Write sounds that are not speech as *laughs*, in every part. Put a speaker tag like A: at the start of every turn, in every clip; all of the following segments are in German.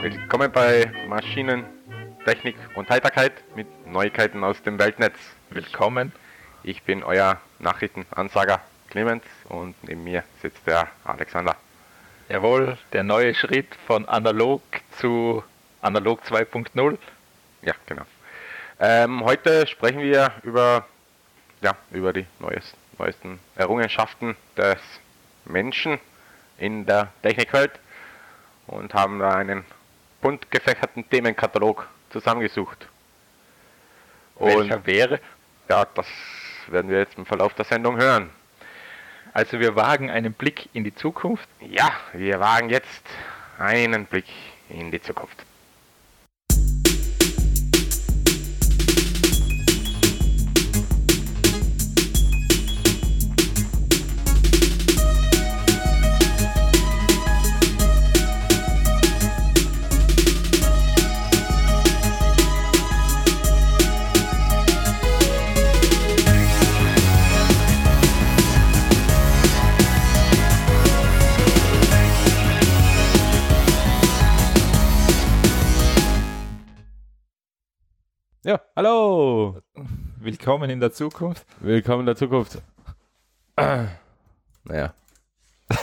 A: Willkommen bei Maschinen, Technik und Heiterkeit mit Neuigkeiten aus dem Weltnetz.
B: Willkommen.
A: Ich bin euer Nachrichtenansager Clemens und neben mir sitzt der Alexander.
B: Jawohl, der neue Schritt von analog zu analog 2.0.
A: Ja, genau. Ähm, heute sprechen wir über, ja, über die neues, neuesten Errungenschaften des Menschen in der Technikwelt und haben da einen bunt gefächerten Themenkatalog zusammengesucht.
B: Welcher
A: Und
B: wäre?
A: ja, das werden wir jetzt im Verlauf der Sendung hören.
B: Also wir wagen einen Blick in die Zukunft.
A: Ja, wir wagen jetzt einen Blick in die Zukunft.
C: Ja, hallo!
B: Willkommen in der Zukunft.
C: Oh, Willkommen in der Zukunft. *clears throat* Naja. *laughs*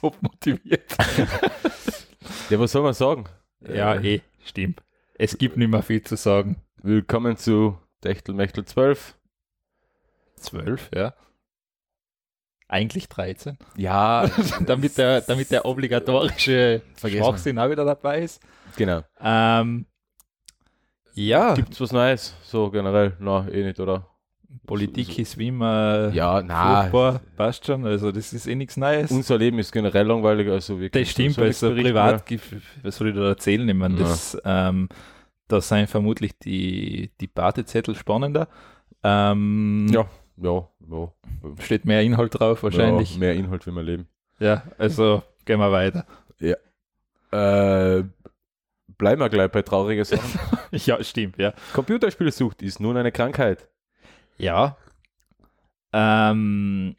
B: Top motiviert.
C: Ja, was soll man sagen?
B: Ja, eh, stimmt. Es gibt nicht mehr viel zu sagen.
C: Willkommen zu Techtelmechtel 12.
B: Zwölf, ja. Eigentlich 13.
C: Ja,
B: damit, der, damit der obligatorische
C: Vergessen wir.
B: Schwachsinn auch wieder dabei ist.
C: genau.
B: Ähm, ja,
C: Gibt's was Neues? So generell? Na, eh nicht, oder?
B: Politik
C: so-
B: ist wie immer
C: *laughs* Ja,
B: furchtbar, passt schon. Also das ist eh nichts Neues.
C: Unser Leben ist generell langweilig, also wir können
B: Das stimmt,
C: sowieso
B: weil
C: nichts
B: so
C: berichten,
B: privat gibt, was soll ich da erzählen? Ich meine,
C: Ja.
B: das, ähm, da sind vermutlich die, die Badezettel spannender. Ähm,
C: Ja. Ja, ja. ja.
B: Steht mehr Inhalt drauf wahrscheinlich.
C: Ja,
B: Ja,
C: mehr Inhalt, wie wir leben.
B: also gehen wir weiter. *laughs*
C: Äh, bleiben wir gleich bei traurigen Sachen. *laughs*
B: ja, stimmt, ja.
C: Computerspielsucht ist nun eine Krankheit.
B: Ja. Ähm,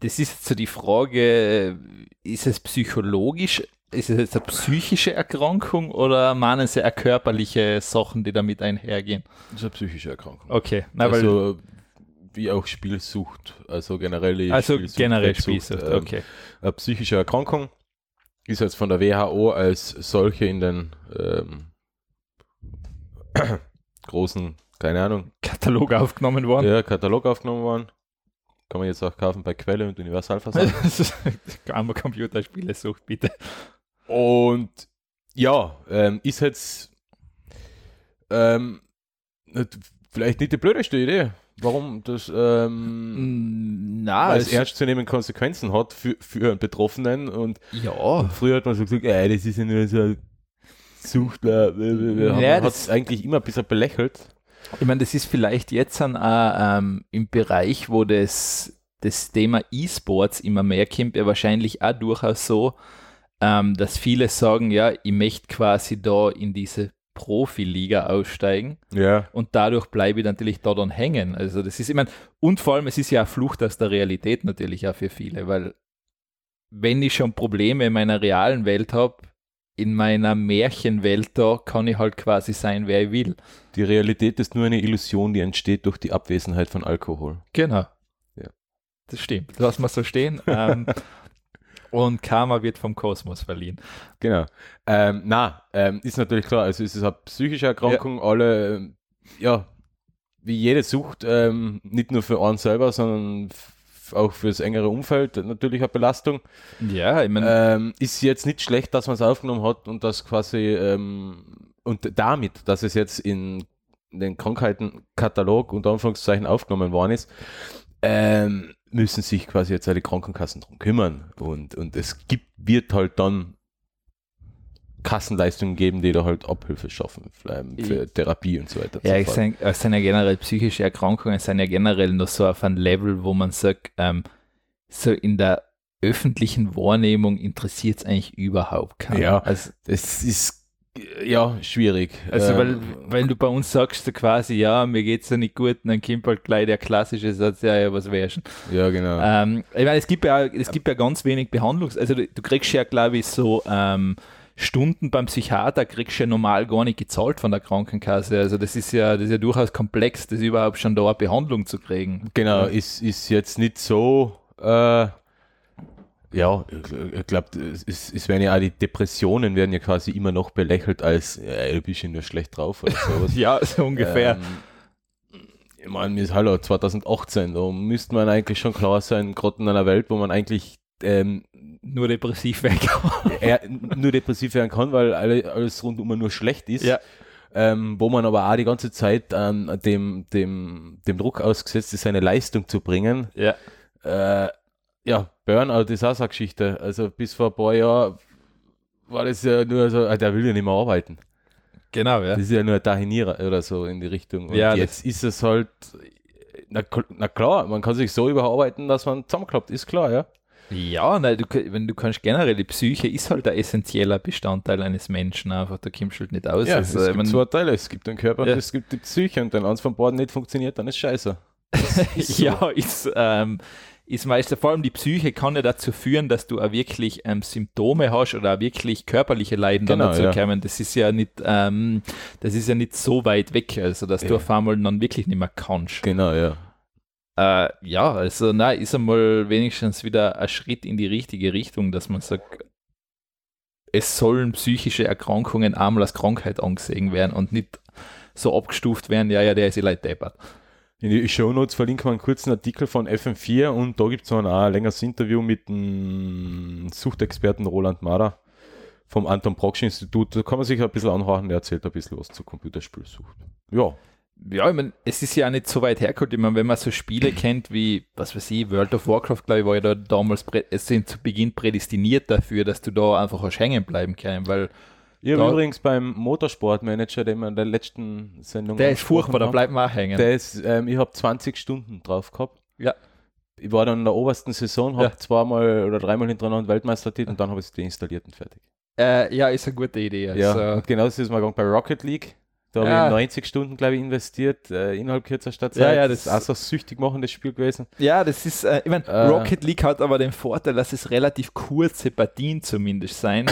B: das ist so die Frage, ist es psychologisch, ist es jetzt eine psychische Erkrankung oder meinen sie eher körperliche Sachen, die damit einhergehen?
C: Das ist eine psychische Erkrankung.
B: Okay, na, weil, also,
C: also wie auch Spielsucht, also generell Spielsucht,
B: generell
C: Fettsucht,
B: Spielsucht,
C: ähm,
B: okay.
C: Eine psychische Erkrankung ist jetzt von der WHO als solche in den ähm, *coughs* großen, keine Ahnung,
B: Katalog aufgenommen worden.
C: ja, Katalog aufgenommen worden. Kann man jetzt auch kaufen bei Quelle und Universalversand.
B: *laughs* Das ist- Einmal Computerspiele sucht, bitte.
C: Und ja, ähm, ist jetzt ähm, nicht, vielleicht nicht die blödeste Idee. Warum das
B: Hm,
C: ähm,
B: Mm, Na,
C: als ernstzunehmende Konsequenzen hat für, für einen Betroffenen. Und
B: ja.
C: früher hat man so gesagt, ey, das ist ja nur so ein äh, Suchtler.
B: Ja,
C: Ja, hat
B: das-
C: es eigentlich immer ein bisschen belächelt.
B: Ich meine, das ist vielleicht jetzt an, äh, ähm, im Bereich, wo das, das Thema E-Sports immer mehr kommt, ja wahrscheinlich auch durchaus so, ähm, dass viele sagen, ja, ich möchte quasi da in diese Profiliga aussteigen.
C: Ja.
B: Und dadurch bleibe ich natürlich da dann hängen. Also das ist, ich meine, und vor allem, es ist ja eine Flucht aus der Realität natürlich auch für viele, weil wenn ich schon Probleme in meiner realen Welt habe, in meiner Märchenwelt da kann ich halt quasi sein, wer ich will.
C: Die Realität ist nur eine Illusion, die entsteht durch die Abwesenheit von Alkohol.
B: Genau.
C: Ja.
B: Das stimmt. Lass mal so *laughs* stehen. ähm, und Karma wird vom Kosmos verliehen.
C: Genau. Ähm, na, ähm, ist natürlich klar. Also es ist eine psychische Erkrankung. Alle, ähm, ja, wie jede Sucht, ähm, nicht nur für einen selber, sondern f- auch fürs engere Umfeld natürlich eine Belastung.
B: Ja, ich meine,
C: Ähm, ist jetzt nicht schlecht, dass man es aufgenommen hat und das quasi ähm, und damit, dass es jetzt in den Krankheitenkatalog unter Anführungszeichen aufgenommen worden ist, ähm, müssen sich quasi jetzt alle Krankenkassen drum kümmern und, und es gibt, wird halt dann Kassenleistungen geben, die da halt Abhilfe schaffen ähm, für Therapie und so weiter. und
B: Ja,
C: so
B: ich
C: fort.
B: sag, es sind ja generell psychische Erkrankungen, es sind ja generell nur so auf einem Level, wo man sagt, ähm, so in der öffentlichen Wahrnehmung interessiert es eigentlich überhaupt keinen.
C: Ja.
B: Also,
C: Es ist ja, schwierig.
B: Also,
C: Ähm,
B: weil, weil du bei uns sagst, so quasi, ja, mir geht's ja nicht gut, und dann kommt halt gleich der klassische Satz, ja, ja, was wär's?
C: ja, genau.
B: Ähm, ich meine, es gibt ja, es gibt ja ganz wenig Behandlungs-, also du, du kriegst ja, glaube ich, so ähm, Stunden beim Psychiater kriegst du ja normal gar nicht gezahlt von der Krankenkasse. Also das ist ja, das ist ja durchaus komplex, das überhaupt schon da eine Behandlung zu kriegen. *laughs*
C: Genau, ist, ist jetzt nicht so. Äh, ja, ich glaube, es, ist- es werden ja auch die Depressionen werden ja quasi immer noch belächelt als, äh, du bist ja nur schlecht drauf oder
B: *laughs*
C: sowas.
B: Ja, so ungefähr.
C: Ähm, ich meine, mir ist hallo, 2018, da müsste man eigentlich schon klar sein, gerade in einer Welt, wo man eigentlich ähm,
B: Nur depressiv weg. *laughs*
C: eher nur depressiv werden kann, weil alle, alles rundum nur schlecht ist.
B: Ja.
C: Ähm, wo man aber auch die ganze Zeit ähm, dem, dem, dem Druck ausgesetzt ist, seine Leistung zu bringen,
B: ja.
C: äh, ja, Burnout ist auch so eine Geschichte. Also bis vor ein paar Jahren war das ja nur so, ah, der will ja nicht mehr arbeiten.
B: Genau, ja.
C: Das ist ja nur ein Dahinierer oder so in die Richtung. Und
B: Ja, das-
C: jetzt ist es halt, na, kl- na klar, man kann sich so überarbeiten, dass man zusammenklappt, ist klar, ja.
B: Ja, nein, du, k- wenn du kannst generell, die Psyche ist halt ein essentieller Bestandteil eines Menschen einfach, da kommst du halt nicht aus.
C: ja
B: also,
C: es
B: ich
C: gibt
B: mein,
C: zwei Teile, es gibt den Körper
B: Ja.
C: und es gibt die Psyche und wenn eins von beiden nicht funktioniert, dann ist scheiße.
B: Ja, ist, ähm, ist meistens vor allem die Psyche kann ja dazu führen, dass du auch wirklich ähm, Symptome hast oder auch wirklich körperliche Leiden
C: Genau,
B: dann dazu
C: ja.
B: kommen. Das ist ja nicht, ähm, das ist ja nicht so weit weg, also dass du
C: Ja.
B: auf einmal dann wirklich nicht mehr kannst.
C: Genau, ja.
B: Äh, ja, also na, ist einmal wenigstens wieder ein Schritt in die richtige Richtung, dass man sagt, es sollen psychische Erkrankungen einmal als Krankheit angesehen werden und nicht so abgestuft werden, ja, ja, der ist eh leid deppert.
C: In die Shownotes verlinken wir einen kurzen Artikel von FM4 und da gibt es noch ein, auch ein längeres Interview mit dem Suchtexperten Roland Mader vom Anton Proksch Institut. Da kann man sich ein bisschen anhören, der erzählt ein bisschen was zur Computerspielsucht. Ja,
B: Ja, ich meine, es ist ja auch nicht so weit hergeholt. Ich meine, wenn man so *clears throat* Spiele kennt wie, was weiß ich, World of Warcraft, glaube ich, war ja da damals, prä- es sind zu Beginn prädestiniert dafür, dass du da einfach hast hängen bleiben kann, weil
C: ich habe
B: Da-
C: übrigens beim Motorsportmanager, den wir in der letzten Sendung
B: der ist furchtbar, da
C: angesprochen
B: bleibt man auch hängen.
C: haben, der ist, ähm, ich habe 20 Stunden drauf gehabt.
B: Ja.
C: Ich war dann in der obersten Saison, habe
B: Ja.
C: zweimal oder dreimal hintereinander Weltmeistertitel und dann habe ich es deinstalliert und fertig.
B: äh, ja, ist eine gute Idee. Also,
C: Ja, und genau das ist mal gegangen bei Rocket League. Da habe
B: Ja.
C: ich 90 Stunden, glaube ich, investiert, äh, innerhalb kürzester Zeit.
B: Ja, ja, das-
C: ist auch so ein süchtig machendes Spiel gewesen.
B: ja, das ist, äh, ich meine,
C: Äh.
B: Rocket League hat aber den Vorteil, dass es relativ kurze Partien zumindest *clears throat* sein.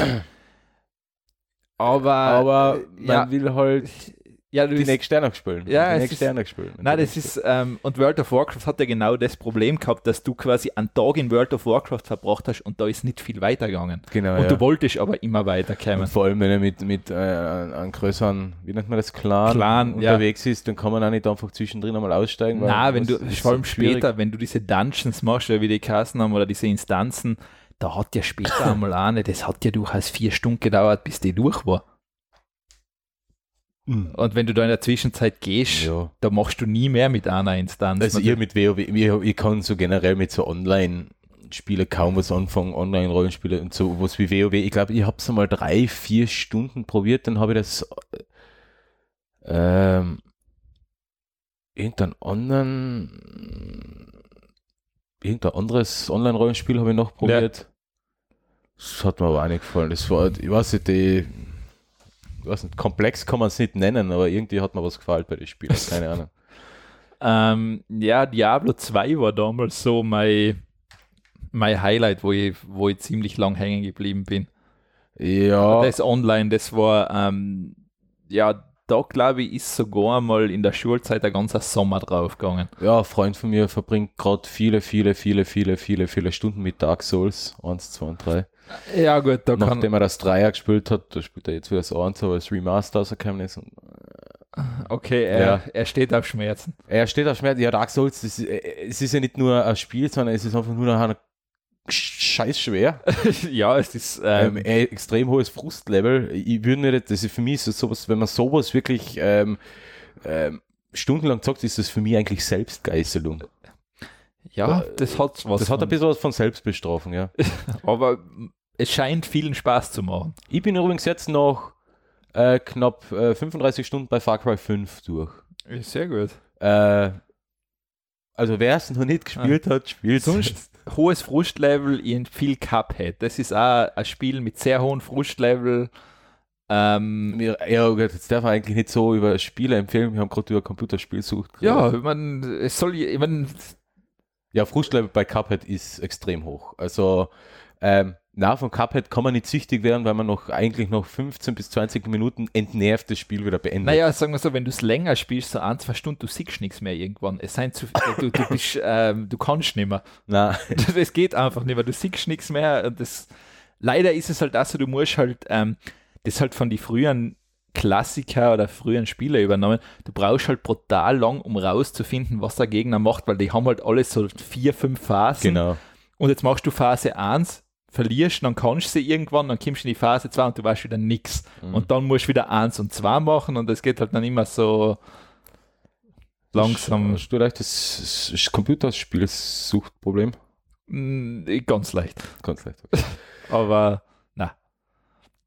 B: aber,
C: Aber
B: äh,
C: man
B: ja,
C: will halt
B: ja, du
C: die
B: bist-
C: nächste Sterne spielen.
B: Ja,
C: die
B: es
C: nächste
B: ist-
C: Sterne spielen.
B: Nein, das ist, ähm, und World of Warcraft hat ja genau das Problem gehabt, dass du quasi einen Tag in World of Warcraft verbracht hast und da ist nicht viel weitergegangen.
C: Genau,
B: und
C: ja.
B: du wolltest aber immer
C: und
B: weiterkommen.
C: vor allem, wenn er mit, mit äh, einem größeren, wie nennt man das, Clan,
B: Clan, ja.
C: unterwegs ist, dann kann man auch nicht einfach zwischendrin einmal aussteigen. weil
B: Na, wenn
C: das
B: du,
C: ist
B: vor allem
C: so schwierig.
B: später, wenn du diese Dungeons machst, oder wie die Kassen haben, oder diese Instanzen, da hat ja später
C: *laughs*
B: einmal eine, das hat ja durchaus vier Stunden gedauert, bis die durch war.
C: Mhm.
B: Und wenn du da in der Zwischenzeit gehst,
C: Ja.
B: da machst du nie mehr mit einer Instanz.
C: Also ihr mit WoW, ihr, ihr kann so generell mit so Online-Spielen kaum was anfangen, Online-Rollenspiele und so, was wie WoW. Ich glaube, ich habe es mal drei, vier Stunden probiert, dann habe ich das äh, ähm, irgendein anderen irgendein anderes Online-Rollenspiel habe ich noch probiert. Das hat mir aber auch nicht gefallen. Das war, ich weiß nicht, die ich weiß nicht, komplex kann man es nicht nennen, aber irgendwie hat mir was gefallen bei den Spielen. Keine Ahnung.
B: Ähm, ja, Diablo 2 war damals so mein, mein Highlight, wo ich, wo ich ziemlich lang hängen geblieben bin.
C: Ja.
B: Das online, das war, ähm, ja, da glaube ich, ist sogar mal in der Schulzeit ein ganzer Sommer draufgegangen.
C: Ja, ein Freund von mir verbringt gerade viele, viele, viele, viele, viele, viele Stunden mit Dark Souls 1, 2 und 3.
B: Ja, gut, da
C: Nachdem er das Dreier gespielt hat, da spielt er jetzt wieder das 1, aber das Remaster rausgekommen ist. Und
B: Okay, er,
C: Ja.
B: er steht auf Schmerzen.
C: er steht auf Schmerz. Ja, Dark Souls, das, ist- äh, es ist ja nicht nur ein Spiel, sondern es ist einfach nur ein scheiß schwer.
B: *laughs* ja, es ist, *laughs* ähm,
C: Ähm, äh, extrem hohes Frustlevel. Ich würde mir das, das ist für mich so sowas, wenn man sowas wirklich ähm, ähm, stundenlang zockt, ist das für mich eigentlich Selbstgeißelung.
B: ja, das hat was.
C: das hat ein
B: von-
C: bisschen was von Selbstbestrafung, ja.
B: aber es scheint vielen Spaß zu machen.
C: Ich bin übrigens jetzt noch äh, knapp äh, 35 Stunden bei Far Cry 5 durch.
B: Sehr gut.
C: Äh, also wer es noch nicht gespielt hat, spielt
B: Ah.
C: *laughs*
B: Sonst *laughs* hohes Frustlevel in viel Cuphead. Das ist auch ein Spiel mit sehr hohem Frustlevel. Ähm,
C: Mir, ja, gut, jetzt darf man eigentlich nicht so über Spiele empfehlen. Wir haben gerade über Computerspielsucht
B: ja,
C: geredet.
B: ich meine, es soll, je- ich meine,
C: Ja, Frustlevel bei Cuphead ist extrem hoch. Also, ähm, na, von Cuphead kann man nicht süchtig werden, weil man noch eigentlich noch 15 bis 20 Minuten entnervt das Spiel wieder beendet.
B: naja, sagen wir so, wenn du es länger spielst, so ein, zwei Stunden, du siehst nichts mehr irgendwann. Es sind zu, du, du, bist, *laughs* ähm, du kannst nicht mehr. *laughs*
C: Na,
B: Es geht einfach nicht mehr. Du siehst nichts mehr. Und das, leider ist es halt das, so, du musst halt, ähm, das ist halt von den früheren Klassiker oder früheren Spiele übernommen. Du brauchst halt brutal lang, um rauszufinden, was der Gegner macht, weil die haben halt alles so vier, fünf Phasen.
C: genau.
B: Und jetzt machst du Phase 1, verlierst, dann kannst du sie irgendwann, dann kommst du in die Phase 2 und du weißt wieder nichts.
C: Mhm.
B: Und dann musst du wieder 1 und 2 machen und das geht halt dann immer so langsam,
C: Hast du leicht das das Computerspielsuchtproblem?
B: mh, Hm, ganz leicht.
C: Ganz leicht.
B: Aber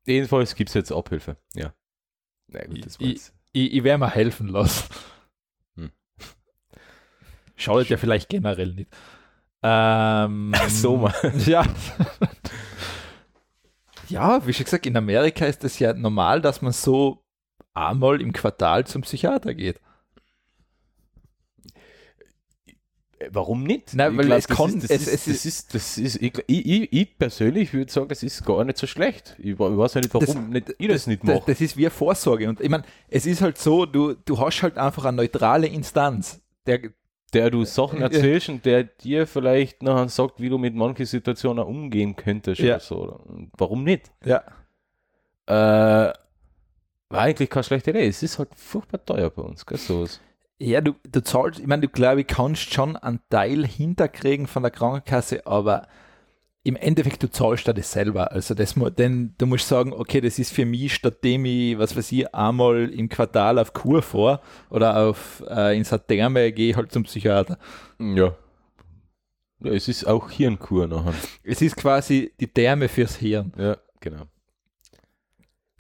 C: Jedenfalls gibt es jetzt Abhilfe. Ja. Na gut, das war
B: I-
C: jetzt.
B: ich, ich werde mir helfen lassen.
C: Hm.
B: Schadet ja vielleicht generell nicht. Ähm,
C: *laughs* So, man.
B: *laughs* Ja. ja, wie schon gesagt, in Amerika ist es ja normal, dass man so einmal im Quartal zum Psychiater geht.
C: Warum nicht?
B: Nein,
C: Ich
B: weil
C: glaub,
B: es kann-
C: das
B: es-
C: ist,
B: es
C: das ist, das ist, das ist, ich, ich, ich persönlich würde sagen, das ist gar nicht so schlecht. Ich, wa- ich weiß ja nicht, warum
B: Das-
C: nicht, ich das nicht
B: Das,
C: mache.
B: das ist wie eine Vorsorge. Und ich meine, es ist halt so, du, du hast halt einfach eine neutrale Instanz. Der,
C: Der du Sachen erzählst und der dir vielleicht nachher sagt, wie du mit manchen Situationen umgehen könntest
B: Ja.
C: oder so. oder? Und Warum nicht?
B: ja.
C: Äh, war eigentlich keine schlechte Idee. Es ist halt furchtbar teuer bei uns, gell, sowas.
B: Ja, du, du zahlst, ich meine, du glaube ich kannst schon einen Teil hinterkriegen von der Krankenkasse, aber im Endeffekt, du zahlst da das selber. Also das mu- denn du musst sagen, okay, das ist für mich, statt dem ich, was weiß ich, einmal im Quartal auf Kur vor oder auf äh, in Saterme gehe ich halt zum Psychiater.
C: Ja. ja. Es ist auch Hirnkur nachher.
B: Es ist quasi die Therme fürs Hirn.
C: Ja, genau.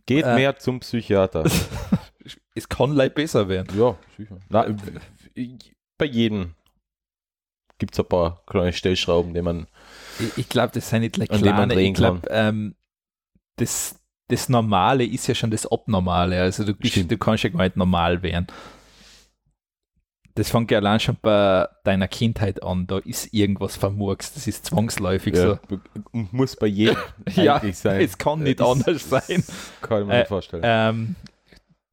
C: Geht
B: Äh.
C: mehr zum Psychiater.
B: *laughs* Es kann leicht besser werden.
C: ja, sicher. Na, ich- Äh, bei jedem gibt es ein paar kleine Stellschrauben, die man.
B: Ich, ich glaube, das sind nicht gleich
C: An dem man
B: kleine. Ich
C: drehen
B: glaube, ähm, das, das Normale ist ja schon das Abnormale. Also du, bist,
C: Stimmt.
B: du kannst ja gar nicht normal werden. Das fängt ja allein schon bei deiner Kindheit an. Da ist irgendwas vermurkst. Das ist zwangsläufig so.
C: Und muss bei jedem
B: *laughs* Ja, *laughs*
C: eigentlich sein.
B: es kann nicht
C: Das-
B: anders
C: *laughs*
B: sein.
C: Kann ich mir nicht
B: Äh,
C: vorstellen.
B: Ähm,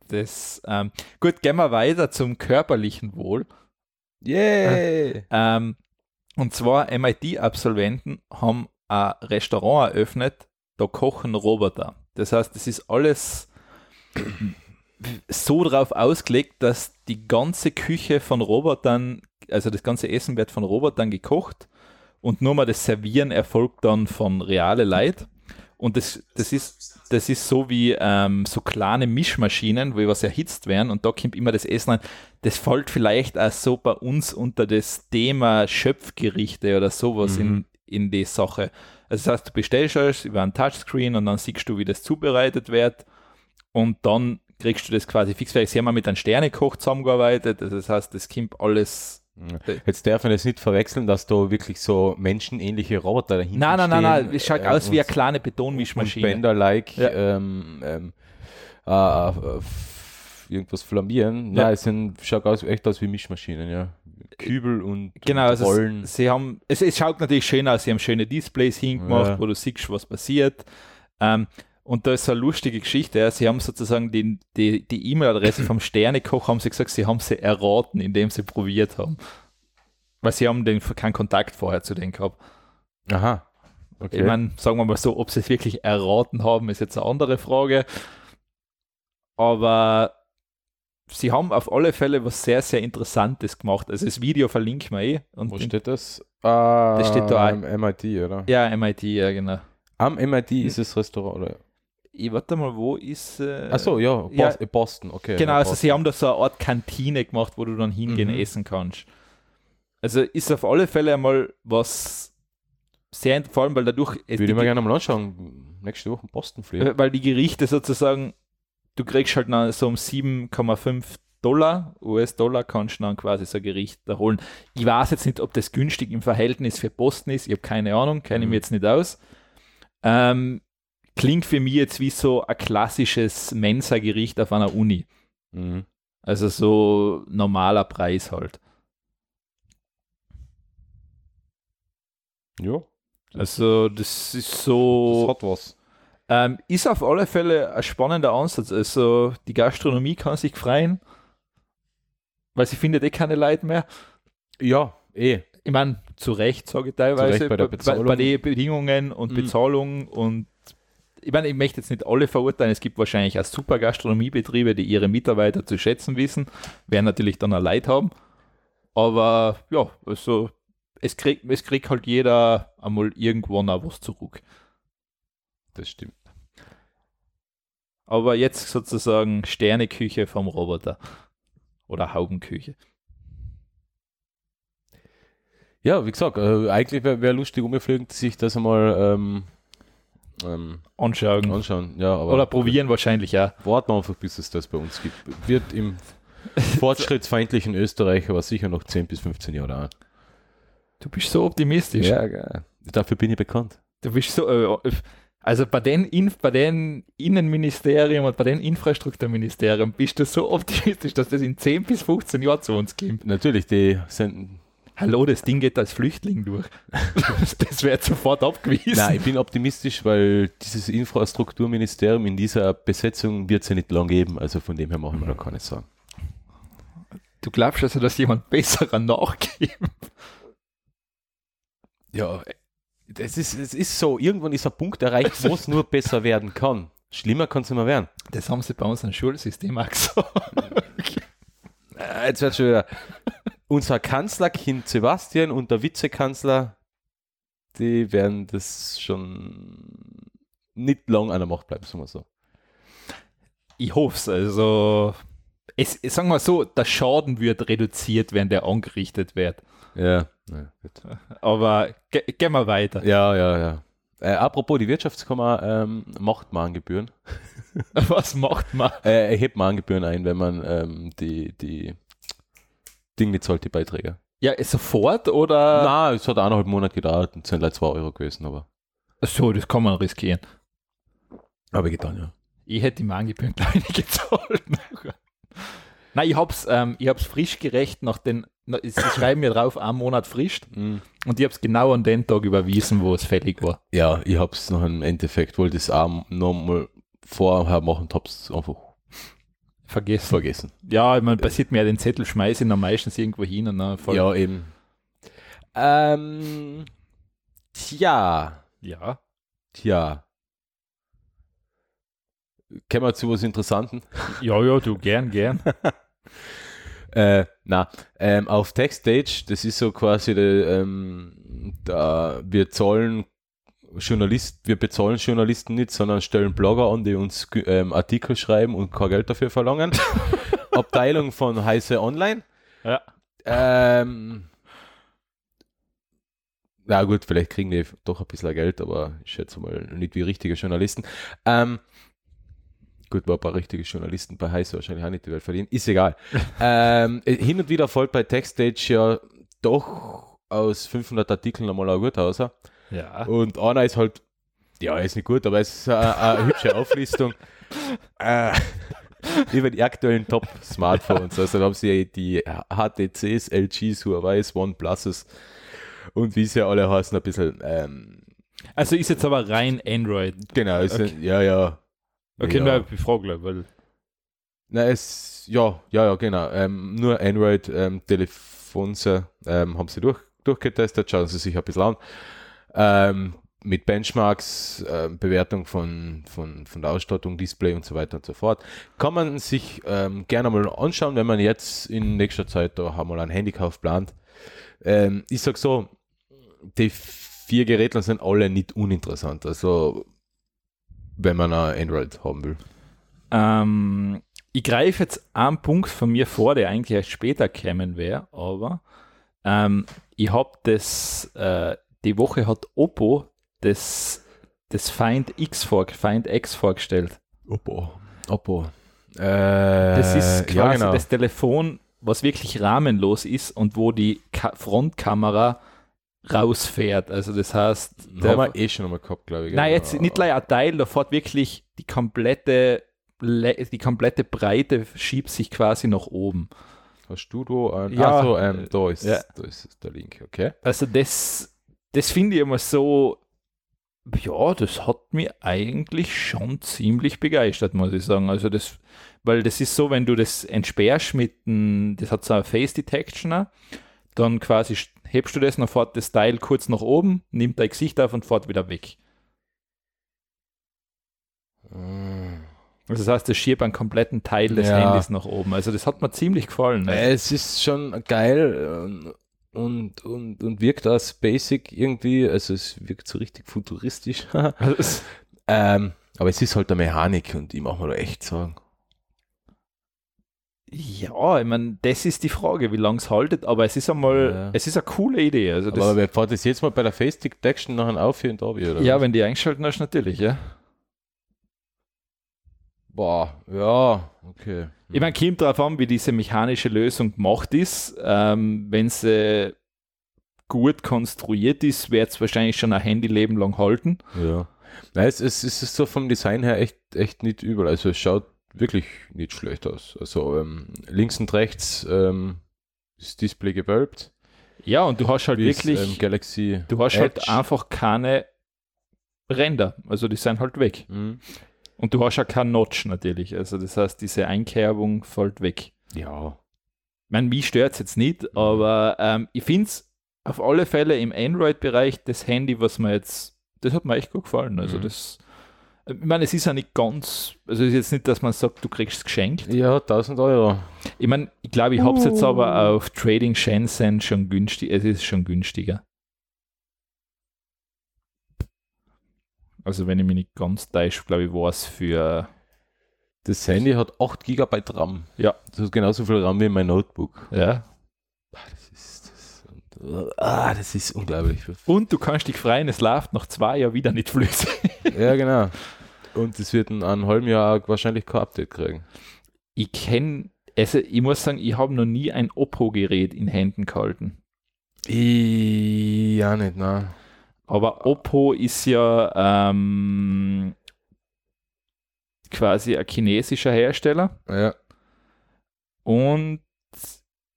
B: das, ähm, gut, gehen wir weiter zum körperlichen Wohl.
C: Yay!
B: Ähm, und zwar MIT-Absolventen haben ein Restaurant eröffnet, da kochen Roboter. Das heißt, es ist alles *clears throat* so drauf ausgelegt, dass die ganze Küche von Robotern, also das ganze Essen wird von Robotern gekocht und nur mal das Servieren erfolgt dann von reale Leid. Und das, das, ist, das ist so wie ähm, so kleine Mischmaschinen, wo was erhitzt werden und da kommt immer das Essen rein. Das fällt vielleicht auch so bei uns unter das Thema Schöpfgerichte oder sowas
C: Mhm.
B: in, in die Sache. Also das heißt, du bestellst es über einen Touchscreen und dann siehst du, wie das zubereitet wird und dann kriegst du das quasi fix fertig. Sie haben auch mit einem Sternekoch zusammengearbeitet, also das heißt, das kommt alles
C: Jetzt darf man das nicht verwechseln, dass da wirklich so menschenähnliche Roboter dahinter
B: Nein, nein,
C: stehen.
B: nein, nein, es schaut
C: äh,
B: aus wie eine
C: und-
B: kleine
C: Und
B: Betonmischmaschine.
C: Bender-like
B: Ja.
C: ähm, ähm, ah, ah, f- irgendwas flamieren.
B: Ja.
C: Nein, es sind, schaut aus, echt aus wie Mischmaschinen, ja. Kübel und,
B: Genau,
C: und
B: also
C: Rollen.
B: s- sie haben, es, es schaut natürlich schön aus, sie haben schöne Displays hingemacht,
C: Ja.
B: wo du siehst, was passiert. Ähm, und da ist so eine lustige Geschichte, ja. sie haben sozusagen den, die, die E-Mail-Adresse vom Sternekoch, haben sie gesagt, sie haben sie erraten, indem sie probiert haben. Weil sie haben den, keinen Kontakt vorher zu denen gehabt.
C: Aha. Okay.
B: Ich meine, sagen wir mal so, ob sie es wirklich erraten haben, ist jetzt eine andere Frage. Aber sie haben auf alle Fälle was sehr, sehr Interessantes gemacht. Also das Video verlinkt man eh. Und
C: Wo steht das? Ah,
B: Das steht da
C: Am MIT, oder?
B: Ja, Mhm. MIT, ja, genau.
C: Am MIT ist das Restaurant, oder?
B: Ich warte mal, wo ist. Äh,
C: Achso, ja, Bos
B: ja.
C: Boston, okay.
B: Genau,
C: ja,
B: also
C: Boston.
B: sie haben da so eine Art Kantine gemacht, wo du dann hingehen
C: Mhm.
B: essen kannst. Also ist auf alle Fälle einmal was sehr, vor allem weil dadurch es
C: Würde ich
B: die-
C: mir gerne mal anschauen. Nächste Woche Boston fliegen.
B: Äh, Weil die Gerichte sozusagen, du kriegst halt noch so um 7,5 Dollar, US-Dollar kannst du dann quasi so ein Gericht da holen. Ich weiß jetzt nicht, ob das günstig im Verhältnis für Posten ist, ich habe keine Ahnung, kenne ich
C: Mhm.
B: mir jetzt nicht aus. Ähm, klingt für mich jetzt wie so ein klassisches Mensa-Gericht auf einer Uni.
C: Mhm.
B: Also so normaler Preis halt.
C: Ja,
B: Also das ist
C: das
B: so.
C: hat was.
B: Ähm, ist auf alle Fälle ein spannender Ansatz. Also die Gastronomie kann sich freien, weil sie findet eh keine Leute mehr.
C: Ja, eh.
B: Ich meine, zu Recht, sage ich teilweise,
C: Zu Recht bei der
B: bei, bei,
C: Bezahlung.
B: bei den Bedingungen und
C: Mhm.
B: Bezahlung und ich meine, ich möchte jetzt nicht alle verurteilen. Es gibt wahrscheinlich auch super Gastronomiebetriebe, die ihre Mitarbeiter zu schätzen wissen, werden natürlich dann ein Leid haben. Aber ja, also es kriegt, es kriegt halt jeder einmal irgendwann auch was zurück.
C: Das stimmt.
B: Aber jetzt sozusagen Sterneküche vom Roboter. Oder Haubenküche.
C: Ja, wie gesagt, äh, eigentlich wäre wär lustig umgeflogen, sich das einmal ähm, ähm,
B: Anschauen.
C: anschauen. Ja, aber
B: Oder probieren wahrscheinlich ja.
C: Warten wir einfach, bis es das bei uns gibt. Wird *laughs* im fortschrittsfeindlichen Österreich aber sicher noch 10 bis 15 Jahre dauern.
B: Du bist so optimistisch.
C: geil. Dafür bin ich bekannt.
B: Du bist so. Äh, also bei den, Inf bei den Innenministerium und bei den Infrastrukturministerium bist du so optimistisch, dass das in 10 bis 15 Jahren zu uns kommt.
C: Natürlich, die sind.
B: Hallo, das Ding geht als Flüchtling durch. *laughs* das wird sofort abgewiesen.
C: Nein, ich bin optimistisch, weil dieses Infrastrukturministerium in dieser Besetzung wird es ja nicht lang geben. Also von dem her machen wir da keine Sorgen.
B: Du glaubst also, dass jemand besserer nachgibt?
C: Ja, es ist, es ist so, irgendwann ist ein Punkt erreicht, wo es nur besser werden kann. Schlimmer kann es nicht mehr werden.
B: Das haben sie bei uns im Schulsystem auch gesagt.
C: Äh, Jetzt wird schon wieder. Unser Kanzlerkind Sebastian und der Vizekanzler, die werden das schon nicht lang an der Macht bleiben, sagen wir so.
B: Ich hoffe es. Also, es, es- sagen wir so, der Schaden wird reduziert, wenn der angerichtet wird.
C: Ja, ja, gut.
B: Aber ge gehen wir weiter. *laughs*
C: ja, ja. ja. Äh, apropos, die Wirtschaftskammer ähm, macht Mahngebühren.
B: Was macht man?
C: Äh, erhebt Mahngebühren ein, wenn man ähm, die, die Dinge nicht zahlt, die Beiträge.
B: Ja, sofort oder?
C: Na, es hat eineinhalb Monate gedauert und sind leider zwei Euro gewesen, aber.
B: So, das kann man riskieren.
C: Aber getan, ja.
B: Ich hätte die Mahngebühren kleine *laughs* gezahlt. Nein, ich hab's, ähm, ich hab's frisch gerecht nach den. na, *coughs* Sie schreiben mir drauf, einen Monat frisch.
C: Mhm.
B: Und ich hab's genau an den Tag überwiesen, wo es fällig war.
C: Ja, ich hab's noch im Endeffekt, wollte es auch nochmal vorher machen, hab's einfach
B: Vergessen.
C: vergessen.
B: Ja, ich mein, passiert mir ja, den Zettel schmeiße ich dann meistens irgendwo hin und dann voll.
C: Ja, eben. Ähm, tja,
B: ja.
C: tja. Kommen wir zu was Interessanten?
B: Ja, ja, du, gern, gern.
C: Äh, na, ähm, auf TechStage, das ist so quasi, der, ähm, da wir zahlen Journalist, wir bezahlen Journalisten nicht, sondern stellen Blogger an, die uns gü- ähm, Artikel schreiben und kein Geld dafür verlangen. Abteilung von Heise Online.
B: Ja.
C: Ähm, na gut, vielleicht kriegen die doch ein bisschen Geld, aber ich schätze mal nicht wie richtige Journalisten. Ähm, gut, war ein paar richtige Journalisten bei Heise wahrscheinlich auch nicht die Welt verdienen. Ist egal. ähm, hin und wieder folgt bei TechStage ja doch aus 500 Artikeln einmal ein guter aus.
B: Ja.
C: Und einer ist halt, ja, er ist nicht gut, aber es ist eine, eine hübsche
B: *laughs*
C: Auflistung äh, über die aktuellen Top-Smartphones. Also da haben sie die HTCs, LGs, Huawei's, OnePluses und wie sie alle heißen, ein bisschen, ähm,
B: Also ist jetzt aber rein Android.
C: genau, ist, ja, ja.
B: Okay,
C: ja.
B: na, ich frage gleich, weil.
C: Na, es, ja, ja, ja, genau. Ähm, nur Android, ähm, Telefonse ähm, haben sie durch, durchgetestet, schauen sie sich ein bisschen an. Ähm, mit Benchmarks, ähm, Bewertung von, von, von der Ausstattung, Display und so weiter und so fort. Kann man sich ähm, gerne mal anschauen, wenn man jetzt in nächster Zeit da mal einen Handykauf plant. Ähm, ich sag so, die vier Geräte sind alle nicht uninteressant. Also, wenn man ein Android haben will.
B: Ähm, ich greife jetzt einen Punkt von mir vor, der eigentlich erst später kämen wäre, aber ähm, ich habe das, äh, die Woche hat Oppo das, das Find X, vor, Find X vorgestellt.
C: Oppo. Oppo.
B: Das ist
C: ja,
B: quasi
C: genau.
B: das Telefon, was wirklich rahmenlos ist und wo die Ka Frontkamera rausfährt. Also das heißt,
C: haben wir eh schon einmal gehabt, glaube ich.
B: Nein,
C: gell?
B: jetzt nicht gleich ein Teil, da fährt wirklich die komplette, Le- die komplette Breite schiebt sich quasi nach oben.
C: Hast du da einen?
B: Ja.
C: Ja. Achso, ähm, da, ist,
B: Ja.
C: da ist der Link, okay.
B: Also das, das finde ich immer so, ja, das hat mich eigentlich schon ziemlich begeistert, muss ich sagen. Also das, weil das ist so, wenn du das entsperrst mit, dem- das hat so eine Face Detection, auch, dann quasi sch- hebst du das, dann fährt das Teil kurz nach oben, nimmt dein Gesicht auf und fährt wieder weg. Also das heißt, das schiebt einen kompletten Teil des
C: Ja.
B: Handys nach oben. Also das hat mir ziemlich gefallen. ne?
C: Äh, Es ist schon geil ähm, und, und, und wirkt als Basic irgendwie, also es wirkt so richtig futuristisch. *laughs*
B: Also es-
C: ähm, aber es ist halt eine Mechanik und ich mache mir da echt Sorgen.
B: Ja, ich meine, das ist die Frage, wie lange es haltet, aber es ist einmal,
C: Ja.
B: es ist eine coole Idee. Also das,
C: aber wer fährt das jetzt mal bei der Face Detection nachher auf hier und da wieder? oder
B: ja,
C: was?
B: wenn die eingeschalten hast, natürlich, ja.
C: Mhm. Boah, ja, okay.
B: Ich meine, kommt drauf an, wie diese mechanische Lösung gemacht ist. Ähm, wenn sie gut konstruiert ist, wird es wahrscheinlich schon ein Handyleben lang halten.
C: Ja. Nein, es, es, es ist so vom Design her echt, echt nicht übel. Also es schaut wirklich nicht schlecht aus. Also ähm, links und rechts ähm, das Display gewölbt.
B: Ja, und du hast halt
C: Wie es,
B: wirklich,
C: ähm, Galaxy.
B: du hast halt
C: Edge.
B: einfach keine Ränder. Also die sind halt weg.
C: Mhm.
B: Und du hast ja keinen Notch natürlich. Also das heißt, diese Einkerbung fällt weg.
C: Ja.
B: Ich meine, mich stört es jetzt nicht, aber ähm, ich finde es auf alle Fälle im Android-Bereich das Handy, was man jetzt, das hat mir echt gut gefallen. Also
C: Mhm.
B: das, ich meine, es ist ja nicht ganz, also es ist jetzt nicht, dass man sagt, du kriegst es geschenkt.
C: Ja, 1000 Euro.
B: Ich meine, ich glaube, ich habe es jetzt aber auf Trading Shenzhen schon günstig, es ist schon günstiger. Also wenn ich mich nicht ganz täusche, glaube ich, war es für,
C: Das Handy hat 8 GB RAM.
B: Ja.
C: Das hat genauso viel RAM wie mein Notebook.
B: ja.
C: Das ist, das, und, ah, das ist unglaublich.
B: Und du kannst dich freien, es läuft nach zwei Jahren wieder nicht flüssig.
C: ja, genau. Und es wird in einem halben Jahr auch wahrscheinlich kein Update kriegen.
B: ich kenne, also ich muss sagen, ich habe noch nie ein Oppo-Gerät in Händen gehalten.
C: Ja, nicht, nein.
B: Aber Oppo ist ja ähm, quasi ein chinesischer Hersteller
C: Ja.
B: und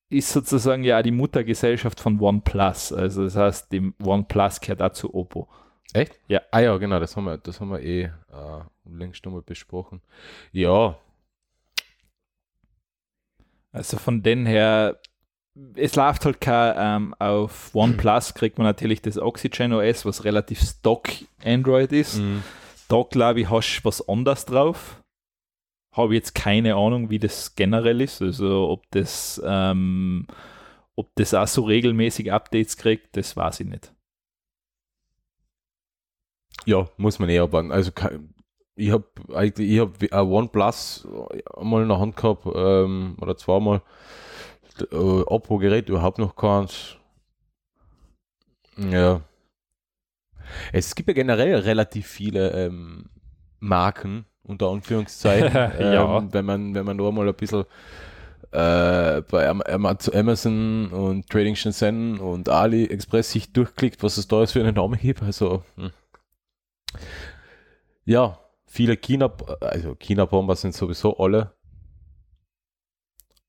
B: ist sozusagen ja die Muttergesellschaft von OnePlus. Also das heißt, dem OnePlus gehört auch zu Oppo.
C: Ah ja, genau, das haben wir, das haben wir eh äh, längst nochmal besprochen. Ja,
B: Also von den her, es läuft halt kein, ähm, auf OnePlus kriegt man natürlich das Oxygen OS, was relativ stock Android ist.
C: Mhm.
B: Da glaube ich, hast du was anderes drauf. Habe jetzt keine Ahnung, wie das generell ist. Also ob das, ähm, ob das auch so regelmäßig Updates kriegt, das weiß ich nicht.
C: ja, muss man eh abwarten. Also kein- ich habe eigentlich, ich habe ein OnePlus einmal in der Hand gehabt ähm, oder zweimal. Äh, Oppo-Gerät überhaupt noch keins. Ja. Es gibt ja generell relativ viele ähm, Marken, unter Anführungszeichen. ähm,
B: Ja.
C: Wenn man, wenn man nur mal ein bisschen äh, bei Am- Ama- zu Amazon und Trading Shenzhen und AliExpress sich durchklickt, was es da ist für einen Namen gibt. Also, hm. ja, viele China, also China-Bomber sind sowieso alle.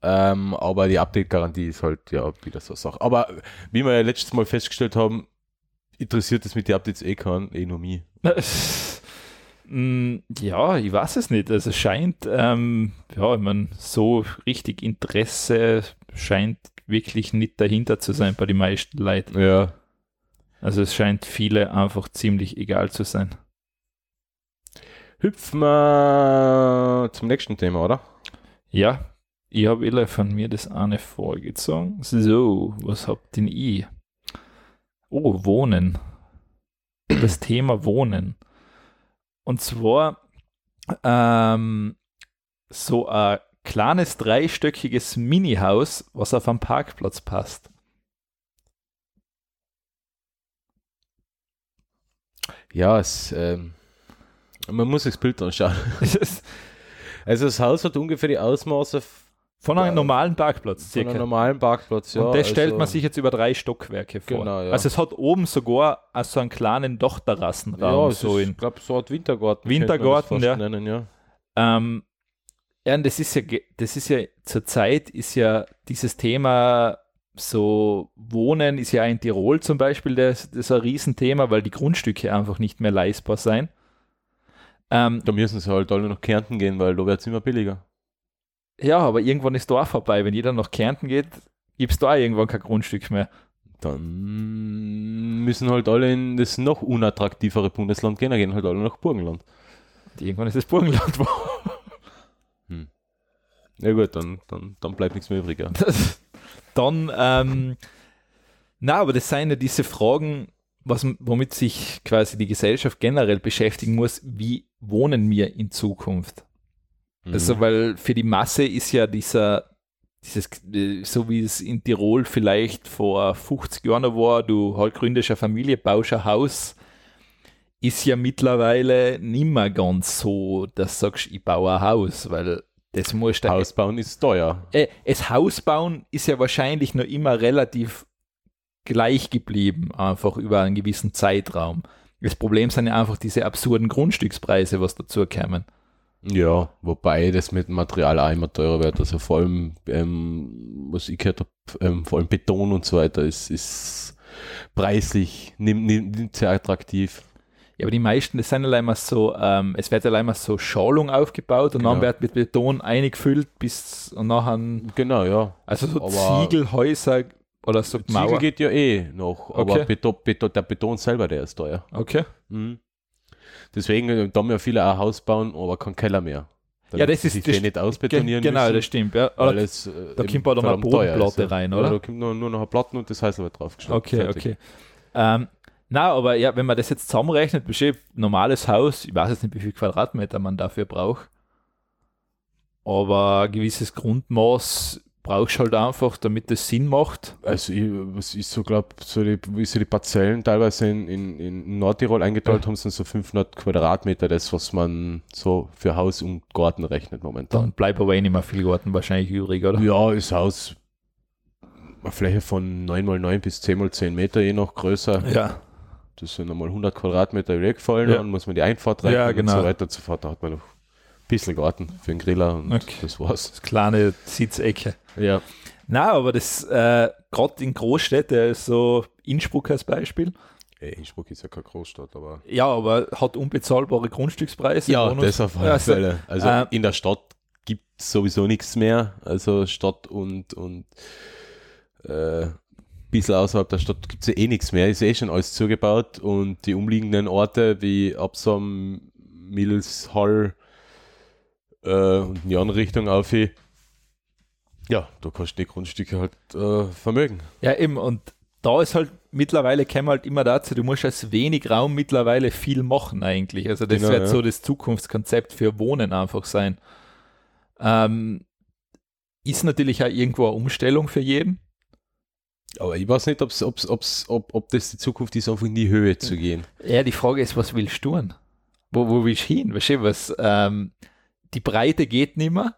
C: Ähm, aber die Update-Garantie ist halt ja wieder so eine Sache. Aber wie wir ja letztes Mal festgestellt haben, interessiert es mit den Updates eh keinen, eh nur mich.
B: *laughs* Mm, ja, ich weiß es nicht. Also es scheint, ähm, ja, ich meine, so richtig Interesse scheint wirklich nicht dahinter zu sein bei den meisten Leuten.
C: Ja.
B: Also es scheint viele einfach ziemlich egal zu sein.
C: Hüpfen wir zum nächsten Thema, oder?
B: Ja, ich habe alle von mir das eine vorgezogen. So, was habt denn ich? Oh, Wohnen. Das Thema Wohnen. Und zwar ähm, so ein kleines dreistöckiges Mini-Haus, was auf einem Parkplatz passt. *laughs*
C: Ja, es, ähm, man muss sich das Bild anschauen. Also das Haus hat ungefähr die Ausmaße f-
B: Von einem normalen Parkplatz
C: so einen
B: circa.
C: normalen Parkplatz, ja.
B: und das stellt
C: also-
B: man sich jetzt über drei Stockwerke vor.
C: Genau, ja.
B: Also es hat oben sogar auch so einen kleinen Dachterrassenraum.
C: ja,
B: so in,
C: Ich glaube, so Art Wintergarten.
B: Wintergarten,
C: könnte man das fast
B: ja.
C: Nennen, ja.
B: Ähm, ja, und das ist ja, ge- das ist ja zurzeit ist ja dieses Thema so Wohnen ist ja in Tirol zum Beispiel das, das ist ein Riesenthema, weil die Grundstücke einfach nicht mehr leistbar sein. Ähm,
C: Da müssen sie halt alle nach Kärnten gehen, weil da wird es immer billiger.
B: ja, aber irgendwann ist da auch vorbei. Wenn jeder nach Kärnten geht, gibt es da auch irgendwann kein Grundstück mehr.
C: Dann müssen halt alle in das noch unattraktivere Bundesland gehen, dann gehen halt alle nach Burgenland.
B: Und irgendwann ist das Burgenland *laughs* wo.
C: Ja gut, dann, dann, dann bleibt nichts mehr übrig. Ja.
B: Das, dann, ähm, na, aber das sind ja diese Fragen, was, womit sich quasi die Gesellschaft generell beschäftigen muss, wie wohnen wir in Zukunft?
C: Mhm.
B: Also, weil für die Masse ist ja dieser, dieses, äh, so wie es in Tirol vielleicht vor 50 Jahren noch war, du halt gründest eine Familie, baust ein Haus, ist ja mittlerweile nimmer ganz so, dass du sagst, ich baue ein Haus, weil das musst du
C: Haus bauen ist teuer.
B: äh, es Haus bauen ist ja wahrscheinlich noch immer relativ gleich geblieben, einfach über einen gewissen Zeitraum. Das Problem sind ja einfach diese absurden Grundstückspreise, was dazu kämen.
C: Ja, wobei das mit Material auch immer teurer wird. Also vor allem, ähm, was ich gehört habe, ähm, vor allem Beton und so weiter ist, ist preislich, nimmt, nimmt, nimmt sehr attraktiv.
B: Ja, aber die meisten, das sind ja immer so, ähm, es wird ja immer so Schalung aufgebaut und dann
C: Genau.
B: wird mit Beton eingefüllt bis und nachher,
C: Genau, ja.
B: also so
C: Aber-
B: Ziegelhäuser oder so
C: Ziegel
B: Mauer.
C: geht ja eh noch, aber
B: Okay.
C: Beton, Beton, der Beton selber, der ist teuer.
B: Okay.
C: Mhm. Deswegen, äh, da haben ja viele auch Haus bauen, aber kein Keller mehr.
B: Ja, das ist-
C: sich
B: das-
C: den nicht
B: Ge-
C: ausbetonieren
B: Genau, das
C: müssen,
B: stimmt. Ja.
C: weil
B: Oder,
C: es, äh,
B: da
C: eben
B: kommt bald einmal
C: verdammt teuer ist,
B: Bodenplatte
C: ja.
B: rein,
C: Ja,
B: oder?
C: Da kommt nur, nur noch eine Platte und das heißt wird draufgeschlagen.
B: Okay,
C: Fertig.
B: okay. Ähm, na, aber ja, wenn man das jetzt zusammenrechnet, besteht normales Haus, ich weiß jetzt nicht, wie viel Quadratmeter man dafür braucht, aber ein gewisses Grundmaß brauchst du halt einfach, damit es Sinn macht.
C: Also ich, was ich so glaube, so die, wie so die Parzellen teilweise in, in, in Nordtirol eingeteilt haben, sind so 500 Quadratmeter, das was man so für Haus und Garten rechnet
B: Dann
C: momentan.
B: bleibt aber eh nicht mehr viel Garten wahrscheinlich übrig, oder?
C: Ja, ist Haus eine Fläche von 9x9 bis 10x10 Meter, je nach größer.
B: Ja.
C: Das sind nochmal 100 Quadratmeter weggefallen,
B: Ja.
C: dann muss man die Einfahrt rechnen
B: Ja, genau.
C: und so weiter und so fort. Da hat man noch ein bisschen Garten für den Griller und
B: Okay.
C: das war's.
B: Das kleine Sitzecke.
C: Ja.
B: Na, aber das, äh, gerade in Großstädte, so Innsbruck als Beispiel,
C: Ey, Äh, Innsbruck ist ja keine Großstadt, aber
B: ja, aber hat unbezahlbare Grundstückspreise.
C: Ja,
B: Wohnungs-
C: das auf alle
B: Also,
C: Fälle. Also
B: äh,
C: in der Stadt gibt es sowieso nichts mehr. Also Stadt und und äh, bisschen außerhalb der Stadt gibt es ja eh nichts mehr. Ist eh schon alles zugebaut und die umliegenden Orte wie Absam, Mills, Hall äh, und in die andere Richtung auf. Ja, da kannst du die Grundstücke halt äh, vermögen.
B: Ja, eben, und da ist halt mittlerweile käme halt immer dazu, du musst aus wenig Raum mittlerweile viel machen eigentlich. Also das
C: Genau,
B: wird
C: ja.
B: so das Zukunftskonzept für Wohnen einfach sein. Ähm, ist natürlich auch irgendwo eine Umstellung für jeden.
C: Aber ich weiß nicht, ob's, ob's, ob's, ob, ob das die Zukunft ist, einfach in die Höhe zu gehen.
B: Ja, die Frage ist, was willst du tun? Wo, wo willst du hin? Weißt du, was, ähm, die Breite geht nicht mehr.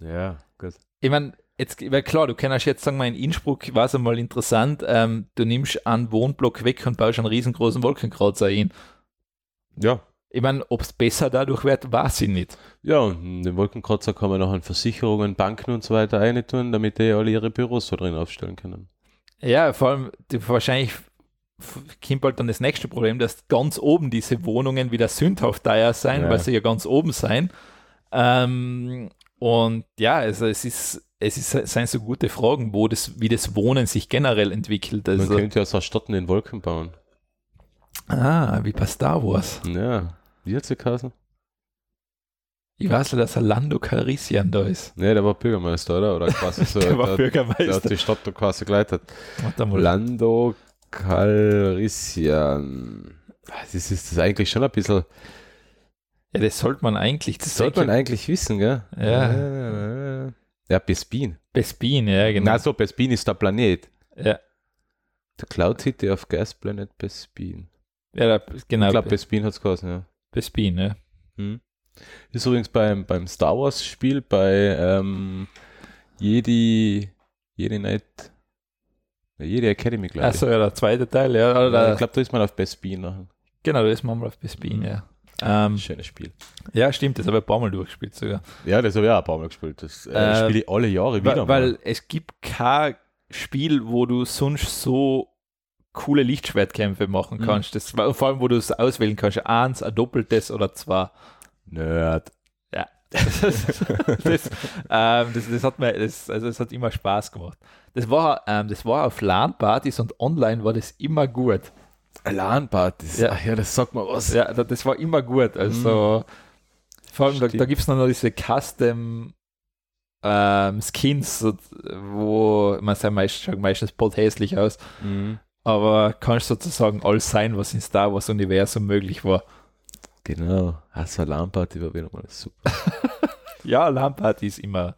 C: Ja, gut.
B: Ich meine, jetzt, weil klar, du kannst jetzt sagen, mal in Innsbruck war es einmal interessant, ähm, du nimmst einen Wohnblock weg und baust einen riesengroßen Wolkenkratzer hin.
C: Ja,
B: Ich meine, ob es besser dadurch wird, weiß ich nicht.
C: Ja, und in den Wolkenkratzer kann man noch an Versicherungen, Banken und so weiter eine tun, damit die alle ihre Büros so drin aufstellen können.
B: Ja, vor allem, die, wahrscheinlich f- kommt halt dann das nächste Problem, dass ganz oben diese Wohnungen wieder sündhaft teuer sein,
C: Ja.
B: weil sie ja ganz oben sein. Ähm, und ja, also es ist, es ist, es sind so gute Fragen, wo das, wie das Wohnen sich generell entwickelt.
C: Man
B: Also,
C: könnte ja so Stadt in den Wolken bauen.
B: ah, wie bei Star Wars.
C: Ja, wie hat's geheißen?
B: Ich weiß ja, dass Orlando Calrissian da ist.
C: Ne, der war Bürgermeister, oder? Oder quasi
B: *laughs*
C: so.
B: der war
C: der, der hat
B: Bürgermeister.
C: die Stadt da quasi geleitet.
B: Warte mal.
C: Orlando Calrissian. Ah, Das ist, ist das eigentlich schon ein bisschen.
B: Ja, das sollte man eigentlich. Das
C: Sollte man eigentlich wissen, gell?
B: Ja.
C: Ja, ja Bespin.
B: Bespin, ja, genau.
C: Na so, Bespin ist der Planet.
B: Ja.
C: The Cloud City of Gas Planet Bespin.
B: Ja, da, genau.
C: Ich glaube, Bespin hat's geheißen, ja.
B: Bespin, ja.
C: Hm. Ist übrigens beim, beim Star Wars Spiel bei ähm, Jedi, Jedi Knight, ja, Jedi Academy, glaube ich.
B: Achso, ja, der zweite Teil, ja. Oder
C: ich Mhm. glaube, da ist man auf Best Bean nachher.
B: genau, da ist man mal auf Bespin, ja. Ähm,
C: Schönes Spiel.
B: ja, stimmt, das habe ich ein paar Mal durchgespielt sogar.
C: Ja, das habe ich auch ein paar Mal gespielt. Das äh,
B: Äh,
C: spiele ich alle Jahre wieder.
B: Weil, weil es gibt kein Spiel, wo du sonst so coole Lichtschwertkämpfe machen
C: Mhm.
B: kannst. Das, war- vor allem, wo du es auswählen kannst. Eins, ein doppeltes oder zwei.
C: mal. Nerd.
B: *laughs* das, ähm, das, das hat mir, das, also es hat immer Spaß gemacht. Das war, ähm, das war auf LAN-Partys und online war das immer gut.
C: LAN-Partys.
B: Ja.
C: Ja. ja, das sagt mal was.
B: Ja, da- das war immer gut. Also vor allem, da, da gibt es noch diese Custom ähm, Skins, so- wo man sah meist, schaut meistens bald hässlich aus,
C: Mhm.
B: aber kannst sozusagen alles sein, was in Star Wars Universum möglich war.
C: Genau. Also LAN-Party war wieder mal super.
B: Ja, Lamparty ist immer,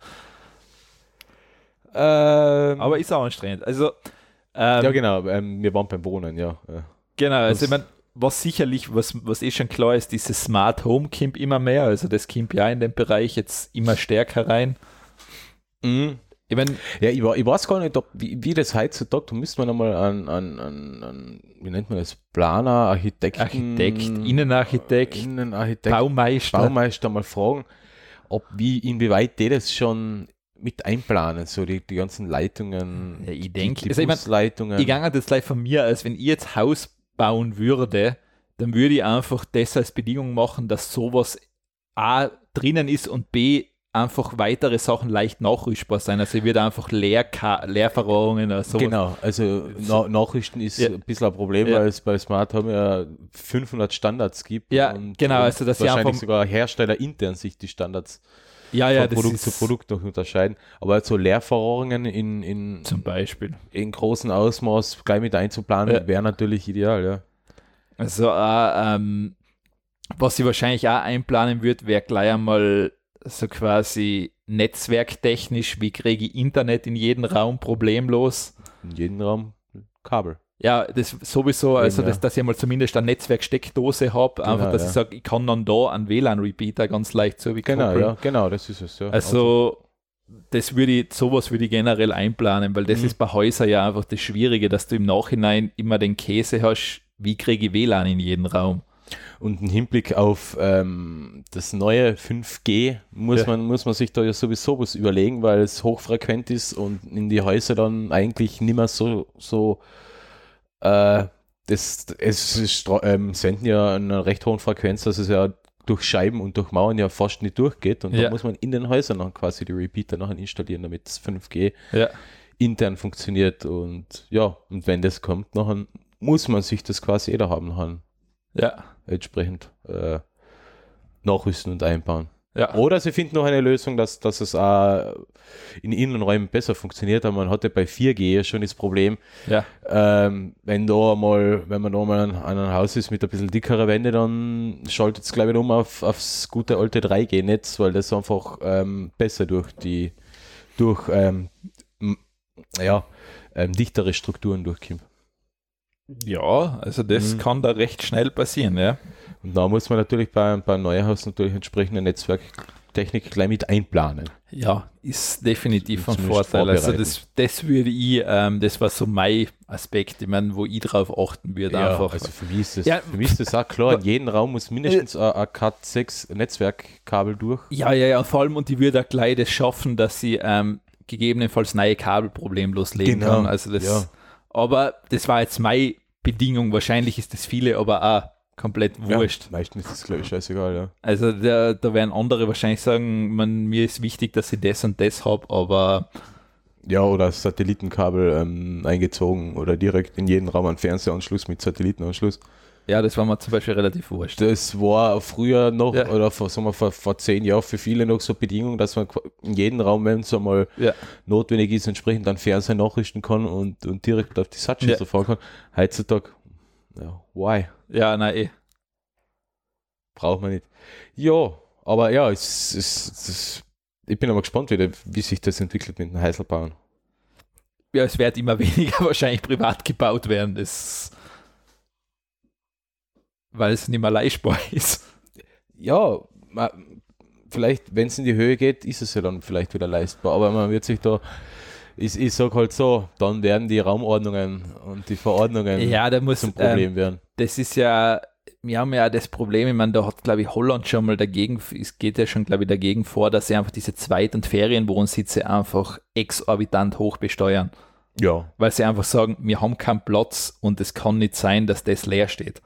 B: aber ist auch anstrengend. Also ähm,
C: ja, genau. Ähm, wir waren beim Wohnen, ja. ja.
B: Genau, also
C: Das-
B: ich meine, was sicherlich, was, was eh schon klar ist, dieses Smart Home kommt immer mehr, also das kommt ja in den Bereich jetzt immer stärker rein.
C: Mhm.
B: Ich meine,
C: Ja, ich, wa- ich weiß gar nicht, ob, wie, wie das heutzutage, da müsste man einmal an, an, an, an, wie nennt man das, Planer, Architekten,
B: Architekt, Innenarchitekt,
C: Innenarchitekt,
B: Baumeister,
C: Baumeister mal fragen, ob wie, inwieweit die das schon mit einplanen, so die, die ganzen Leitungen,
B: Ja, ich
C: die,
B: denke,
C: die
B: also ich meine,
C: Busleitungen.
B: ich gehe jetzt gleich von mir, als wenn ich jetzt Haus bauen würde, dann würde ich einfach das als Bedingung machen, dass sowas A drinnen ist und B einfach weitere Sachen leicht nachrüstbar sein. Also ich würde einfach Leerka Leerverrohrungen oder sowas
C: Genau, also Na Nachrichten ist
B: Ja.
C: ein bisschen ein Problem,
B: Ja.
C: weil es bei Smart Home ja 500 Standards gibt.
B: Ja,
C: und,
B: genau,
C: und
B: also dass sie
C: wahrscheinlich
B: einfach-
C: sogar Hersteller intern sich die Standards
B: Ja, ja,
C: von
B: das
C: Produkt
B: ist
C: zu Produkt noch unterscheiden. Aber so Leerverrohrungen in, in,
B: zum Beispiel.
C: in großem Ausmaß gleich mit einzuplanen,
B: Ja.
C: wäre natürlich ideal, ja.
B: Also, äh, ähm, was ich wahrscheinlich auch einplanen würde, wäre gleich einmal so quasi netzwerktechnisch, wie kriege ich Internet in jeden Raum problemlos.
C: In jedem Raum Kabel.
B: Ja, das sowieso, also
C: Eben, ja.
B: das, dass ich mal zumindest eine Netzwerksteckdose habe, einfach, dass
C: ja.
B: ich sage, ich kann dann da einen WLAN-Repeater ganz leicht so wie
C: Genau, ja, genau, das ist es, ja.
B: Also, das würde ich, sowas würde ich generell einplanen, weil das
C: Mhm.
B: ist bei Häusern ja einfach das Schwierige, dass du im Nachhinein immer den Käse hast, wie kriege ich WLAN in jeden Raum.
C: Und im Hinblick auf ähm, das neue 5G muss,
B: Ja.
C: man, muss man sich da ja sowieso was überlegen, weil es hochfrequent ist und in die Häuser dann eigentlich nimmer so, so äh, das, es ist stra- ähm, senden ja in einer recht hohen Frequenz, dass es ja durch Scheiben und durch Mauern ja fast nicht durchgeht und
B: Ja.
C: da muss man in den Häusern dann quasi die Repeater nachher installieren, damit das 5G
B: Ja.
C: intern funktioniert und ja, und wenn das kommt, nachher muss man sich das quasi jeder haben nachher
B: Ja.
C: entsprechend äh, nachrüsten und einbauen.
B: Ja.
C: Oder sie finden noch eine Lösung, dass, dass es auch in Innenräumen besser funktioniert, aber man hatte bei 4G ja schon das Problem,
B: Ja.
C: ähm, wenn da mal, wenn man da mal an, an einem Haus ist mit ein bisschen dickerer Wände, dann schaltet es glaube ich um auf, aufs gute alte 3G-Netz, weil das einfach ähm, besser durch die, durch ähm, m- ja, ähm, dichtere Strukturen durchkommt.
B: Ja, also das
C: Mhm.
B: kann da recht schnell passieren, ja.
C: Und da muss man natürlich bei, bei Neuhaus natürlich entsprechende Netzwerktechnik gleich mit einplanen.
B: Ja, ist definitiv von
C: Zumindest
B: Vorteil. Also
C: vorbereiten.
B: das, das würde ich, ähm, das war so mein Aspekt, ich meine, wo ich drauf achten würde einfach.
C: also Äh, für mich ist das,
B: Ja.
C: für mich ist das auch klar, *laughs* in jedem Raum muss mindestens ein, ein Cat6-Netzwerkkabel durch.
B: ja, ja, ja, und vor allem, und ich würde auch gleich das schaffen, dass sie ähm, gegebenenfalls neue Kabel problemlos legen
C: Genau,
B: kann. Also das,
C: ja.
B: aber das war jetzt meine Bedingung, wahrscheinlich ist das viele, aber auch komplett wurscht.
C: Ja, meistens ist das glaube ich scheißegal, ja.
B: Also da, da werden andere wahrscheinlich sagen, man, mir ist wichtig, dass ich das und das habe, aber
C: Ja, oder das Satellitenkabel ähm, eingezogen oder direkt in jeden Raum einen Fernsehanschluss mit Satellitenanschluss.
B: Ja, das war mir zum Beispiel relativ wurscht.
C: Das war früher noch,
B: Ja.
C: oder vor, sagen wir, vor, vor zehn Jahren für viele noch so Bedingung, dass man in jedem Raum, wenn es einmal
B: Ja,
C: notwendig ist, entsprechend dann Fernseher nachrichten kann und, und direkt auf die Satchel
B: Ja.
C: so fahren kann. Heutzutage, ja, why?
B: ja nein, eh.
C: Braucht man nicht. Ja, aber ja, es, es, es, ich bin aber gespannt, wieder, wie sich das entwickelt mit den Heiselbauern.
B: Ja, es wird immer *laughs* weniger wahrscheinlich privat gebaut werden, das *laughs* weil es nicht mehr leistbar ist.
C: Ja, ma- vielleicht, wenn es in die Höhe geht, ist es ja dann vielleicht wieder leistbar. Aber man wird sich da, ich, ich sag halt so, dann werden die Raumordnungen und die Verordnungen
B: Ja, da muss
C: Ähm, zum Problem
B: ähm,
C: werden.
B: das ist ja, wir haben ja das Problem, ich meine, da hat, glaube ich, Holland schon mal dagegen, es geht ja schon, glaube ich, dagegen vor, dass sie einfach diese Zweit- und Ferienwohnsitze einfach exorbitant hoch besteuern,
C: Ja.
B: weil sie einfach sagen, wir haben keinen Platz und es kann nicht sein, dass das leer steht.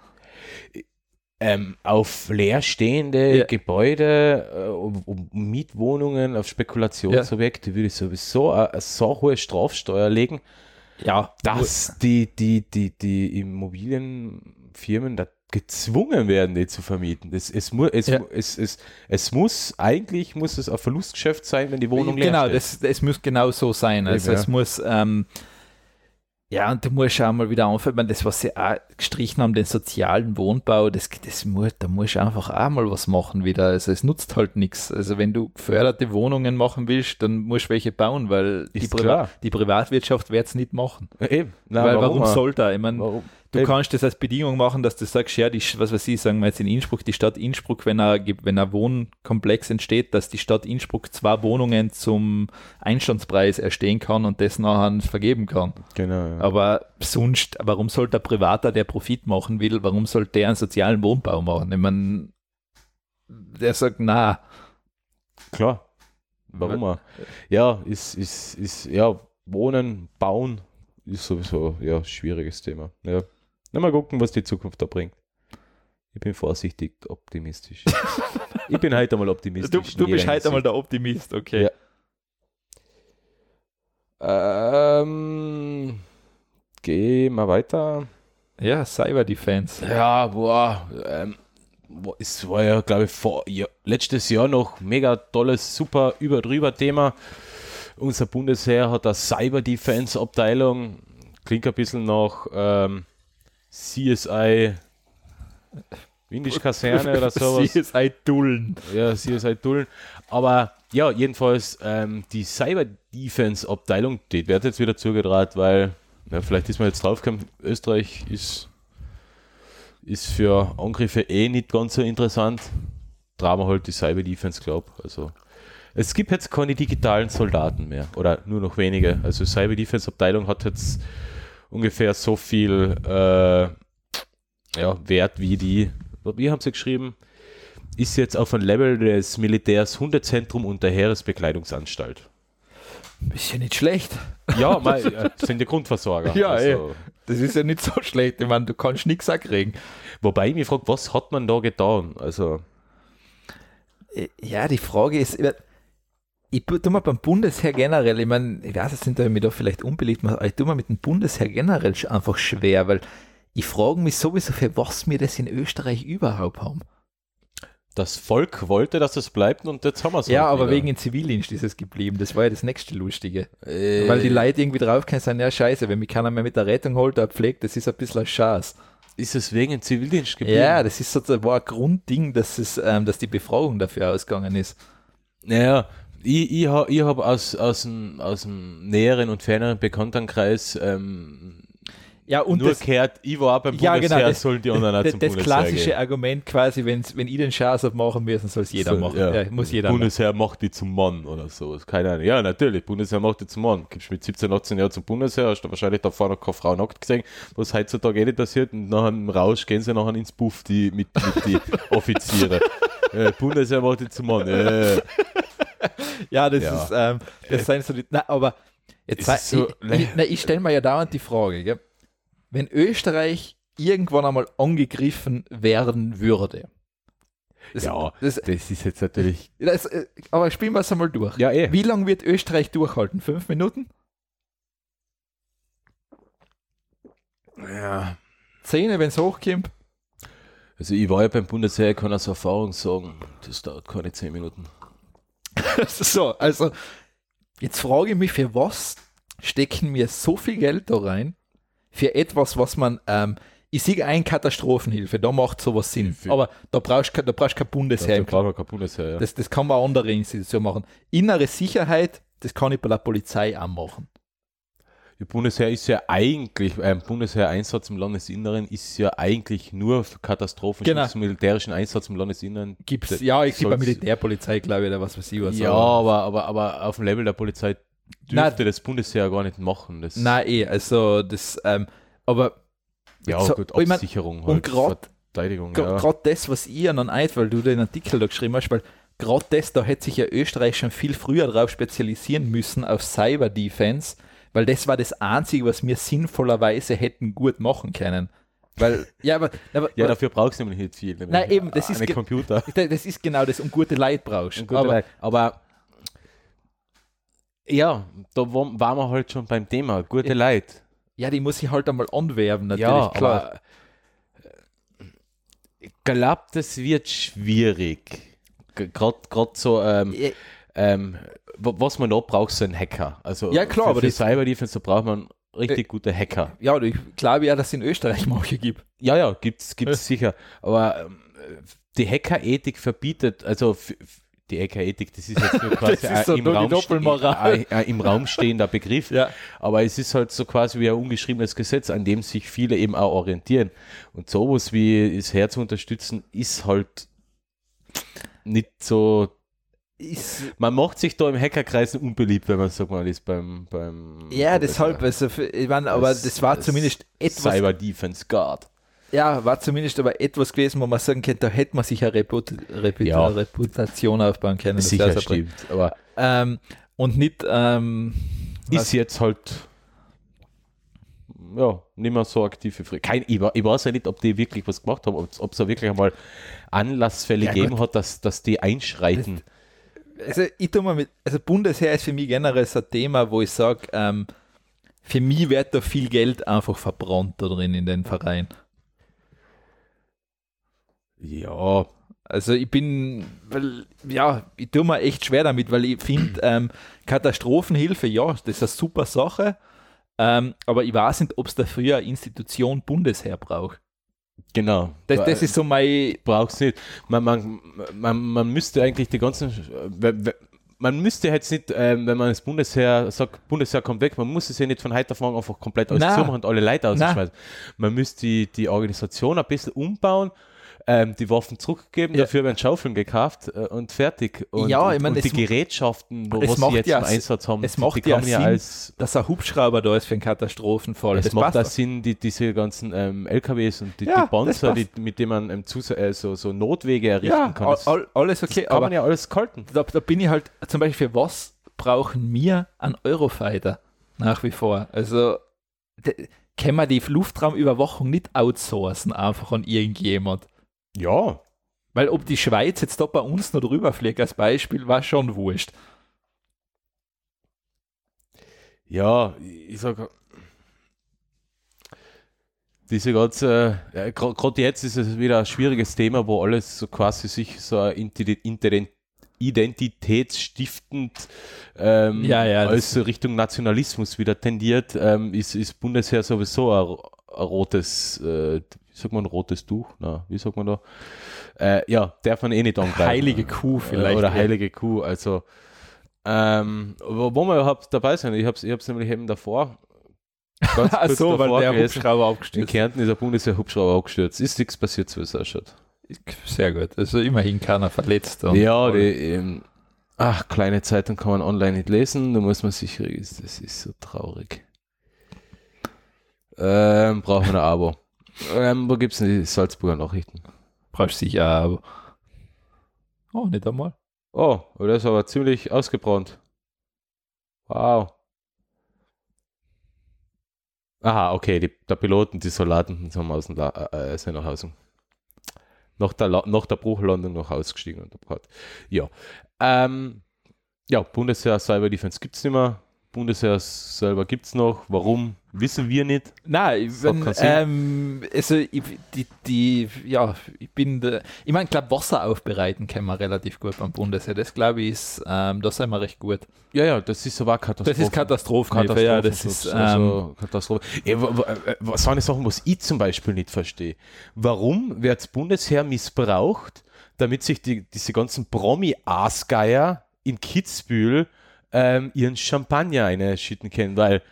C: Ähm, auf leerstehende
B: Ja.
C: Gebäude, äh, um, um Mietwohnungen, auf Spekulationsobjekte würde ich sowieso eine, eine so hohe Strafsteuer legen,
B: Ja,
C: dass die, die, die, die Immobilienfirmen da gezwungen werden, die zu vermieten. Es, es, mu es,
B: Ja.
C: mu- es, es, es muss, eigentlich muss es ein Verlustgeschäft sein, wenn die Wohnung leer
B: Genau,
C: steht.
B: das, das muss genau so sein. Also
C: Eben,
B: es
C: ja.
B: muss, ähm, ja, und du musst auch mal wieder anfangen, ich meine, das, was sie auch gestrichen haben, den sozialen Wohnbau, das, das muss, da musst du einfach auch mal was machen wieder. Also es nutzt halt nichts. Also wenn du geförderte Wohnungen machen willst, dann musst du welche bauen, weil die,
C: Ist
B: Priva-
C: klar.
B: die Privatwirtschaft wird es nicht machen.
C: Eben. Nein,
B: weil warum,
C: auch?
B: soll da? Ich meine,
C: Warum?
B: Du
C: Eben.
B: kannst das als Bedingung machen, dass du sagst, ja, die, was weiß ich, sagen wir jetzt in Innsbruck, die Stadt Innsbruck, wenn ein, wenn ein Wohnkomplex entsteht, dass die Stadt Innsbruck zwei Wohnungen zum Einstandspreis erstehen kann und das nachher vergeben kann.
C: Genau, ja.
B: Aber sonst, warum soll der Privater, der Profit machen will, warum soll der einen sozialen Wohnbau machen? Ich meine, der sagt, na,
C: Klar. Warum auch? Ja, ist, ist, ist, ja, wohnen, bauen ist sowieso ja ein schwieriges Thema. Ja. Na, mal gucken, was die Zukunft da bringt. Ich bin vorsichtig
B: *laughs*
C: optimistisch. ich bin heute einmal optimistisch.
B: du,
C: in
B: du bist
C: jeder
B: halt einmal der Optimist, okay.
C: Ja. Hinsicht. Ähm, gehen wir weiter.
B: Ja, Cyberdefense.
C: Ja, boah. Ähm, boah, es war ja, glaube ich, vor, ja, letztes Jahr noch mega tolles, super überdrüber Thema. Unser Bundesheer hat eine Cyber Defense Abteilung. Klingt ein bisschen nach ähm, CSI Windisch Kaserne
B: *laughs*
C: *laughs* oder sowas.
B: Sie ist ein Dullen.
C: Ja, CSI Dullen. Aber ja, jedenfalls ähm, die Cyber Defense Abteilung, die wird jetzt wieder zugedraht, weil ja, vielleicht ist man jetzt draufgekommen, Österreich ist, ist für Angriffe eh nicht ganz so interessant. Drama halt die Cyber Defense, glaub. Also es gibt jetzt keine digitalen Soldaten mehr oder nur noch wenige. Also Cyber Defense Abteilung hat jetzt ungefähr so viel äh, ja, Wert wie die. Wie haben sie geschrieben? ist jetzt auf ein Level des Militärs Hundezentrum und der Heeresbekleidungsanstalt.
B: Ist ja nicht schlecht.
C: Ja, mei, äh, sind die Grundversorger. Also,
B: Ja, eh. Das ist ja nicht so schlecht. Ich meine, du kannst nichts ankriegen.
C: Wobei ich mich frage, was hat man da getan? Also,
B: Äh, Ja, die Frage ist, ich mein, ich tu tu mir beim Bundesheer generell, ich meine, ich weiß, jetzt sind da mich da vielleicht unbeliebt, aber ich tue mir mit dem Bundesheer generell sch- einfach schwer, weil ich frage mich sowieso, für was wir das in Österreich überhaupt haben.
C: das Volk wollte, dass es bleibt und jetzt haben wir es.
B: Ja,
C: halt
B: aber
C: wieder.
B: wegen dem Zivildienst ist es geblieben. Das war ja das nächste Lustige.
C: Äh,
B: Weil die Leute irgendwie draufkommen, sind ja scheiße, wenn mich keiner mehr mit der Rettung holt oder pflegt, das ist ein bisschen ein Schatz.
C: ist es wegen dem Zivildienst geblieben?
B: Ja, das ist sozusagen war ein Grundding, dass, es, ähm, dass die Befragung dafür ausgegangen ist.
C: Naja, ich, ich, ha- ich habe aus, aus, dem, aus dem näheren und ferneren Bekanntenkreis ähm,
B: Ja, und
C: nur
B: das,
C: gehört, ich war auch beim
B: ja,
C: Bundesheer,
B: genau, das,
C: sollen die anderen auch
B: das,
C: zum
B: das
C: Bundesheer
B: klassische
C: gehen.
B: Argument quasi, wenn's, wenn ich den Schaß machen müssen, soll es jeder
C: So,
B: machen.
C: ja.
B: Ja. muss jeder machen.
C: Bundesheer macht die zum Mann oder sowas. Keine Ahnung. Ja, natürlich. Bundesheer macht die zum Mann. Gibst mit 17, 18 Jahren zum Bundesheer, hast du wahrscheinlich davor noch keine Frau nackt gesehen, was heutzutage eh nicht passiert. Und nachher im Rausch gehen sie nachher ins Buff die, mit, mit die
B: *laughs*
C: Offiziere. äh, Bundesheer macht die zum Mann. Äh,
B: Ja, das
C: Ja. Äh,
B: ist, ähm, das sind so die, na, aber jetzt
C: Es
B: sei,
C: ist so- ne?
B: ich, ich, na, ich stelle mir ja dauernd die Frage, gell? wenn Österreich irgendwann einmal angegriffen werden würde. Das,
C: ja,
B: Das,
C: das ist jetzt natürlich.
B: das, äh, aber spielen wir es einmal durch.
C: Ja, eh.
B: Wie lange wird Österreich durchhalten? Fünf Minuten?
C: Ja.
B: Zehn, wenn es hochkommt?
C: Also, ich war ja beim Bundesheer, ich kann aus Erfahrung sagen, das dauert keine 10 Minuten.
B: *laughs* so, also jetzt frage ich mich, für was stecken wir so viel Geld da rein? Für etwas, was man, ähm, ich sehe ein Katastrophenhilfe, da macht sowas Sinn.
C: Für-
B: Aber da brauchst du da brauchst kein Bundesheer.
C: Dafür
B: im
C: brauchen wir kein Bundesheer. Ja.
B: Das, das kann man eine andere Institution machen. Innere Sicherheit, das kann ich bei der Polizei auch machen.
C: die Bundesheer ist ja eigentlich, ein Bundesheer-Einsatz im Landesinneren ist ja eigentlich nur für Katastrophen,
B: Genau.
C: Schutz, militärischen Einsatz im Landesinneren.
B: Gibt's,
C: Da-
B: ja, ich sehe bei
C: soll's-
B: Militärpolizei, glaube ich, oder was weiß ich was.
C: Ja,
B: aber-
C: aber, aber, aber auf dem Level der Polizei dürfte
B: Nein.
C: das Bundesheer gar nicht machen. Das,
B: Nein, eh, also das, ähm, aber
C: ja,
B: so-
C: gut,
B: ich mein,
C: Absicherung halt,
B: und grad-
C: Verteidigung.
B: gerade
C: ja.
B: das, was ich an einen Eid, weil du den Artikel da geschrieben hast, weil gerade das, da hätte sich ja Österreich schon viel früher darauf spezialisieren müssen, auf Cyber-Defense, weil das war das Einzige, was wir sinnvollerweise hätten gut machen können. Weil, *laughs* ja, aber, aber
C: ja, dafür brauchst du nämlich nicht viel. nämlich
B: Nein, eben, das ist
C: einen
B: ge-
C: *laughs* Computer.
B: das ist genau das, um gute Leid brauchst.
C: Ein guter
B: aber
C: Leid. aber ja, da wa- waren wir halt schon beim Thema. Gute
B: Ja.
C: Leute.
B: ja, die muss ich halt einmal anwerben, natürlich,
C: Ja,
B: klar.
C: aber ich glaube, das wird schwierig. Gerade so, ähm,
B: Ja,
C: ähm, wa- was man noch braucht, so ein Hacker. Also
B: Ja, klar,
C: für,
B: aber
C: für
B: das-
C: Cyber Defense da braucht man richtig gute Hacker.
B: ja, und ich glaube ja, dass es in Österreich *laughs* manche gibt.
C: Ja, ja,
B: *laughs*
C: gibt's, gibt's sicher. Aber ähm, die Hackerethik verbietet, also f- f- die Hackerethik, das ist
B: *laughs*
C: jetzt nur quasi
B: ist so
C: ein im,
B: nur die
C: Raum ste-
B: Doppelmoral.
C: ein- ein im Raum
B: *laughs*
C: stehender Begriff. Aber es ist halt so quasi wie ein ungeschriebenes Gesetz, an dem sich viele eben auch orientieren. Und sowas wie das Herz unterstützen ist halt nicht so.
B: Ist,
C: Man macht sich da im Hackerkreis unbeliebt, wenn man sagt, man ist beim. beim
B: Ja, deshalb, also, für- ich meine, aber das,
C: Das-
B: war
C: das
B: zumindest etwas,
C: Cyber Defense Guard.
B: ja, war zumindest aber etwas gewesen, wo man sagen könnte, da hätte man sich eine Reput Reput
C: Ja.
B: Reputation aufbauen können. Das
C: Sicher
B: wär so drin.
C: stimmt. Aber
B: Ähm, und nicht, ähm,
C: ist jetzt halt ja, nicht mehr so aktiv wie früher. Kein, ich, wa- ich weiß ja nicht, ob die wirklich was gemacht haben, ob es da wirklich einmal Anlassfälle
B: Ja,
C: gegeben hat, dass, dass die einschreiten.
B: also ich tu mal mit, also Bundesheer ist für mich generell so ein Thema, wo ich sage, ähm, für mich wird da viel Geld einfach verbrannt da drin in den Verein.
C: ja,
B: Also ich bin, weil, ja, ich tue mir echt schwer damit, weil ich
C: *clears throat*
B: finde, ähm, Katastrophenhilfe, ja, das ist eine super Sache, ähm, aber ich weiß nicht, ob es dafür eine Institution Bundesheer braucht.
C: genau.
B: Das, das ist so mein,
C: brauchst nicht. Man, man, man, man müsste eigentlich die ganzen. äh, we- we- Man müsste jetzt nicht, ähm, wenn man das Bundesheer sagt, Bundesheer kommt weg, man muss es ja nicht von heute auf morgen einfach komplett alles
B: Nein.
C: zumachen und alle Leute
B: Nein.
C: ausschmeißen. Man müsste die, die Organisation ein bisschen umbauen, ähm, die Waffen zurückgeben,
B: Ja.
C: dafür werden Schaufeln gekauft äh, und fertig. Und,
B: Ja, ich
C: und,
B: meine,
C: und die
B: es-
C: Gerätschaften, wo
B: es
C: was sie
B: macht
C: jetzt
B: ja
C: im
B: Sinn-
C: Einsatz haben,
B: es macht
C: die
B: ja
C: kommen ja
B: Sinn.
C: als
B: dass ein Hubschrauber da ist für einen Katastrophenfall.
C: es macht auch
B: passt.
C: Sinn, die, diese ganzen ähm, LKWs und die,
B: Ja,
C: die Panzer,
B: das
C: die,
B: passt.
C: mit denen man ähm, zus- äh, so, so Notwege errichten
B: Ja,
C: kann.
B: all,
C: Das-
B: all, alles okay,
C: kann
B: aber
C: man ja alles kalten.
B: da, da bin ich halt, zum Beispiel, für was brauchen wir einen Eurofighter nach wie vor? Also, d- können wir die Luftraumüberwachung nicht outsourcen einfach an irgendjemand?
C: Ja.
B: Weil ob die Schweiz jetzt da bei uns noch drüber fliegt als Beispiel, war schon wurscht.
C: Ja, ich sag. Diese ganze, ja, gerade jetzt ist es wieder ein schwieriges Thema, wo alles so quasi sich so inti- intiden- identitätsstiftend ähm,
B: Ja, ja, das-
C: als so Richtung Nationalismus wieder tendiert, ähm, ist, ist Bundesheer sowieso ein, ro- ein rotes, äh, wie sagt man, rotes Tuch? Na, wie sagt man da? Äh, ja, darf man eh nicht angreifen.
B: Heilige Kuh vielleicht.
C: Oder heilige Kuh. Also, ähm, wo, wo wir überhaupt dabei sind, ich habe es ich hab's nämlich eben davor. *laughs*
B: *laughs*
C: Ganz
B: Ach
C: kurz
B: so, weil
C: davor
B: der
C: gewesen.
B: Hubschrauber
C: In
B: aufgestürzt
C: Kärnten ist der Bundeswehr-Hubschrauber abgestürzt. Ist nichts passiert, so wie es ausschaut.
B: ist. Sehr gut. Also immerhin keiner verletzt. und-
C: ja, die, ähm, ach, kleine Zeitung kann man online nicht lesen, da muss man sich registrieren. Das ist so traurig. Ähm, braucht man ein Abo. ähm, wo gibt es denn die Salzburger Nachrichten?
B: brauchst dich aber. Oh, nicht einmal.
C: Oh, das ist aber ziemlich ausgebrannt. Wow. Aha, okay, die, der Piloten, die Soldaten sind aus dem La äh, äh, sind nach Hause. Nach der, La- nach der Bruchlandung noch ausgestiegen und abgehauen. Ja. Ähm, ja, Bundesheer Cyber Defense gibt es nicht mehr. Bundesheer selber gibt es noch. Warum? Wissen wir nicht.
B: Nein, ich
C: So,
B: bin,
C: kannst du-
B: ähm, also ich, die, die, ja, ich bin, der- ich meine, ich glaube, Wasser aufbereiten können wir relativ gut beim Bundesheer. Das glaube ich, ist, ähm, das sind wir recht gut.
C: Ja, ja, das ist aber
B: Das
C: Katastrophe.
B: ist Katastrophenhilfe, ja, das ist,
C: Katastrophenschutz,
B: ähm,
C: also Katastrophe. Ey, wa- wa- äh, was sind die Sachen, was ich zum Beispiel nicht verstehe? Warum wird das Bundesheer missbraucht, damit sich die, diese ganzen Promi-Aasgeier in Kitzbühel ähm, ihren Champagner eine schütten können? Weil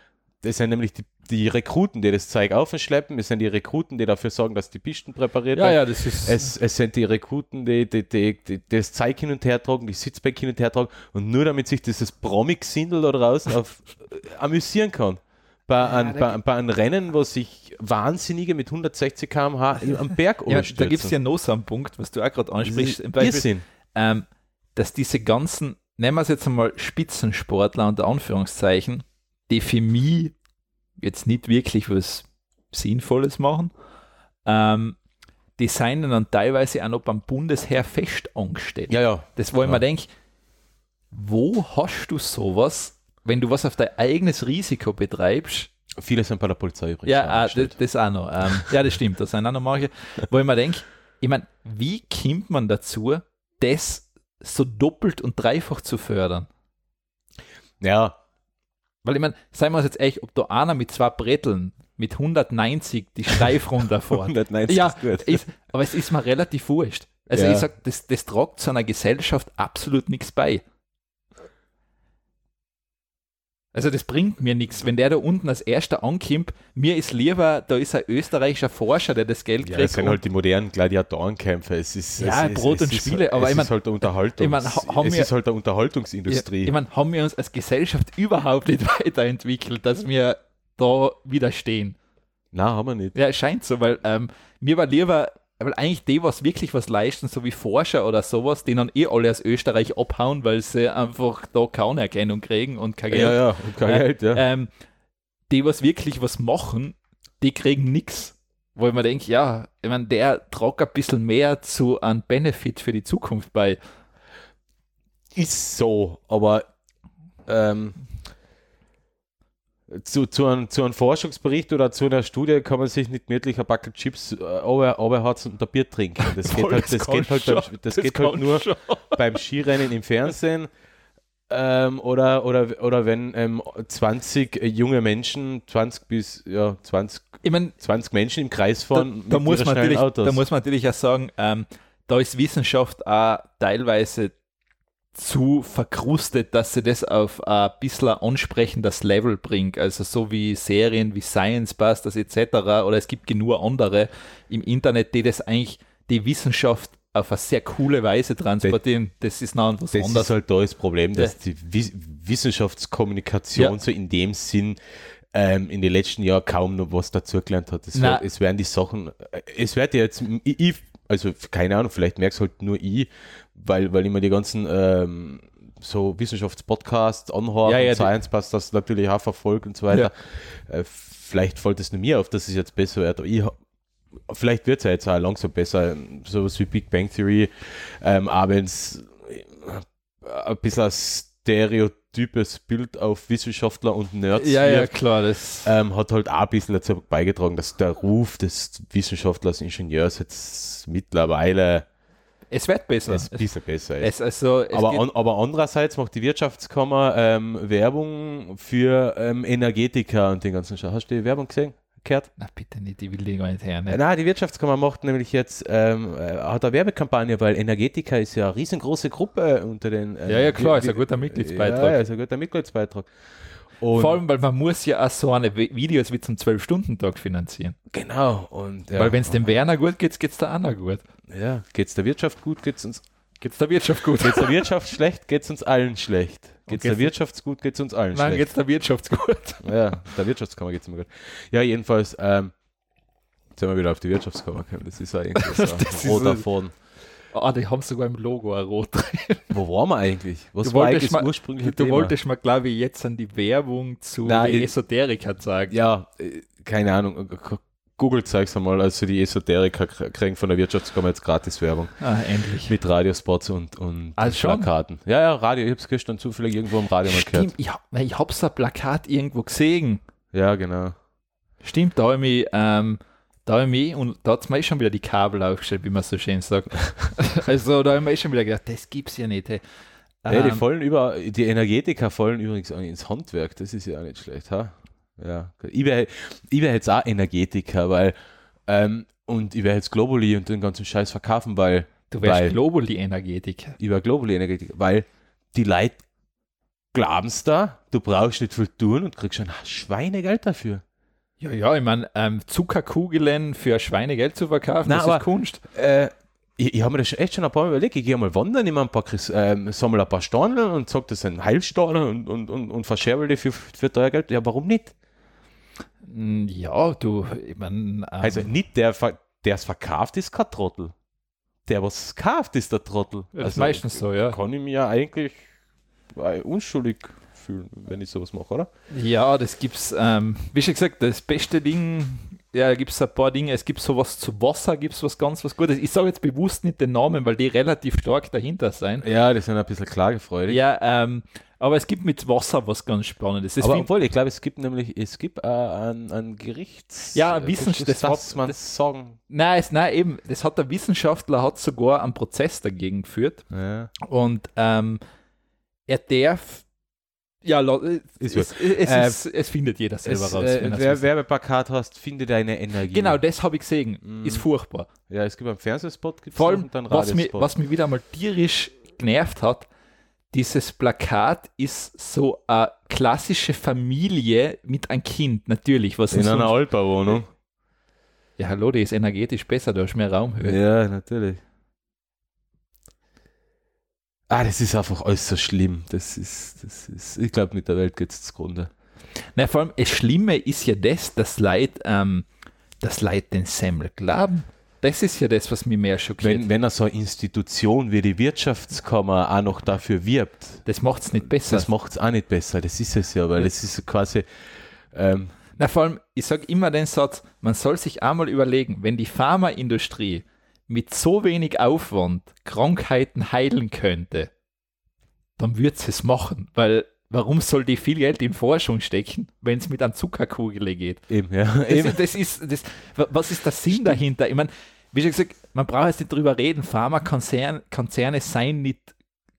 C: das sind nämlich die, die Rekruten, die das Zeug aufschleppen. Es sind die Rekruten, die dafür sorgen, dass die Pisten präpariert
B: Ja,
C: werden.
B: ja, das ist.
C: Es, es sind die Rekruten, die, die, die, die, die das Zeug hin und her tragen, die Sitzbank hin und her tragen und nur damit sich dieses Promi-Gesindel da draußen auf, äh, amüsieren kann. Bei, ein, bei, bei einem Rennen, wo sich Wahnsinnige mit 160 km/h am Berg
B: *laughs* ja, da
C: umstürzen.
B: gibt es ja noch so einen Punkt, was du auch gerade ansprichst. Im Beispiel,
C: Irrsinn.
B: ähm, dass diese ganzen, nennen wir es jetzt einmal Spitzensportler unter Anführungszeichen, die für mich jetzt nicht wirklich was Sinnvolles machen, ähm, die seien dann teilweise auch noch beim Bundesheer fest angestellt.
C: Ja, ja.
B: Das, wo ich
C: Ja.
B: mir denke, wo hast du sowas, wenn du was auf dein eigenes Risiko betreibst?
C: Viele sind bei der Polizei übrigens.
B: Ja, ah, das,
C: angestellt.
B: das auch noch. Ähm, ja, das stimmt. Das sind auch noch manche, wo ich mir denke, ich meine, wie kommt man dazu, das so doppelt und dreifach zu fördern?
C: ja,
B: Weil ich meine, seien wir uns jetzt echt, ob da einer mit zwei Bretteln mit 190 die steif runterfährt.
C: 190
B: ja,
C: ist gut.
B: Ist, aber es ist mir relativ wurscht. Also
C: Ja.
B: ich sag, das, das tragt zu einer Gesellschaft absolut nichts bei. Also das bringt mir nichts, wenn der da unten als erster ankommt, mir ist lieber, da ist ein österreichischer Forscher, der das Geld
C: ja,
B: kriegt.
C: das sind
B: und-
C: halt die modernen Gladiatorenkämpfe. Es ist,
B: Ja,
C: es ist,
B: Brot
C: es
B: und
C: ist,
B: Spiele, aber
C: es
B: ich mein-
C: ist halt der Unterhaltungs,
B: ich mein, ha- haben
C: es
B: wir-
C: ist halt der
B: ja,
C: Unterhaltungsindustrie.
B: ich meine, haben wir uns als Gesellschaft überhaupt nicht *laughs* weiterentwickelt, dass wir da widerstehen.
C: Nein, haben wir nicht.
B: Ja, es scheint so, weil ähm, mir war lieber, weil eigentlich die, was wirklich was leisten, so wie Forscher oder sowas, die dann eh alle aus Österreich abhauen, weil sie einfach da keine Erkennung kriegen und kein Geld.
C: Ja, ja, und kein
B: Äh,
C: Geld, ja.
B: Ähm, die, was wirklich was machen, die kriegen nichts. Wo ich mir denke, ja, ich meine, der tragt ein bisschen mehr zu einem Benefit für die Zukunft bei.
C: Ist so, aber ähm, zu, zu, einem, zu einem Forschungsbericht oder zu einer Studie kann man sich nicht gemütlich ein Backel Chips äh, aber- aberherzen und ein Bier trinken. Das
B: *laughs*
C: geht
B: Voll,
C: halt, das
B: kann
C: geht halt,
B: schon,
C: beim, das geht halt
B: kann
C: nur
B: schon.
C: beim Skirennen im Fernsehen. Ähm, oder, oder, oder wenn ähm, 20 junge Menschen, 20 bis ja, 20,
B: Ich meine,
C: 20 Menschen im Kreis
B: da,
C: fahren
B: da, muss
C: ihren
B: man
C: schnellen
B: natürlich,
C: Autos.
B: da muss man natürlich auch sagen, ähm, da ist Wissenschaft auch teilweise zu verkrustet, dass sie das auf ein bisschen ein ansprechendes Level bringt. Also so wie Serien wie Science Busters etc. oder es gibt genug andere im Internet, die das eigentlich die Wissenschaft auf eine sehr coole Weise transportieren. Das ist noch was
C: Das
B: anderes.
C: ist halt da das Problem, dass die Wiss Wissenschaftskommunikation
B: Ja.
C: so in dem Sinn ähm, in den letzten Jahren kaum noch was dazugelernt hat. Es,
B: Na.
C: wird, es werden die Sachen, äh, es wird ja jetzt, ich, ich, also keine Ahnung, vielleicht merkst halt nur ich, weil, weil immer die ganzen ähm, so Wissenschaftspodcasts anhören,
B: Ja, ja,
C: und
B: die-
C: Science Pass das natürlich auch verfolgt und so weiter. Äh, vielleicht fällt es nur mir auf, dass es jetzt besser wird. Aber ich, ha- vielleicht wird es ja jetzt auch langsam besser. Sowas wie Big Bang Theory, ähm, auch wenn es ein bisschen ein stereotypes Bild auf Wissenschaftler und Nerds
B: ja, ja,
C: wirft,
B: klar. Das,
C: ähm, hat halt auch ein bisschen dazu beigetragen, dass der Ruf des Wissenschaftlers, Ingenieurs jetzt mittlerweile
B: es wird besser.
C: ein bisschen besser ist.
B: es, also, es
C: Aber,
B: geht-
C: an, aber andererseits macht die Wirtschaftskammer ähm, Werbung für ähm, Energetiker und den ganzen Schau. Hast du die Werbung gesehen? Gehört?
B: na bitte nicht, ich will die gar nicht hören.
C: Äh, Nein, die Wirtschaftskammer macht nämlich jetzt ähm, äh, hat eine Werbekampagne, weil Energetiker ist ja eine riesengroße Gruppe unter den. äh,
B: Ja, ja, klar,
C: wir-
B: ist ein guter Mitgliedsbeitrag.
C: Ja, ja, ist ein guter Mitgliedsbeitrag. Und
B: Vor allem, weil man muss ja auch so eine Vi- Videos wie zum 12-Stunden-Tag finanzieren.
C: genau. Und ja,
B: Weil wenn es dem Werner gut geht, geht es der Anna gut.
C: ja, geht's der Wirtschaft gut, geht's uns
B: Geht es der Wirtschaft gut?
C: geht's der Wirtschaft *laughs* schlecht, geht's uns allen schlecht. Geht's der
B: geht's-
C: Wirtschaft gut, geht's uns allen
B: *laughs* Nein,
C: schlecht.
B: geht es der Wirtschaft gut.
C: Ja, der Wirtschaftskammer geht es immer gut. Ja, jedenfalls, ähm, jetzt sind wir wieder auf die Wirtschaftskammer gekommen. Das ist
B: *laughs*
C: ja irgendwie so
B: Das ist
C: ein roter
B: so-
C: Faden.
B: Ah, die haben sogar im Logo ein Rot drin.
C: Wo waren wir eigentlich? Was
B: Du
C: war
B: wolltest
C: eigentlich das
B: mal-
C: ursprüngliche
B: Du
C: Thema?
B: wolltest mal, glaube ich, jetzt an die Werbung zu
C: Nein,
B: die
C: ich-
B: Esoteriker sagen.
C: Ja, äh, keine Ahnung. Google zeig's einmal. Also die Esoteriker kr- kriegen von der Wirtschaftskammer jetzt gratis Werbung.
B: Ah, endlich.
C: Mit Radiospots und, und
B: Ah, schon?
C: Plakaten. Ja, ja, Radio. Ich hab's gestern zufällig irgendwo im Radio mal gehört.
B: Stimmt, ich, hab- ich habe so ein Plakat irgendwo gesehen.
C: Ja, genau.
B: Stimmt, da habe ich mich, ähm, da habe ich mich, und da hat es mir eh schon wieder die Kabel aufgestellt, wie man so schön *laughs* sagt. also da habe ich mir eh schon wieder gedacht, das gibt's ja nicht. Hey.
C: Ja, die
B: Ähm,
C: fallen über, die Energetiker fallen übrigens auch ins Handwerk, das ist ja auch nicht schlecht, ha? Ja. Ich wäre ich wär jetzt auch Energetiker, weil, ähm, und ich wäre jetzt Globally und den ganzen Scheiß verkaufen, weil,
B: du
C: weil-
B: wärst Global die Energetiker.
C: ich wär Globally Energetiker, weil die Leute glaubens da, du brauchst nicht viel tun und kriegst schon Schweinegeld dafür.
B: Ja, ja, ich meine, ähm, Zuckerkugeln für Schweinegeld zu verkaufen,
C: Nein,
B: das
C: aber-
B: ist Kunst.
C: Äh, ich ich habe mir das schon echt schon ein paar Mal überlegt. Ich gehe mal wandern, ich ein paar, Chris- ähm, sammle ein paar Sterne und sage, das sind Heilsterne und, und, und, und verscherbel die für, für teuer Geld. Ja, warum nicht?
B: Mm, Ja, du, ich meine, ähm,
C: Also nicht der, ver- der es verkauft, ist kein Trottel. Der, was es kauft, ist der Trottel.
B: das ist
C: Also,
B: meistens so, ja.
C: Kann ich mir ja eigentlich äh, unschuldig fühlen, wenn ich sowas mache, oder?
B: Ja, das gibt's, ähm, wie schon gesagt, das beste Ding, ja, gibt es ein paar Dinge, es gibt sowas zu Wasser, gibt es was ganz was Gutes. Ich sage jetzt bewusst nicht den Namen, weil die relativ stark dahinter sein.
C: Ja, die sind ein bisschen klagefreudig.
B: Ja, ähm, aber es gibt mit Wasser was ganz Spannendes. Das
C: aber
B: find-
C: obwohl, ich glaube, es gibt nämlich, es gibt äh, ein, ein Gerichts...
B: Ja,
C: äh,
B: Wissenschaft-
C: Beschluss,
B: das war-
C: dass man sagen...
B: nein, es, nein, eben, das hat der Wissenschaftler hat sogar einen Prozess dagegen geführt
C: Ja.
B: und ähm, er darf, ja, lo- es,
C: Ist
B: es, es,
C: Äh,
B: ist, es findet jeder selber
C: Es,
B: raus. wenn
C: äh,
B: er's
C: wer
B: wissen.
C: Werbeplakat hast, finde deine Energie.
B: genau, das habe ich gesehen.
C: Mhm.
B: Ist furchtbar.
C: Ja, es gibt einen Fernsehspot, gibt's
B: Vor
C: noch
B: allem,
C: und dann
B: was mich,
C: Radiospot.
B: was mich wieder einmal tierisch genervt hat, dieses Plakat ist so eine klassische Familie mit einem Kind, natürlich. Was
C: In
B: ist
C: einer
B: sonst-
C: Altbauwohnung.
B: ja, hallo, die ist energetisch besser, da ist mehr Raumhöhe.
C: Ja, natürlich. Ah, das ist einfach äußerst schlimm. Das ist, das ist, ich glaube, mit der Welt geht es zugrunde.
B: Na, vor allem, das Schlimme ist ja das, dass Leid, ähm, das Leid den Semmel glauben. Das ist ja das, was mich mehr schockiert.
C: Wenn, wenn er so eine Institution wie die Wirtschaftskammer auch noch dafür wirbt,
B: das macht es nicht besser.
C: das macht es auch nicht besser. Das ist es ja, weil das ist quasi. Ähm,
B: Na, vor allem, ich sage immer den Satz, man soll sich einmal überlegen, wenn die Pharmaindustrie mit so wenig Aufwand Krankheiten heilen könnte, dann würde sie es machen, weil warum soll die viel Geld in Forschung stecken, wenn es mit einem Zuckerkugel geht?
C: eben, ja.
B: Das,
C: Eben.
B: ist- das ist, das, wa- was ist der Sinn dahinter? Ich meine, wie schon gesagt, man braucht jetzt nicht drüber reden, Pharmakonzerne Konzerne seien nicht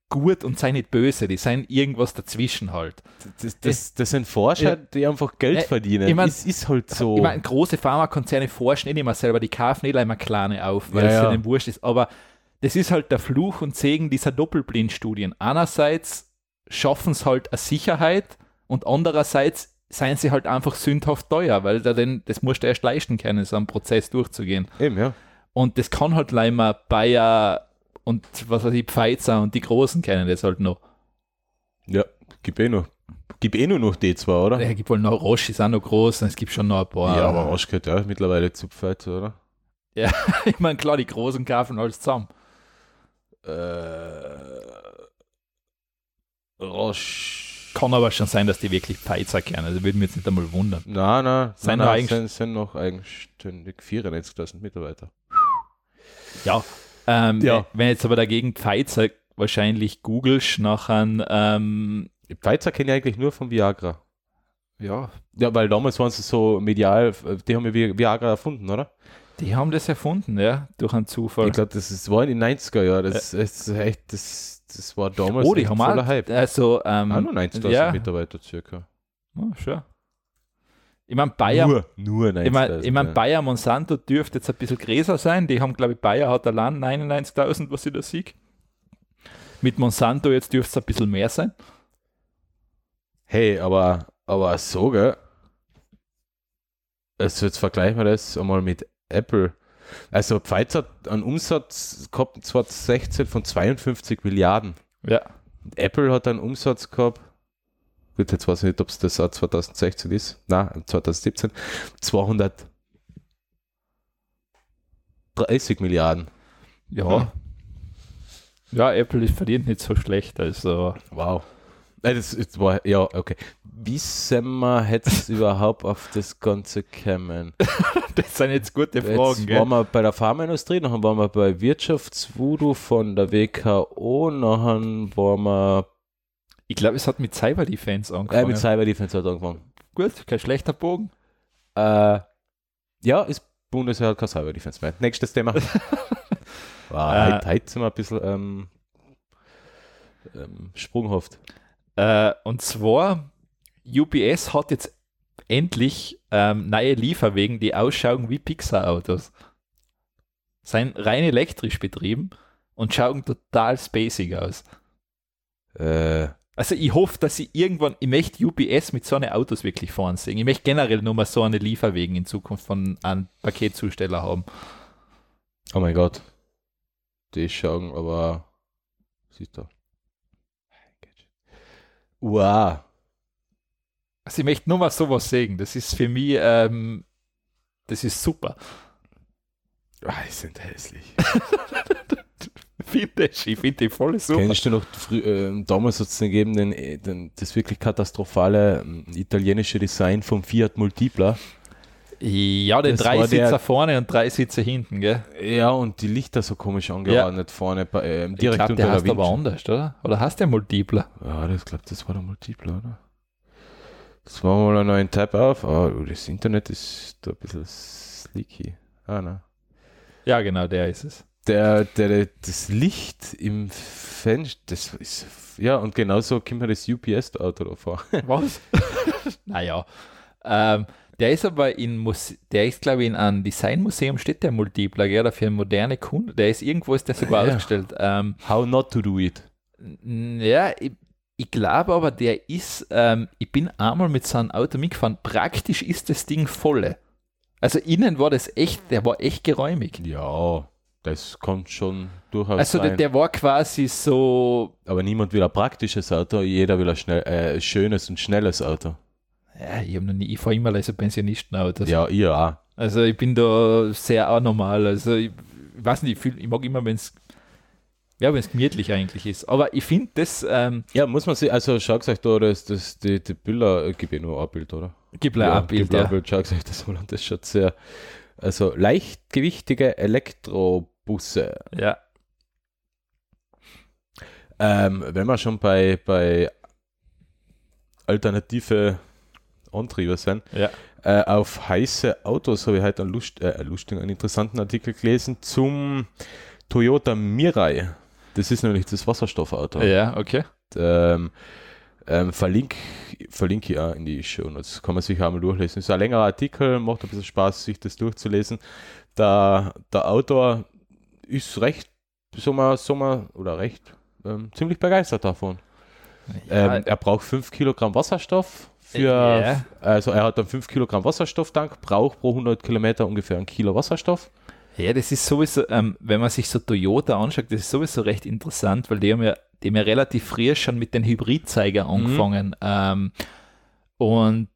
B: gut und seien nicht böse, die seien irgendwas dazwischen halt.
C: Das, das, das sind Forscher, die einfach Geld
B: Äh,
C: verdienen.
B: ich mein-
C: ist, ist halt so.
B: Ich meine, große Pharmakonzerne forschen eh nicht mehr selber, die kaufen eh immer kleine auf, weil
C: Ja,
B: es
C: ja.
B: ja ihnen wurscht ist. Aber das ist halt der Fluch und Segen dieser Doppelblindstudien. Einerseits schaffen es halt eine Sicherheit und andererseits seien sie halt einfach sündhaft teuer, weil da denn, das musst du erst leisten können, so einen Prozess durchzugehen.
C: eben, ja.
B: Und das kann halt Leimer, Bayer und was weiß ich, Pfizer und die Großen kennen das halt noch.
C: Ja, gib eh noch. Gib eh nur noch D2, oder?
B: Es gibt wohl noch Roche, ist auch noch groß und es gibt schon noch ein paar.
C: Ja, aber Roche gehört ja mittlerweile zu Pfizer, oder?
B: *laughs* ich meine, klar, die Großen kaufen alles zusammen.
C: Äh, Roche.
B: Kann aber schon sein, dass die wirklich Pfizer kennen. Also würde mich jetzt nicht einmal wundern.
C: Na, na,
B: Sind
C: na,
B: noch
C: na,
B: eigen-
C: sind, sind noch eigenständig 94.000 Mitarbeiter.
B: Ja. Ähm,
C: Ja.
B: Wenn jetzt aber dagegen Pfizer wahrscheinlich googelst nach einem. Ähm,
C: Pfizer kenne ich eigentlich nur von Viagra.
B: ja.
C: Ja, weil damals waren sie so medial, äh, die haben ja Vi- Viagra erfunden, oder?
B: Die haben das erfunden, ja, durch einen Zufall.
C: Ich glaube, das ist, war in den 90er Jahren. Das, das, ist echt, das, das war damals
B: Äh. oh, die
C: echt
B: haben
C: voller
B: auch,
C: Hype.
B: also,
C: also
B: ähm,
C: Auch nur 90.000
B: ja.
C: Mitarbeiter circa.
B: oh, sure. Ich meine, Bayer,
C: Nur, nur 90.000.
B: Ah, ich mein, ich mein,
C: ja.
B: Bayer Monsanto dürfte jetzt ein bisschen gräser sein. Die haben, glaube ich, Bayer hat allein 99.000, was ich da sehe. Mit Monsanto jetzt dürfte es ein bisschen mehr sein.
C: Hey, aber, aber so, gell? Also jetzt vergleichen wir das einmal mit Apple. Also Pfizer hat einen Umsatz gehabt 2016 von 52 Milliarden.
B: Ja.
C: Apple hat einen Umsatz gehabt, gut, jetzt weiß ich nicht, ob es das auch 2016 ist, na 2017, 230 Milliarden. Hm.
B: Ja. Ja, Apple ist verdient nicht so schlecht. Also,
C: Wow. Äh, Das, das war, ja, okay. Wie sind wir jetzt überhaupt auf das Ganze gekommen?
B: *laughs* das sind jetzt gute
C: Jetzt waren wir bei der Pharmaindustrie, nachher waren wir bei Wirtschaftsvoodoo von der WKO, nachher waren wir
B: Ich glaube, es hat mit Cyber Defense
C: äh,
B: angefangen.
C: mit Cyber Defense hat angefangen.
B: Gut, kein schlechter Bogen.
C: Äh, ja, ist Bundeswehr hat kein Cyber Defense mehr. Nächstes *laughs* Thema. wow,
B: Äh.
C: heute, heute sind wir ein bisschen ähm, ähm, sprunghaft.
B: Äh, und zwar, UPS hat jetzt endlich ähm, neue Lieferwegen, die ausschauen wie Pixar-Autos. Sein rein elektrisch betrieben und schauen total spacig aus.
C: Äh,
B: Also ich hoffe, dass ich irgendwann, ich möchte UPS mit so einem Autos wirklich fahren sehen. Ich möchte generell nur mal so eine Lieferwegen in Zukunft von einem Paketzusteller haben.
C: Oh mein Gott. Die schauen, aber. Siehst du. Wow.
B: Also ich möchte nur mal sowas sehen. Das ist für mich, ähm, das ist super. *laughs*
C: Ah, die sind hässlich.
B: Finde ich, ich finde die voll super.
C: *laughs* Kennst du noch, frü- ähm, damals hat es gegeben, den, äh, den, das wirklich katastrophale ähm, italienische Design vom Fiat Multipla.
B: Ja, den
C: Das
B: drei
C: war der-
B: Sitzer vorne und drei Sitzer hinten, gell?
C: Ja, und die Lichter so komisch angeordnet vorne, bei- ähm, direkt
B: ich glaub, der
C: unter der
B: heißt aber
C: Windschutzscheibe.
B: anders, oder? Oder heißt der Multipler?
C: Ja, das glaubt, das war der Multiple, oder? Jetzt machen wir mal einen neuen Tab auf. Ah, oh, das Internet ist da ein bisschen sleeky. Ah, na.
B: Ja, genau, der ist es.
C: Der, der, der, das Licht im Fenster, das ist, ja, und genauso kommt mir das UPS-Auto da vor. *laughs*
B: Was? *laughs* naja. Ähm, der ist aber in Muse der ist, glaube ich, in einem Designmuseum steht der Multipler, gell? Oder für moderne Kunden. Der ist irgendwo ist der sogar
C: Ja.
B: ausgestellt. Ähm,
C: How not to do it.
B: n- ja, ich, ich glaube aber, der ist, ähm, ich bin einmal mit so einem Auto mitgefahren. Praktisch ist das Ding volle. Also innen war das echt, der war echt geräumig.
C: Ja, das kommt schon durchaus
B: Also der,
C: rein.
B: der war quasi so,
C: Aber niemand will ein praktisches Auto, jeder will ein schnell, äh, schönes und schnelles Auto.
B: ja, ich habe noch nie, ich fahre immer so Pensionistenautos.
C: ja, ihr auch.
B: Also ich bin da sehr anormal. Also ich, ich weiß nicht, ich, fühl, ich mag immer, wenn es ja, wenn es gemütlich eigentlich ist. Aber ich finde das, ähm,
C: Ja, muss man sich, also schaut euch da, das, das, die, die Bilder, äh, gib ich nur ein Bild, oder?
B: gibt ein Abbild.
C: gib ein
B: Ja.
C: Bild, schaut euch das mal an, das schaut sehr, also leichtgewichtige Elektrobusse.
B: ja.
C: Ähm, wenn wir schon bei, bei alternative Antriebe sind,
B: Ja.
C: äh, auf heiße Autos habe ich heute einen, Lust, äh, einen lustigen, einen interessanten Artikel gelesen zum Toyota Mirai. Das ist nämlich das Wasserstoffauto.
B: ja, okay.
C: Ähm, ähm, verlink, verlinke ich auch in die Show Notes. Kann man sich auch mal durchlesen. Ist ein längerer Artikel, macht ein bisschen Spaß, sich das durchzulesen. Der, der Autor ist recht, so mal, so mal, oder recht, ähm, ziemlich begeistert davon.
B: Ja,
C: Ähm, er braucht 5 Kilogramm Wasserstoff. Für,
B: Ja.
C: Also er hat dann 5 Kilogramm Wasserstofftank, braucht pro 100 Kilometer ungefähr ein Kilo Wasserstoff.
B: ja, das ist sowieso, ähm, wenn man sich so Toyota anschaut, das ist sowieso recht interessant, weil die haben ja, die haben ja relativ früh schon mit den
C: Mhm.
B: Hybridzeiger angefangen. Ähm, und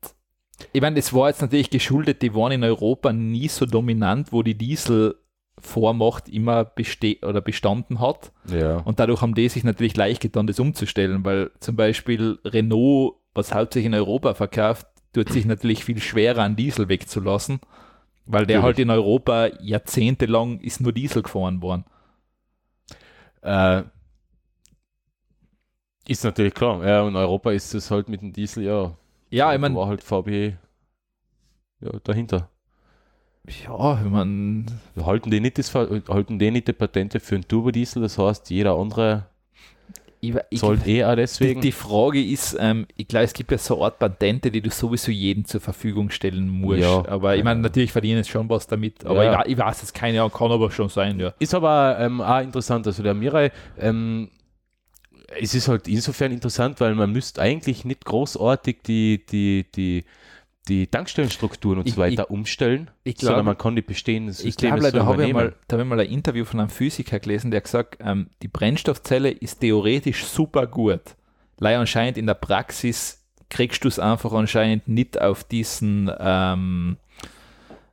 B: ich meine, das war jetzt natürlich geschuldet, die waren in Europa nie so dominant, wo die Dieselvormacht immer beste oder bestanden hat.
C: Ja.
B: Und dadurch haben die sich natürlich leicht getan, das umzustellen, weil zum Beispiel Renault, was hauptsächlich in Europa verkauft, tut sich natürlich viel schwerer, an Diesel wegzulassen, weil der halt
C: Natürlich.
B: in Europa jahrzehntelang ist nur Diesel gefahren worden.
C: Äh, ist natürlich klar. Ja, und Europa ist es halt mit dem Diesel, ja.
B: Ja, ich
C: Da
B: meine,
C: War halt VW ja, dahinter.
B: ja, ich mein,
C: Halten die, nicht das, Ver- halten die nicht die Patente für einen Turbodiesel, das heißt, jeder andere
B: ich, ich,
C: zahlt eh auch
B: die,
C: deswegen.
B: die Frage ist, ähm, ich glaube, es gibt ja so eine Art Patente, die du sowieso jedem zur Verfügung stellen musst.
C: Ja.
B: aber ich meine, natürlich verdienen es schon was damit, aber
C: Ja.
B: ich, wei- ich weiß es keine Ahnung, kann aber schon sein, ja.
C: Ist aber ähm, auch interessant. Also der Mirai, ähm, es ist halt insofern interessant, weil man müsste eigentlich nicht großartig die, die, die, die Tankstellenstrukturen und
B: Ich-
C: so weiter umstellen,
B: ich
C: sondern
B: glaube-
C: man kann die bestehenden
B: Ich
C: Systeme
B: glaube,
C: so
B: da habe ich,
C: übernehmen.
B: mal- da hab ich mal ein Interview von einem Physiker gelesen, der gesagt ähm, die Brennstoffzelle ist theoretisch super gut. Leider anscheinend in der Praxis kriegst du es einfach anscheinend nicht auf diesen, ähm,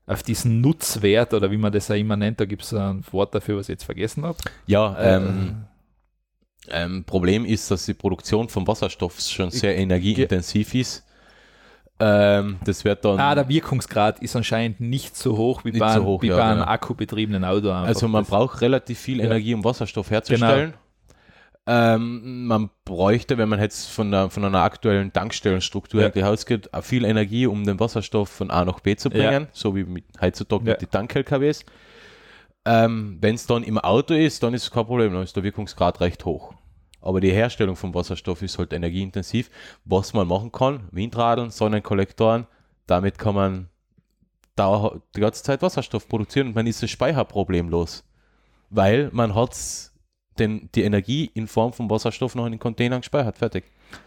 B: auf diesen Nutzwert oder wie man das ja immer nennt. Da gibt es ein Wort dafür, was ich jetzt vergessen habe.
C: Ja, ähm, ähm, Problem ist, dass die Produktion von Wasserstoff schon sehr energieintensiv ist. Ähm, das wird dann,
B: Ah, der Wirkungsgrad ist anscheinend nicht so hoch wie
C: Nicht
B: bei,
C: so
B: einem-
C: hoch,
B: wie
C: ja,
B: bei einem
C: genau.
B: akkubetriebenen Auto. Einfach.
C: also man
B: Das-
C: braucht relativ viel
B: Ja. Genau.
C: Energie, um Wasserstoff herzustellen. Ähm, man bräuchte, wenn man jetzt von, der, von einer aktuellen Tankstellenstruktur
B: Ja.
C: eigentlich ausgeht, viel Energie, um den Wasserstoff von A nach B zu
B: Ja.
C: bringen, so wie mit, heutzutage
B: Ja.
C: mit den Tank-LKWs. Ähm, wenn es dann im Auto ist, dann ist es kein Problem, dann ist der Wirkungsgrad recht hoch. Aber die Herstellung von Wasserstoff ist halt energieintensiv. Was man machen kann, Windradeln, Sonnenkollektoren, damit kann man dauerhaft die ganze Zeit Wasserstoff produzieren und man ist das Speicherproblem los. Weil man hat den, die Energie in Form von Wasserstoff noch in den Containern gespeichert, fertig.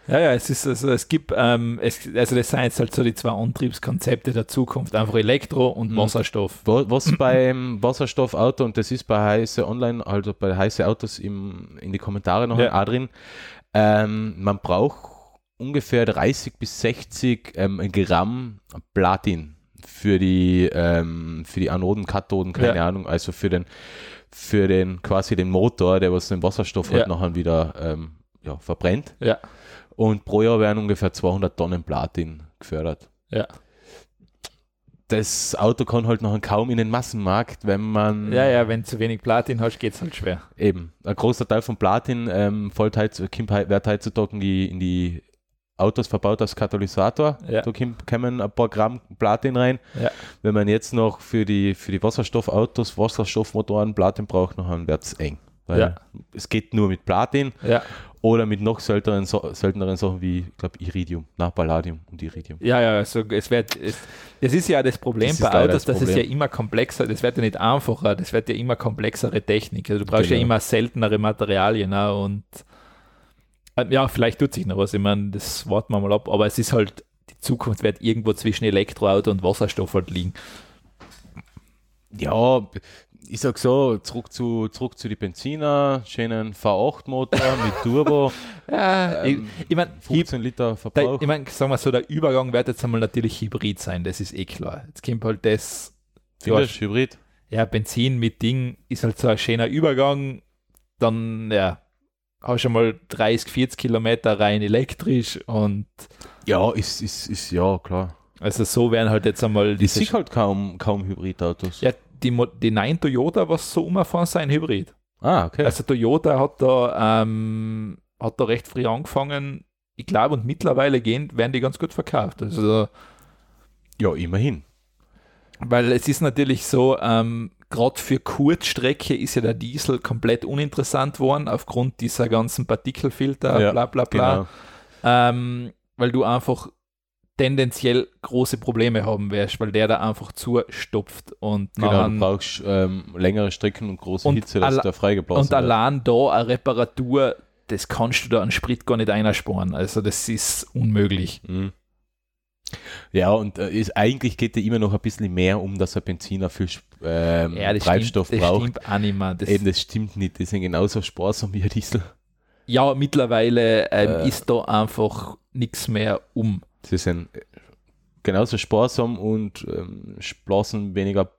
B: Ja, ja, es ist also, es gibt, ähm, es, also das sind jetzt halt so die zwei Antriebskonzepte der Zukunft, einfach Elektro und
C: Mhm.
B: Wasserstoff.
C: Wa-
B: *clears throat*
C: Was beim Wasserstoffauto, und das ist bei heiße Online, also bei heiße Autos im, in die Kommentare noch
B: Ja.
C: ein A drin, ähm, man braucht ungefähr 30 bis 60 ähm, Gramm Platin für die, ähm, für die Anoden, Kathoden, keine
B: Ja.
C: Ahnung, also für den, für den quasi den Motor, der was den Wasserstoff
B: Ja.
C: halt nachher wieder ähm, ja, verbrennt.
B: Ja.
C: Und pro Jahr werden ungefähr 200 Tonnen Platin gefördert
B: Ja.
C: das Auto kann halt noch kaum in den Massenmarkt, wenn man
B: Mhm. Ja, ja, wenn zu wenig Platin hast, geht's halt schwer.
C: eben ein großer Teil von Platin ähm, fällt halt, kommt halt, wird heutzutage in die, in die Autos verbaut als Katalysator.
B: Ja.
C: Da kommt- kommen ein paar Gramm Platin rein.
B: Ja.
C: Wenn man jetzt noch für die, für die Wasserstoffautos, Wasserstoffmotoren Platin braucht, dann wird es eng. Weil
B: Ja.
C: es geht nur mit Platin
B: Ja,
C: oder mit noch selteneren, So- selteneren Sachen wie, ich glaube, Iridium, na, Palladium und Iridium.
B: ja, ja also es wird, es, das ist ja das Problem
C: Das ist
B: bei
C: leider
B: Autos,
C: das
B: dass es ja
C: Problem.
B: immer komplexer, das wird ja nicht einfacher, das wird ja immer komplexere Technik. Also du brauchst ja
C: Genau.
B: immer seltenere Materialien auch und ähm, ja, vielleicht tut sich noch was, ich meine, das warten wir mal ab, aber es ist halt, die Zukunft wird irgendwo zwischen Elektroauto und Wasserstoff halt liegen.
C: Ja, ich sag so, zurück zu, zurück zu die Benziner, schönen *laughs* V8-Motor mit Turbo,
B: Ja,
C: Ähm,
B: Äh, ich, ich meine,
C: 15 Liter
B: der,
C: Verbrauch.
B: ich mein, sagen wir so, der Übergang wird jetzt einmal natürlich Hybrid sein, das ist eh klar. Jetzt kommt halt das
C: Findest du Hybrid?
B: ja, Benzin mit Ding ist halt so ein schöner Übergang. Dann, ja, hast schon mal 30, 40 Kilometer rein elektrisch und
C: Ja, ist, ist, ist ja klar.
B: also so wären halt jetzt einmal
C: Ich
B: diese.
C: sehe halt kaum, kaum Hybridautos.
B: ja, die, Mo- die 9 Toyota, was so umgefahren sein, Hybrid.
C: Ah, okay.
B: Also Toyota hat da, ähm, hat da recht früh angefangen. Ich glaube, und mittlerweile gehen, werden die ganz gut verkauft. Also,
C: ja, immerhin.
B: weil es ist natürlich so, ähm, gerade für Kurzstrecke ist ja der Diesel komplett uninteressant worden, aufgrund dieser ganzen Partikelfilter,
C: Ja,
B: bla bla bla.
C: Genau.
B: ähm, weil du einfach tendenziell große Probleme haben wirst, weil der da einfach zustopft und
C: genau du
B: nachher-
C: brauchst ähm, längere Strecken und große
B: Und
C: Hitze, dass
B: alle-
C: der freigeblasen
B: und allein da eine Reparatur, das kannst du da an Sprit gar nicht einsparen. Also das ist unmöglich.
C: Mhm. Ja, und äh, ist, eigentlich geht ja immer noch ein bisschen mehr um, dass ein Benziner viel Sp- ähm,
B: Ja, das
C: Treibstoff
B: stimmt, das
C: braucht.
B: stimmt auch nicht mehr. Das,
C: Eben, das stimmt nicht. Die sind genauso sparsam wie ein Diesel.
B: ja, mittlerweile ähm,
C: Äh.
B: ist da einfach nichts mehr um.
C: Sie sind genauso sparsam und ähm, blasen weniger.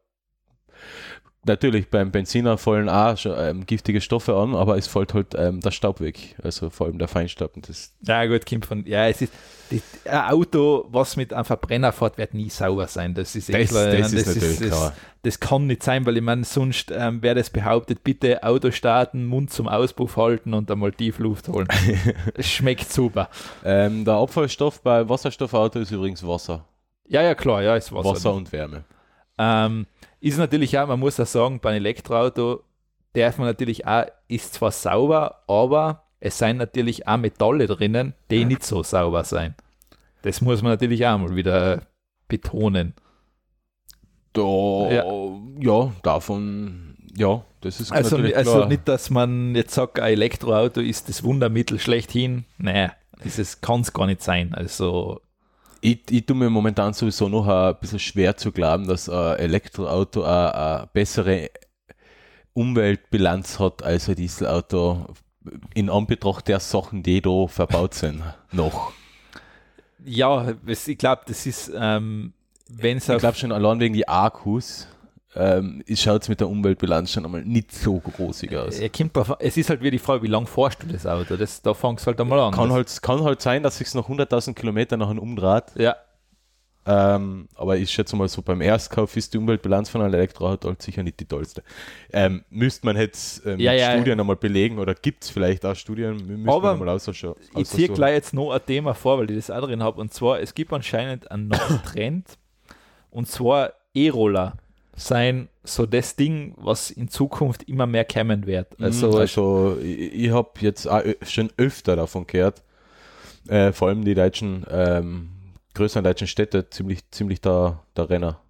C: Natürlich, beim Benziner fallen auch schon, ähm, giftige Stoffe an, aber es fällt halt ähm, der Staub weg. Also vor allem der Feinstaub. Und das,
B: Ja gut, Kim von, ja, es ist, die, ein Auto, was mit einem Verbrenner fährt, wird nie sauber sein. Das ist, eh
C: das,
B: klar.
C: das
B: Ja,
C: ist natürlich
B: das-
C: klar.
B: das kann nicht sein, weil ich meine, sonst ähm, wäre das behauptet, bitte Auto starten, Mund zum Auspuff halten und einmal tief Luft
C: *laughs*
B: holen. Es Schmeckt super.
C: Ähm, der Abfallstoff bei Wasserstoffauto ist übrigens Wasser.
B: Ja, ja, klar, ja, ist
C: Wasser,
B: Wasser. ne?
C: und Wärme.
B: Ähm, ist natürlich auch, man muss auch sagen, bei einem Elektroauto darf man natürlich auch, ist zwar sauber, aber es sind natürlich auch Metalle drinnen, die nicht so sauber sein. Das muss man natürlich auch mal wieder betonen.
C: Da, ja.
B: Ja.
C: davon, ja, das ist
B: Also,
C: natürlich
B: also
C: klar.
B: nicht, dass man jetzt sagt, ein Elektroauto ist das Wundermittel schlechthin. Nein, das kann es gar nicht sein. Also,
C: Ich, ich tue mir momentan sowieso noch ein bisschen schwer zu glauben, dass ein Elektroauto eine, eine bessere Umweltbilanz hat als ein Dieselauto in Anbetracht der Sachen, die da verbaut sind. noch.
B: ja, es- ich glaube, das ist, ähm, wenn es
C: Ich
B: auf-
C: glaube schon allein wegen die Akkus ähm, schaut es mit der Umweltbilanz schon einmal nicht so großig aus.
B: er kommt drauf, an- es ist halt wie die Frage, wie lange fährst du das Auto? Das, da fängst du halt einmal an.
C: Kann
B: das,
C: halt, kann halt sein, dass ich es nach 100.000 Kilometern nachher umdraht.
B: ja,
C: Ähm, aber ich schätze mal so, beim Erstkauf ist die Umweltbilanz von einem Elektroauto halt sicher nicht die tollste. Ähm, müsste man jetzt ähm,
B: Ja,
C: mit
B: ja.
C: Studien einmal belegen oder gibt es vielleicht auch Studien? Wir Müssen
B: Aber
C: wir mal ausschauen.
B: ich ziehe gleich jetzt noch ein Thema vor, weil ich das auch drin habe. Und zwar, es gibt anscheinend einen neuen Trend. Und zwar E-Roller sein so das Ding, was in Zukunft immer mehr kämen wird.
C: Also,
B: Also,
C: also ich, ich habe jetzt auch ö- schon öfter davon gehört, äh, vor allem die deutschen, ähm, größeren deutschen Städte, ziemlich, ziemlich der, der Renner.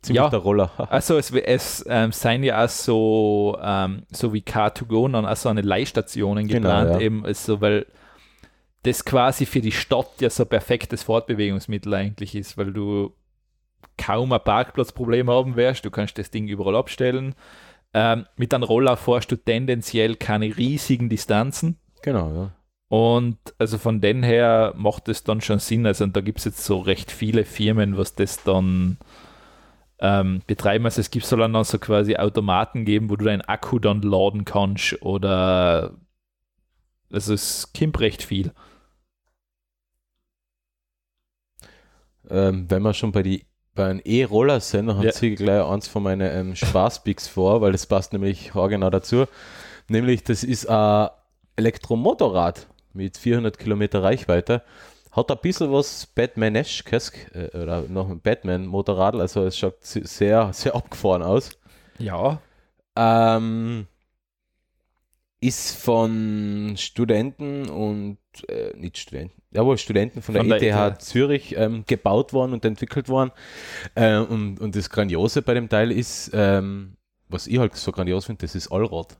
C: Ziemlich
B: Ja.
C: der Roller.
B: *laughs* Also es, es ähm, seien ja auch so, ähm, so wie Car2Go, dann auch so eine Leihstationen
C: Genau,
B: geplant,
C: ja.
B: eben also, weil das quasi für die Stadt ja so ein perfektes Fortbewegungsmittel eigentlich ist, weil du kaum ein Parkplatzproblem haben wirst, du kannst das Ding überall abstellen. Ähm, mit einem Roller fährst du tendenziell keine riesigen Distanzen.
C: Genau, ja.
B: Und also von den her macht es dann schon Sinn. Also und da gibt es jetzt so recht viele Firmen, was das dann ähm, betreiben. Also es gibt soll dann so quasi Automaten geben, wo du deinen Akku dann laden kannst oder also es kommt recht viel.
C: Ähm, wenn wir schon bei die bei einem E-Roller sind, dann
B: Ja.
C: ja. ziehe ich gleich eins von meinen ähm, Spaßpicks vor, weil das passt nämlich genau dazu. Nämlich, das ist ein Elektromotorrad mit 400 Kilometer Reichweite. Hat ein bisschen was Batman-esk, äh, oder noch ein Batman-Motorradl, also es schaut se- sehr, sehr abgefahren aus.
B: Ja.
C: Ähm, ist von Studenten und äh, nicht Studenten, jawohl, Studenten von,
B: Von
C: der,
B: der
C: ETH
B: ETH.
C: Zürich ähm, gebaut worden und entwickelt worden. Äh, und, und das Grandiose bei dem Teil ist, ähm, was ich halt so grandios finde, das ist Allrad.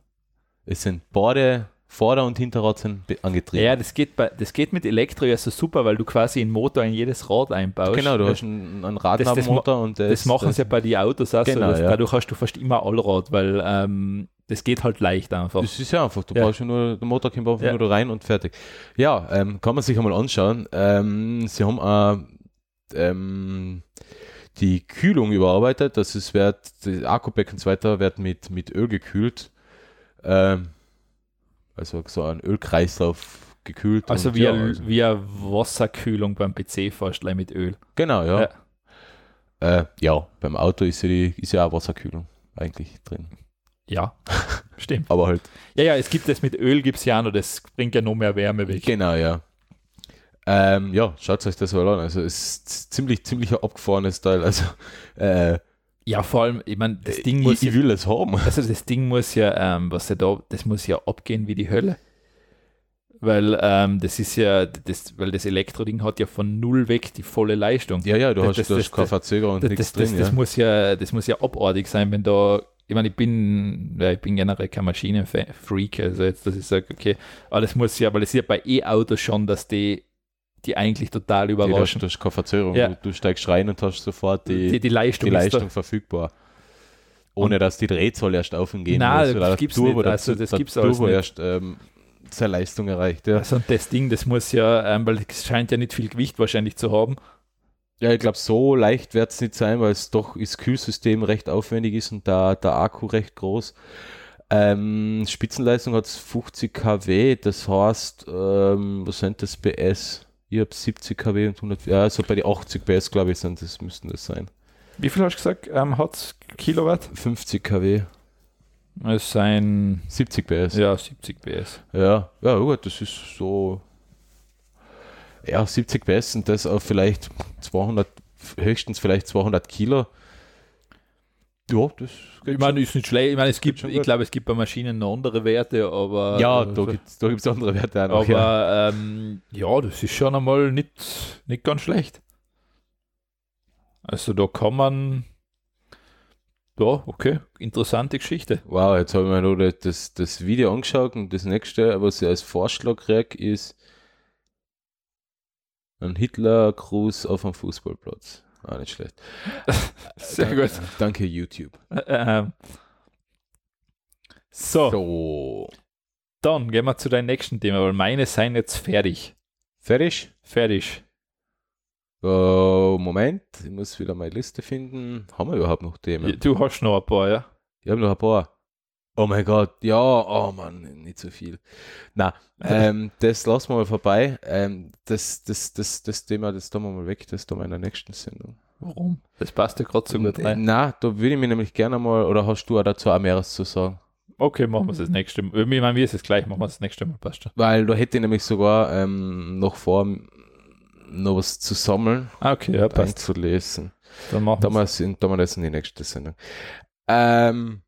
C: Es sind beide Vorder- und Hinterrad sind be- angetrieben.
B: Ja, das geht, bei, das geht mit Elektro ja so super, weil du quasi einen Motor in jedes Rad einbaust.
C: genau, du
B: das,
C: hast einen, einen
B: das- das ma-
C: Radnabenmotor und das,
B: das machen sie ja
C: das,
B: bei den Autos auch
C: Genau,
B: so. Dass,
C: ja.
B: Dadurch hast du fast immer Allrad, weil ähm, das geht halt leicht einfach.
C: Das ist ja einfach, du
B: Ja.
C: brauchst ja nur, der Motor kommt einfach
B: Ja.
C: nur da rein und fertig. Ja, ähm, kann man sich einmal anschauen. Ähm, sie haben auch ähm, die Kühlung überarbeitet, das ist wird, das Akkubecken und so weiter wird mit, mit Öl gekühlt. Ähm, also so ein Ölkreislauf gekühlt.
B: also
C: und
B: wie,
C: ja,
B: eine-
C: also-
B: wie eine Wasserkühlung beim PC fast gleich mit Öl.
C: Genau, ja.
B: Ja.
C: Ja. Äh, ja, beim Auto ist ja, die, ist ja auch Wasserkühlung eigentlich drin.
B: Ja, *laughs* stimmt.
C: Aber halt
B: Ja, ja, es gibt das mit Öl, gibt es ja auch noch, das bringt ja noch mehr Wärme weg.
C: Genau, ja. Ähm, ja, schaut euch das mal an. Also es ist ziemlich, ziemlich ein abgefahrenes Teil. Also äh,
B: Ja, vor allem, ich meine, das Ding muss
C: ich, Äh, ich will es haben.
B: *laughs* Also das Ding muss ja, ähm, was ja da, das muss ja abgehen wie die Hölle. Weil ähm, das ist ja, das, weil das Elektroding hat ja von null weg die volle Leistung.
C: Ja, ja, du
B: Das-
C: hast,
B: das-
C: du
B: das-
C: hast keine Verzögerung und
B: das, das,
C: nichts
B: das,
C: drin.
B: das
C: ja.
B: muss ja, das muss ja abartig sein, wenn da, ich meine, ich bin, ja, ich bin generell kein Maschinenfreak, also jetzt, dass ich sage, okay, aber das muss ja, weil es ist ja bei E-Autos schon, dass die, die eigentlich total
C: Die- du, hast,
B: überraschen.
C: du hast keine Verzögerung.
B: Ja.
C: Du, du steigst rein und hast sofort die, die,
B: Leistung, ist da-
C: Leistung verfügbar. Ohne dass die Drehzahl erst auf und gehen
B: Nein,
C: muss.
B: das
C: der
B: gibt's
C: Turbo,
B: nicht.
C: der
B: Also,
C: Tur-
B: das
C: der
B: gibt's alles
C: Turbo
B: nicht.
C: erst ähm, seine Leistung erreicht. Ja,
B: Also und das Ding, das muss ja, ähm, weil es scheint ja nicht viel Gewicht wahrscheinlich zu haben.
C: ja ich glaube, so leicht wird es nicht sein, weil es doch das Kühlsystem recht aufwendig ist und da der Akku recht groß. Ähm, Spitzenleistung hat es 50 kW, das heißt, ähm, was sind das PS? Ich habe 70 kW und 100, ja, so bei die 80 PS, glaube ich, sind das, müssten das sein.
B: Wie viel hast du gesagt? Ähm, hat Kilowatt?
C: 50 kW,
B: Es sind
C: 70 PS.
B: ja, 70 PS.
C: Ja, ja, gut, das ist so. Ja, 70 PS und das auf vielleicht 200, höchstens vielleicht 200 Kilo. Ja, das geht
B: Ich meine, ist nicht schlecht. Ich meine, es gibt,
C: schon
B: ich
C: gut.
B: glaube, es gibt bei Maschinen noch andere Werte, aber.
C: schon. Ja, da
B: also,
C: gibt es da gibt's andere Werte auch noch.
B: Aber
C: ja.
B: ja. Ähm, ja, das ist schon einmal nicht, nicht ganz schlecht. Also da kann man. Ja, okay. Interessante Geschichte.
C: Wow, jetzt habe ich mir nur das- das, das Video angeschaut und das nächste, was ich als Vorschlag kriege, ist ein Hitlergruß auf einem Fußballplatz. Ah, nicht schlecht.
B: *laughs* Sehr
C: Danke-
B: gut.
C: Danke, YouTube.
B: *laughs* Ähm, so,
C: So.
B: dann gehen wir zu deinem nächsten Thema, weil meine sind jetzt fertig.
C: Fertig?
B: Fertig.
C: Oh, Moment, ich muss wieder meine Liste finden. Haben wir überhaupt noch Themen?
B: Du hast noch ein paar, ja?
C: Ich habe noch ein paar. Oh mein Gott, ja, oh Mann, nicht so viel. Na, ähm, das lassen wir mal vorbei. Ähm, das, das, das, das Thema, das tun wir mal weg, das tun wir in der nächsten Sendung.
B: *laughs* Warum? Das passt ja gerade so gut *laughs* rein.
C: Na, da würde ich mir nämlich gerne mal, oder hast du auch dazu auch mehres zu sagen?
B: Okay, machen wir es das nächste Mal. Ich meine, wir ist es gleich, machen wir es das nächste Mal, passt schon.
C: Weil da hätte ich nämlich sogar ähm, noch vor, noch was zu sammeln,
B: Ah, okay, ja, passt.
C: einzulesen.
B: Dann machen wir
C: Damals in, damals das in die nächste Sendung. Ähm,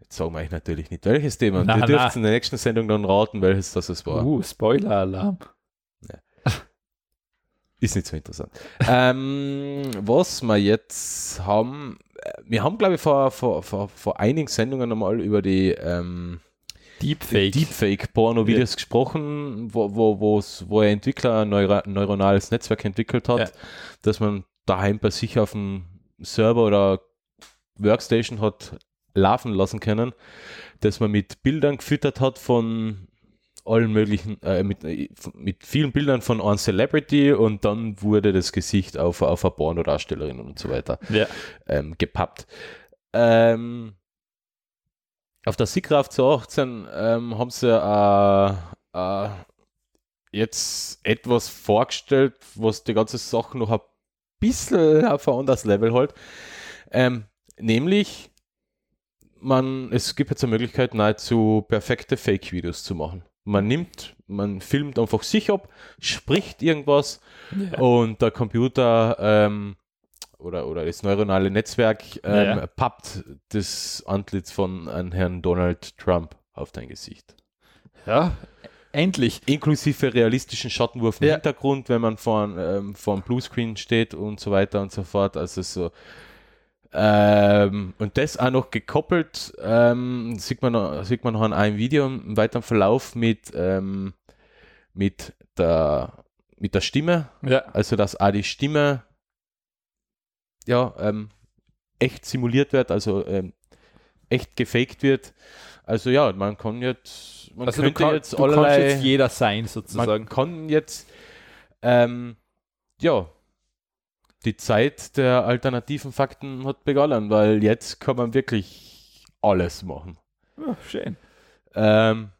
C: jetzt sagen wir euch natürlich nicht, welches Thema.
B: Na,
C: Ihr dürft
B: na.
C: in der nächsten Sendung dann raten, welches das es war.
B: Uh, Spoiler-Alarm.
C: Ist nicht so interessant. ähm, was wir jetzt haben, äh, wir haben, glaube ich, vor, vor, vor, vor einigen Sendungen nochmal über die ähm,
B: Deepfake.
C: Deepfake-Porno-Videos gesprochen, wo, wo, wo's- wo ein Entwickler ein neura neuronales Netzwerk entwickelt hat,
B: Ja.
C: dass man daheim bei sich auf dem Server oder Workstation hat laufen lassen können, dass man mit Bildern gefüttert hat von allen möglichen, äh, mit, äh, mit vielen Bildern von einem Celebrity und dann wurde das Gesicht auf, auf eine Pornodarstellerin und so weiter
B: Ja.
C: ähm, gepappt. Ähm, auf der Siegkraft zu 18 ähm, haben sie äh, äh, jetzt etwas vorgestellt, was die ganze Sache noch ein bisschen auf ein anderes Level holt. Ähm, nämlich, man, es gibt jetzt eine Möglichkeit, nahezu perfekte Fake-Videos zu machen. Man nimmt, man filmt einfach sich ab, spricht irgendwas
B: Ja.
C: und der Computer ähm, oder, oder das neuronale Netzwerk ähm,
B: Ja.
C: pappt das Antlitz von einem Herrn Donald Trump auf dein Gesicht.
B: ja. Endlich.
C: Inklusive realistischen Schattenwurf im
B: Ja.
C: Hintergrund, wenn man vor, einem, ähm, vor einem Bluescreen steht und so weiter und so fort. Also so. Ähm, und das auch noch gekoppelt, ähm, sieht, man, noch- sieht man noch an einem Video im weiteren Verlauf mit, ähm, mit, der, mit der Stimme
B: Ja.
C: also, dass auch die Stimme ja, ähm, echt simuliert wird, also ähm, echt gefaked wird. Also ja, man kann jetzt, man
B: Also du,
C: könnte
B: kann,
C: jetzt
B: du kannst
C: allerlei,
B: jetzt jeder sein,
C: man
B: sozusagen.
C: kann jetzt ähm, ja die Zeit der alternativen Fakten hat begonnen, weil jetzt kann man wirklich alles machen.
B: Ja, schön.
C: Ähm,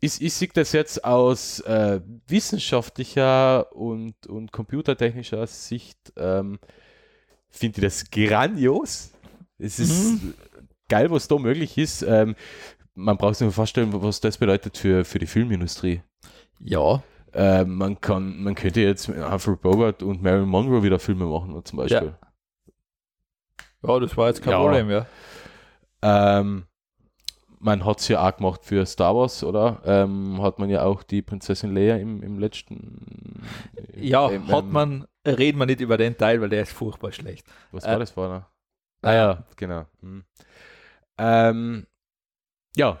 C: ich, ich sehe das jetzt aus äh, wissenschaftlicher und, und computertechnischer Sicht, ähm, finde ich das grandios. Es ist geil, was da möglich ist. Ähm, man braucht sich nur vorstellen, was das bedeutet für, für die Filmindustrie.
B: Ja.
C: Ähm, man, kann, man könnte jetzt mit Humphrey Bogart und Marilyn Monroe wieder Filme machen, zum Beispiel.
B: Ja, das war jetzt kein
C: Ja.
B: Problem, ja.
C: Ähm, man hat es ja auch gemacht für Star Wars, oder? Ähm, hat man ja auch die Prinzessin Leia im, im letzten.
B: Ja,
C: im,
B: hat
C: ähm,
B: man, reden wir nicht über den Teil, weil der ist furchtbar schlecht.
C: Was
B: äh,
C: war das vorne? Ah ja, genau. Mhm. Ähm, ja,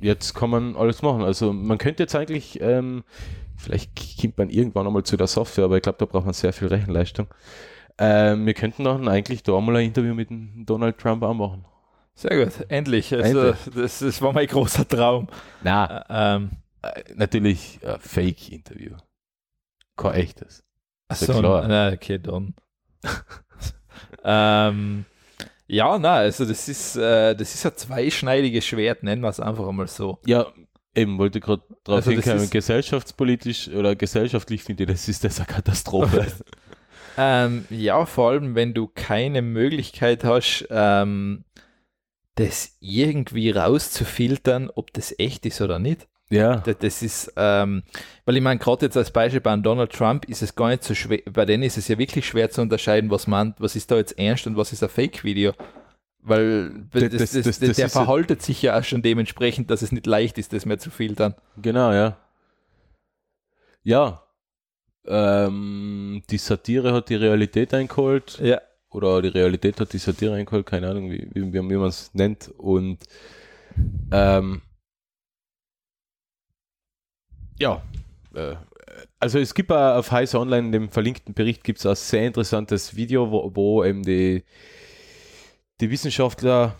C: jetzt kann man alles machen. Also, man könnte jetzt eigentlich. Ähm, vielleicht kommt man irgendwann nochmal zu der Software, aber ich glaube, da braucht man sehr viel Rechenleistung. Ähm, wir könnten dann eigentlich da mal ein Interview mit dem Donald Trump auch machen.
B: Sehr gut, endlich. Also,
C: Endlich.
B: Das, das war mein großer Traum.
C: Na,
B: Ä- Ähm,
C: Äh, natürlich äh, Fake-Interview. Kein echtes.
B: ach
C: Sehr
B: so,
C: klar.
B: na, okay, dann. *laughs* ähm, ja, na, also das ist, äh, das ist ein zweischneidiges Schwert, nennen wir es einfach einmal so.
C: Ja, eben wollte gerade drauf
B: Also das
C: hinkommen,
B: ist-
C: gesellschaftspolitisch oder gesellschaftlich finde ich, das ist das eine Katastrophe.
B: Ähm, ja, vor allem, wenn du keine Möglichkeit hast, ähm, das irgendwie rauszufiltern, ob das echt ist oder nicht.
C: *laughs* ja.
B: Das, das ist, ähm, weil ich meine, gerade jetzt als Beispiel bei einem Donald Trump ist es gar nicht so schwer, bei denen ist es ja wirklich schwer zu unterscheiden, was man, was ist da jetzt ernst und was ist ein Fake-Video. Weil das, das,
C: Das- das- das-
B: der,
C: das
B: der
C: ist ja-
B: verhaltet sich ja auch schon dementsprechend, dass es nicht leicht ist, das mehr zu filtern.
C: Genau, ja. Ja. Ähm, die Satire hat die Realität eingeholt.
B: Ja.
C: Oder die Realität hat die Satire eingeholt, keine Ahnung, wie, wie, wie man es nennt. Und ähm, ja. Äh, also es gibt auch auf Heise Online, in dem verlinkten Bericht, gibt es ein sehr interessantes Video, wo, wo eben die, die Wissenschaftler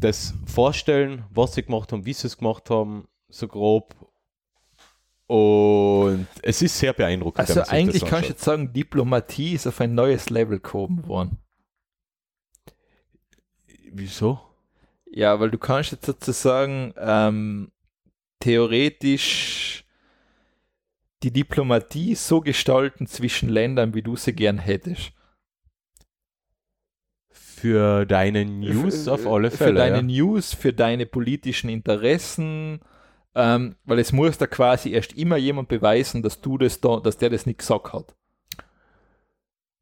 C: das vorstellen, was sie gemacht haben, wie sie es gemacht haben, so grob. Und es ist sehr beeindruckend. wenn
B: Also
C: man
B: eigentlich
C: sich das
B: kannst
C: anschaut.
B: du jetzt sagen, Diplomatie ist auf ein neues Level gehoben worden.
C: Wieso?
B: Ja, weil du kannst jetzt sozusagen ähm, theoretisch die Diplomatie so gestalten zwischen Ländern, wie du sie gern hättest.
C: Für deine News
B: Für-
C: auf alle Fälle.
B: Für deine
C: ja.
B: News, für deine politischen Interessen, ähm, weil es muss da quasi erst immer jemand beweisen, dass du das da, dass der das nicht gesagt hat.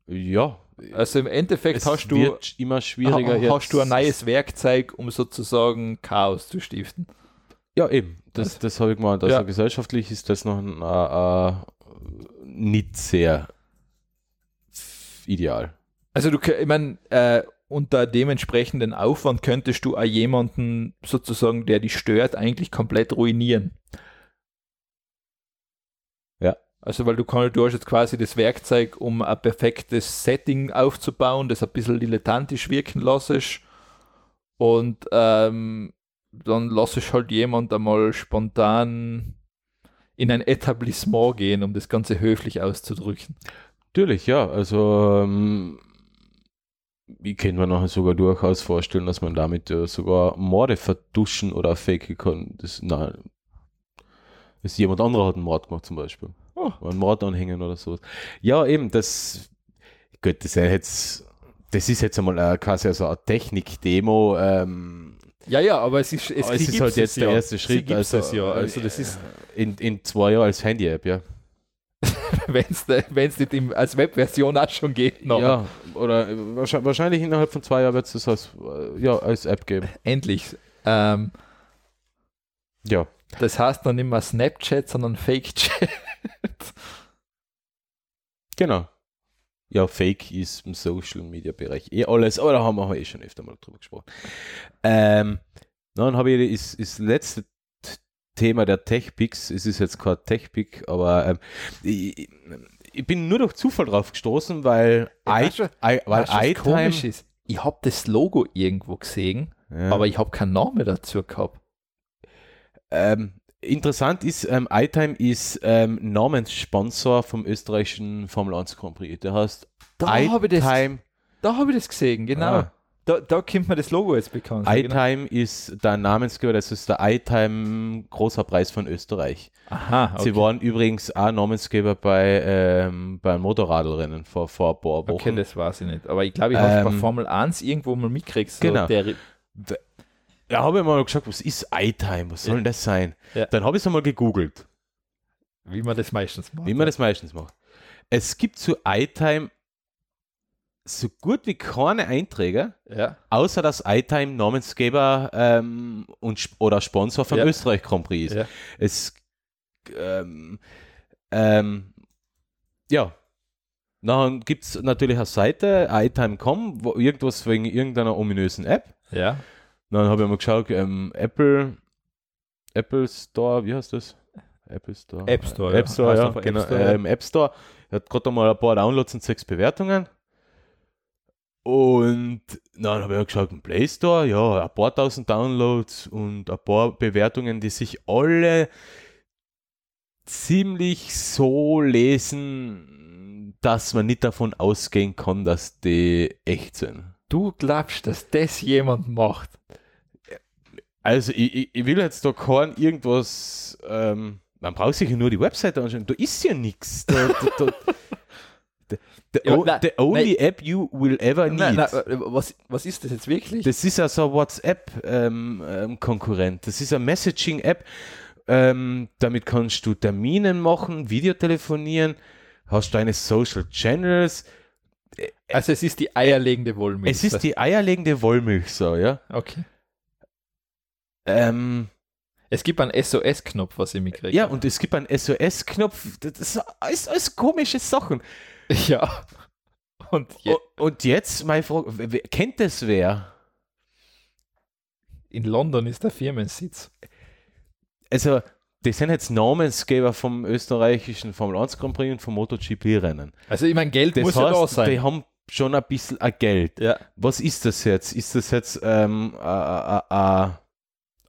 C: Ja.
B: Also im Endeffekt
C: Es
B: hast du
C: wird immer schwieriger.
B: ha, hast
C: jetzt.
B: du ein neues Werkzeug, um sozusagen Chaos zu stiften.
C: Ja, eben. Das, das habe ich gemeint. Also
B: Ja.
C: gesellschaftlich ist das noch ein, äh, äh, nicht sehr ideal.
B: Also du, kö- ich meine, äh, unter dementsprechenden Aufwand könntest du auch jemanden sozusagen, der dich stört, eigentlich komplett ruinieren.
C: Ja.
B: Also, weil du, kann, du hast jetzt quasi das Werkzeug, um ein perfektes Setting aufzubauen, das ein bisschen dilettantisch wirken lässt. Und ähm, dann lass ich halt jemand einmal spontan in ein Etablissement gehen, um das Ganze höflich auszudrücken.
C: Natürlich, ja. Also ähm, ich kann mir nachher sogar durchaus vorstellen, dass man damit äh, sogar Morde vertuschen oder faken kann. Das, nein. Das jemand anderer hat einen Mord gemacht zum Beispiel.
B: Oh.
C: Oder einen Mord anhängen oder sowas. Ja, eben, das gut, das ist ja jetzt, das ist jetzt einmal äh, quasi also eine Technik-Demo, ähm,
B: Ja, ja, aber es ist, es
C: Aber es
B: gibt's
C: ist halt jetzt
B: es
C: der
B: ja.
C: erste Schritt,
B: Sie also,
C: also,
B: es ja.
C: äh,
B: Also das *laughs* ist,
C: in, in zwei Jahren als Handy-App, ja.
B: wenn es nicht im, als Webversion auch schon geht, noch.
C: Ja, oder wahrscheinlich, wahrscheinlich innerhalb von zwei Jahren wird es das als, äh, ja, als App geben.
B: endlich. Ähm,
C: Ja.
B: das heißt dann nicht mehr Snapchat, sondern Fake Chat.
C: Genau. Ja, Fake ist im Social Media Bereich eh alles, aber da haben wir eh schon öfter mal drüber gesprochen. Ähm, dann habe ich das, das letzte Thema der Tech-Picks. Es ist jetzt kein Tech-Pick, aber ähm, ich, ich bin nur durch Zufall drauf gestoßen, weil,
B: Ja,
C: I,
B: weißt du,
C: I, weil
B: Weißt du, was
C: iTime.
B: komisch ist. Ich habe das Logo irgendwo gesehen,
C: Ja.
B: aber ich habe keinen Namen dazu gehabt.
C: Ähm, interessant ist, ähm, iTime ist ähm, Namenssponsor vom österreichischen Formel 1 Grand Prix. Der heißt
B: Da habe ich, das-
C: iTime.
B: da hab ich das gesehen, genau.
C: Ah.
B: Da, da kommt mir das Logo jetzt bekannt. vor, genau.
C: iTime ist der Namensgeber, das ist der iTime Großer Preis von Österreich.
B: Aha, Ah, okay.
C: Sie waren übrigens auch Namensgeber bei, ähm, beim Motorradrennen vor, vor ein paar Wochen.
B: okay, das weiß ich nicht. Aber ich glaube, ich habe bei
C: Ähm,
B: Formel 1 irgendwo mal mitgekriegt. So
C: genau.
B: Der,
C: da habe ich mal gesagt, was ist iTime? Was soll denn das sein?
B: Ja.
C: Dann habe ich es einmal gegoogelt,
B: wie man das meistens macht.
C: wie man das meistens macht. Es gibt zu iTime so gut wie keine Einträge,
B: ja.
C: außer dass iTime Namensgeber ähm, und, Sp- oder Sponsor von
B: Ja.
C: Österreich Grand Prix ist.
B: Ja.
C: Es ähm, ähm, ja. Dann gibt es natürlich eine Seite, iTime.com, wo irgendwas wegen irgendeiner ominösen App.
B: ja.
C: Dann habe ich mal geschaut, ähm, Apple, Apple Store, wie heißt das? Apple Store.
B: App Store,
C: Äh, App
B: ja.
C: Store,
B: Heißt
C: ja,
B: einfach App
C: genau.
B: Store, ja.
C: ähm, App Store. Hat gerade mal ein paar Downloads und sechs Bewertungen. Und dann habe ich auch geschaut, im Play Store, ja, ein paar tausend Downloads und ein paar Bewertungen, die sich alle ziemlich so lesen, dass man nicht davon ausgehen kann, dass die echt sind.
B: Du glaubst, dass das jemand macht.
C: Also, ich, ich, ich will jetzt da kein irgendwas. Ähm, man braucht sich ja nur die Webseite anschauen. Da ist ja nichts. Da, da,
B: *laughs*
C: da, the, the,
B: Ja,
C: o-
B: nein,
C: the only app you will ever need.
B: Nein, äh, nein, was, was ist das jetzt wirklich?
C: Das ist also ein WhatsApp-Konkurrent. das ist eine Messaging-App. Ähm, damit kannst du Termine machen, Videotelefonieren, hast deine Social Channels.
B: also es ist die eierlegende Wollmilch.
C: Es ist die eierlegende Wollmilchsau, ja.
B: Okay.
C: Ähm,
B: Es gibt einen SOS-Knopf, was ich mitkriege.
C: ja, und es gibt einen SOS-Knopf. Das ist alles, alles komische Sachen.
B: *laughs* Ja. Und je,
C: O- Und jetzt meine Frage, wer- wer- kennt das wer?
B: in London ist der Firmensitz.
C: Also, die sind jetzt Namensgeber vom österreichischen Formel 1 Grand Prix und vom MotoGP-Rennen.
B: Also ich meine, Geld
C: Das
B: muss ja da
C: heißt, die
B: sein.
C: haben schon ein bisschen ein Geld.
B: Ja.
C: Was ist das jetzt? Ist das jetzt ähm, a- a- a- a-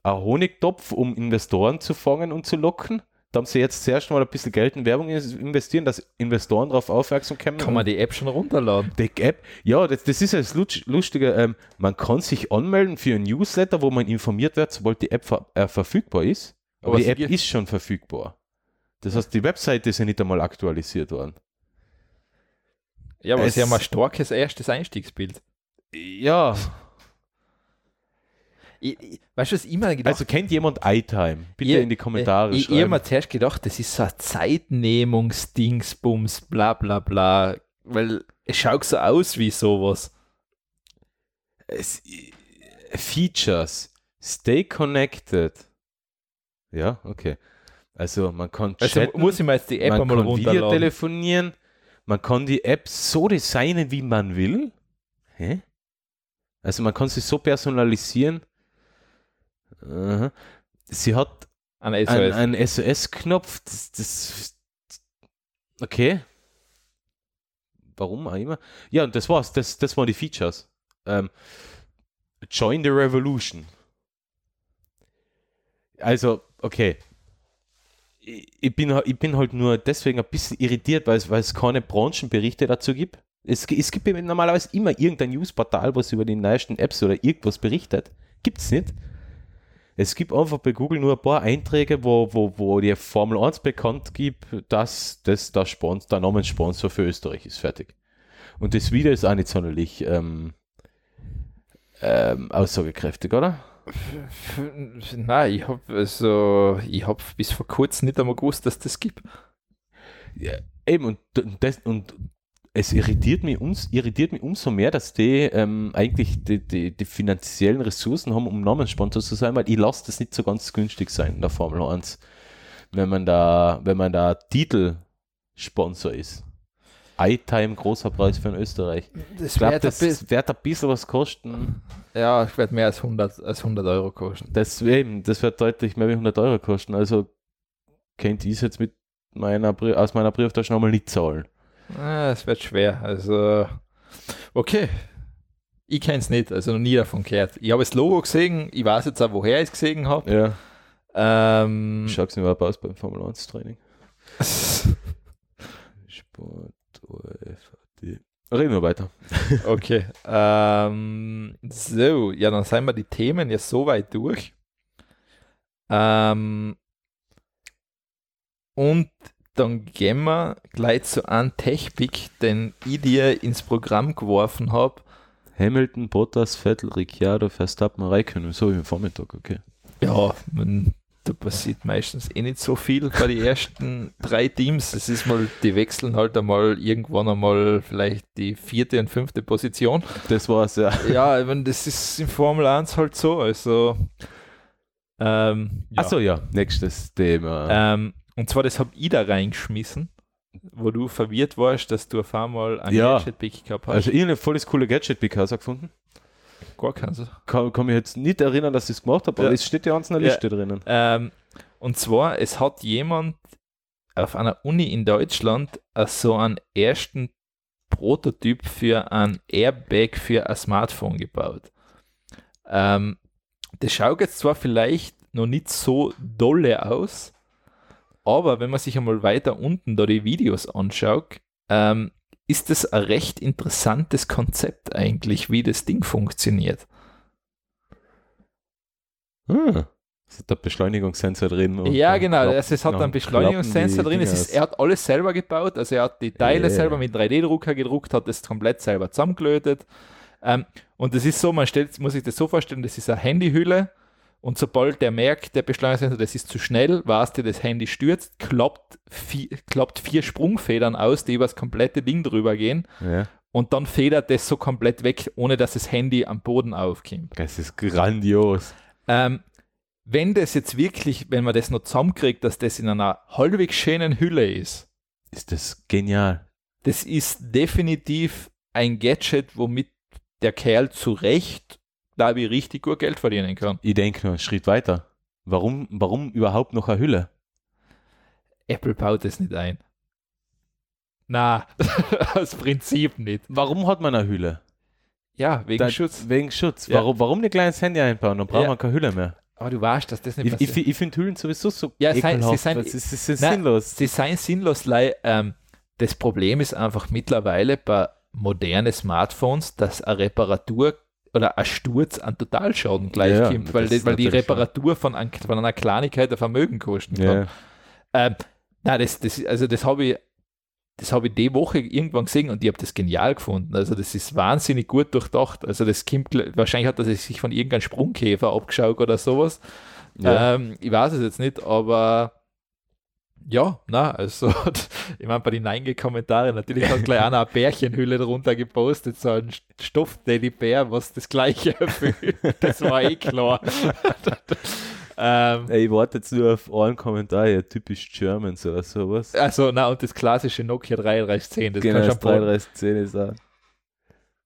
C: ein Honigtopf, um Investoren zu fangen und zu locken? Da haben sie jetzt zuerst mal ein bisschen Geld in Werbung is- investieren, dass Investoren darauf aufmerksam kommen.
B: Kann man die App schon runterladen?
C: Die App, ja, das, das ist ja das Lutsch- Lustige. Ähm, man kann sich anmelden für ein Newsletter, wo man informiert wird, sobald die App ver äh, verfügbar ist. Aber,
B: Aber
C: die
B: sie
C: App
B: gibt-
C: ist schon verfügbar. Das heißt, die Webseite ist ja nicht einmal aktualisiert worden.
B: Ja, aber
C: Es-
B: sie haben ein starkes erstes Einstiegsbild.
C: Ja,
B: Ich, ich, weißt du, was ich immer gedacht
C: also kennt jemand iTime? Bitte
B: Ich-
C: in die Kommentare
B: Ich, ich habe
C: schreiben.
B: mir zuerst gedacht, das ist so ein Zeitnehmungsdingsbums, bla bla bla. Weil es schaut so aus wie sowas.
C: es, Features. Stay connected. Ja, okay. Also man kann
B: Also
C: chatten,
B: muss ich mir jetzt die App
C: man
B: einmal
C: kann Video
B: runterladen.
C: telefonieren, man kann die App so designen, wie man will. Hä? Also man kann sich so personalisieren. Aha. Sie hat
B: An
C: einen,
B: SOS.
C: einen SOS-Knopf. Das, das. Okay. Warum auch immer. Ja, und das war's. Das, das waren die Features. Ähm, Join the Revolution. Also, okay. Ich, ich, bin, ha- ich bin halt nur deswegen ein bisschen irritiert, weil es, weil es keine Branchenberichte dazu gibt. Es, gi- es gibt eben normalerweise immer irgendein Newsportal, was über die neuesten Apps oder irgendwas berichtet. Gibt's nicht. Es gibt einfach bei Google nur ein paar Einträge, wo, wo, wo die Formel 1 bekannt gibt, dass das der, Sponsor, der Namenssponsor für Österreich ist. Fertig. Und das Video ist auch nicht sonderlich ähm, ähm, aussagekräftig, oder?
B: Nein, ich habe also, ich hab bis vor kurzem nicht einmal gewusst, dass das gibt.
C: Eben, und, d- und das, und es irritiert mich, ums, irritiert mich umso mehr, dass die ähm, eigentlich die, die, die finanziellen Ressourcen haben, um Namenssponsor zu sein, weil ich lasse das nicht so ganz günstig sein in der Formel 1, wenn man da, wenn man da Titelsponsor ist. iTime, großer Preis für in Österreich.
B: Das
C: Ich glaube, das wird ein bisschen was kosten.
B: ja, ich werde mehr als 100, als 100 Euro kosten.
C: Das, eben, das wird deutlich mehr wie 100 Euro kosten. Also könnte ich es jetzt mit meiner, Brie- aus meiner Brieftasche nochmal nicht zahlen.
B: Ah, Es wird schwer. Also, okay. Ich kenne es nicht, also noch nie davon gehört. Ich habe das Logo gesehen, ich weiß jetzt auch, woher ich es gesehen habe.
C: Ja.
B: Ähm,
C: Schaut es mir überhaupt aus beim Formel 1 Training. Sport, OFD. Reden wir weiter.
B: okay. Ähm, so, ja, dann sind wir die Themen ja soweit durch. Ähm, und dann gehen wir gleich zu einem Tech-Pick, den ich dir ins Programm geworfen habe.
C: Hamilton, Bottas, Vettel, Ricciardo, Verstappen, Raikkonen. So wie am Vormittag, okay.
B: Ja, man, da passiert meistens eh nicht so viel bei den ersten drei Teams. Es ist mal, die wechseln halt einmal irgendwann einmal vielleicht die vierte und fünfte Position.
C: Das war's, ja.
B: Ja, ich meine, das ist in Formel 1 halt so. Also, ähm, ja.
C: Achso, ja. Nächstes Thema.
B: Ähm, und zwar, das habe ich da reingeschmissen, wo du verwirrt warst, dass du auf einmal ein
C: Ja.
B: Gadget-Pick gehabt hast.
C: also, ich habe ein volles coole Gadget-BKs gefunden.
B: Gar keins.
C: Kann, kann mich jetzt nicht erinnern, dass ich es gemacht habe, aber
B: Ja.
C: es steht ja an einer
B: Ja.
C: Liste drinnen.
B: Ähm, und zwar, es hat jemand auf einer Uni in Deutschland äh, so einen ersten Prototyp für ein Airbag für ein Smartphone gebaut. Ähm, das schaut jetzt zwar vielleicht noch nicht so dolle aus, aber wenn man sich einmal weiter unten da die Videos anschaut, ähm, ist das ein recht interessantes Konzept eigentlich, wie das Ding funktioniert.
C: Ah. Das hat der Beschleunigungssensor drin. und
B: Ja,
C: dann
B: genau.
C: klappt-
B: Also es hat
C: dann
B: einen Beschleunigungssensor
C: klappen
B: drin.
C: die
B: Es ist,
C: Dinger
B: er hat alles selber gebaut. Also er hat die Teile
C: Yeah.
B: selber mit 3D-Drucker gedruckt, hat das komplett selber zusammengelötet. Ähm, und das ist so, man stellt, muss sich das so vorstellen, das ist eine Handyhülle. Und sobald der merkt, der Beschleunigungssensor, das ist zu schnell, weißt du, das Handy stürzt, klappt vier, klappt vier Sprungfedern aus, die über das komplette Ding drüber gehen.
C: aus. Ja.
B: Und dann federt das so komplett weg, ohne dass das Handy am Boden aufkommt.
C: Das ist grandios.
B: Ähm, wenn das jetzt wirklich, wenn man das noch zusammenkriegt, dass das in einer halbwegs schönen Hülle ist,
C: Ist das genial.
B: das ist definitiv ein Gadget, womit der Kerl zu Recht, glaube ich, richtig gut Geld verdienen kann.
C: Ich denke nur einen Schritt weiter. Warum, warum überhaupt noch eine Hülle?
B: Apple baut das nicht ein. Na, *laughs* aus Prinzip nicht.
C: Warum hat man eine Hülle?
B: Ja, wegen
C: Da-
B: Schutz.
C: Wegen Schutz.
B: Ja.
C: Warum, warum nicht kleines Handy einbauen? Dann braucht
B: Ja.
C: man keine Hülle mehr.
B: Aber du weißt, dass das nicht
C: Ich,
B: passiert.
C: ich, ich finde Hüllen sowieso so
B: Ja,
C: ja,
B: es sei- sie
C: ekelhaft.
B: seien-
C: das ist, das ist
B: Nein,
C: sinnlos.
B: Sie seien sinnlos, lei- ähm, das Problem ist einfach mittlerweile bei modernen Smartphones, dass eine Reparatur oder ein Sturz an Totalschaden gleich
C: Ja,
B: kommt,
C: das
B: weil, die,
C: ist
B: weil die
C: natürlich schon.
B: Reparatur von, ein, von einer Kleinigkeit ein Vermögen kosten kann.
C: Ja.
B: Ähm, nein, das, das, also das habe ich, das habe ich die Woche irgendwann gesehen und ich habe das genial gefunden. Also das ist wahnsinnig gut durchdacht. Also das kommt, gl- wahrscheinlich hat das sich von irgendeinem Sprungkäfer abgeschaut oder sowas.
C: Ja.
B: Ähm, ich weiß es jetzt nicht, aber ja, na, also *laughs* ich meine, bei den 9 Kommentaren natürlich hat gleich einer eine Bärchenhülle drunter gepostet, so ein stoff bär was das gleiche *laughs* erfüllt. Das war eh klar. *laughs* ähm,
C: Ey, ich warte jetzt nur auf einen Kommentar, ja, typisch Germans oder sowas.
B: Also, na, und das klassische Nokia 3310, das
C: genau,
B: kann
C: das
B: schon
C: 3310 ist auch.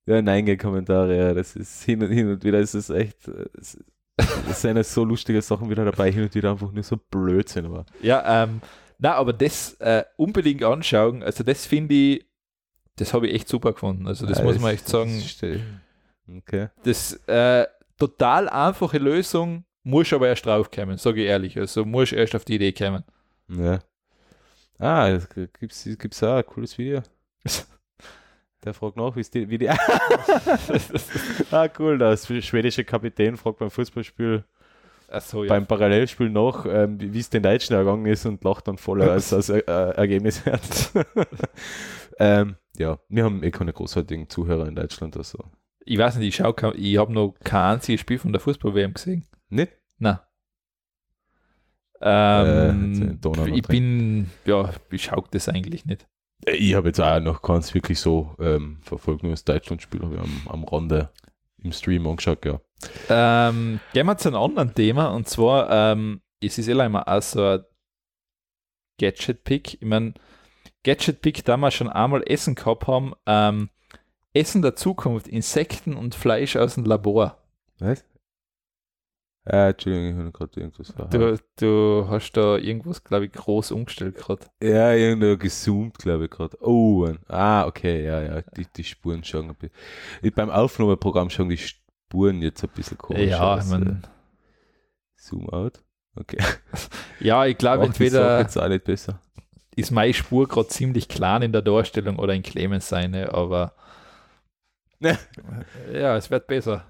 C: Ja, Nein-Kommentare, ja, das ist hin und, hin und wieder ist es echt, äh, es, es sind ja so lustige Sachen wieder dabei, hin und wieder einfach nur so Blödsinn, aber
B: Ja, ähm, na, aber das äh, unbedingt anschauen, also das finde ich, das habe ich echt super gefunden. Also das
C: Ja,
B: muss man echt sagen.
C: das stell- Okay.
B: Das äh, total einfache Lösung muss aber erst draufkommen, sage ich ehrlich. Also muss erst auf die Idee kommen.
C: Ja. Ah, es g- gibt's, gibt's auch ein cooles Video. *laughs* Der fragt nach, wie es die, *laughs* wie die Ah, cool, der schwedische Kapitän fragt beim Fußballspiel,
B: Achso, ja.
C: beim Parallelspiel noch, ähm, wie wie es den Deutschen ergangen ist und lacht dann voll
B: *laughs*
C: als, als äh, Ergebnis hat. *laughs* ähm, ja, wir haben eh keine großartigen Zuhörer in Deutschland also oder so.
B: ich weiß nicht, ich schau, kein- ich habe noch kein einziges Spiel von der Fußball-WM gesehen.
C: Nicht?
B: Nein.
C: Äh,
B: Ähm,
C: jetzt den Donau noch
B: ich bin, ja, ich schau das eigentlich nicht.
C: Äh, Ich habe jetzt auch noch ganz wirklich so ähm, verfolgt, nur das Deutschlandspiel habe ich am, am Rande im Stream angeschaut, ja.
B: Ähm, gehen wir zu einem anderen Thema und zwar, ähm, es ist eh immer auch so ein Gadget-Pick. Ich meine, Gadget-Pick, da wir schon einmal Essen gehabt haben, ähm, Essen der Zukunft, Insekten und Fleisch aus dem Labor.
C: Was? Äh, Entschuldigung, ich habe gerade irgendwas
B: Du, du hast da irgendwas, glaube ich, groß umgestellt gerade.
C: Ja, irgendwo gezoomt, glaube ich, gerade. Oh, ein- ah, okay, ja, ja, die, die Spuren schauen ein bisschen. Ich, beim Aufnahmeprogramm schauen die Spuren jetzt ein bisschen komisch.
B: Ja,
C: aus,
B: ich
C: äh,
B: mein,
C: Zoom out. Okay.
B: ja, ich glaube,
C: Macht die Sache
B: entweder
C: jetzt auch nicht besser.
B: ist meine Spur gerade ziemlich klein in der Darstellung oder in Clemens seine,
C: *laughs*
B: aber
C: Ne.
B: ja, es wird besser.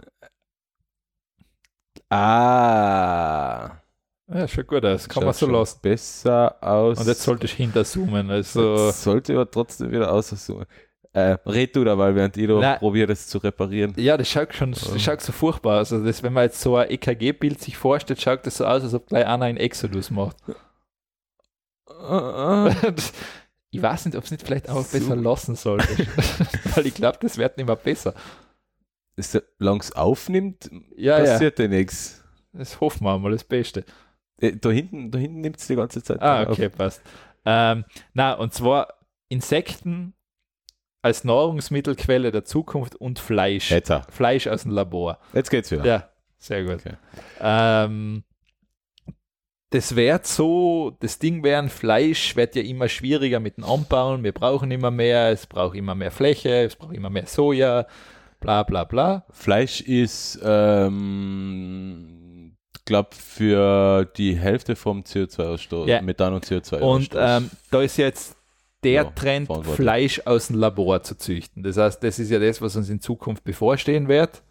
C: Ah.
B: Ja, schon gut aus, kann
C: schaut
B: man so
C: schon
B: lassen.
C: Besser aus.
B: Und jetzt sollte ich hinterzoomen, also
C: Jetzt sollte aber trotzdem wieder auszoomen. Äh, red du da mal, während ich da
B: Nein.
C: probiere, das zu reparieren.
B: ja, das schaut schon das schaut so furchtbar aus. Also das, wenn man jetzt so ein EKG-Bild sich vorstellt, schaut das so aus, als ob gleich einer einen Exodus macht. Äh, *laughs* ich weiß nicht, ob es nicht vielleicht auch
C: So.
B: besser lassen sollte, weil ich glaube, das wird nicht mehr besser.
C: Ist langs aufnimmt,
B: Ah, Ja, ja,
C: passiert ja nichts.
B: das hoffen wir mal, das Beste.
C: Äh, Da hinten, da hinten nimmt es die ganze Zeit.
B: Ah,
C: auf.
B: okay, passt. Ähm, na, und zwar Insekten als Nahrungsmittelquelle der Zukunft und Fleisch.
C: Jetzt, auch.
B: Fleisch aus dem Labor.
C: jetzt geht's wieder.
B: Ja, sehr gut.
C: Okay.
B: Ähm, das wäre so, das Ding wäre, Fleisch wird ja immer schwieriger mit dem Anbauen. Wir brauchen immer mehr, es braucht immer mehr Fläche, es braucht immer mehr Soja, bla bla bla.
C: Fleisch ist, ähm, glaube für die Hälfte vom CO2-Ausstoß,
B: Ja.
C: Methan- und CO2-Ausstoß.
B: Und ähm, da ist jetzt der
C: Ja,
B: Trend,
C: verantwortlich.
B: Fleisch aus dem Labor zu züchten. Das heißt, das ist ja das, was uns in Zukunft bevorstehen wird.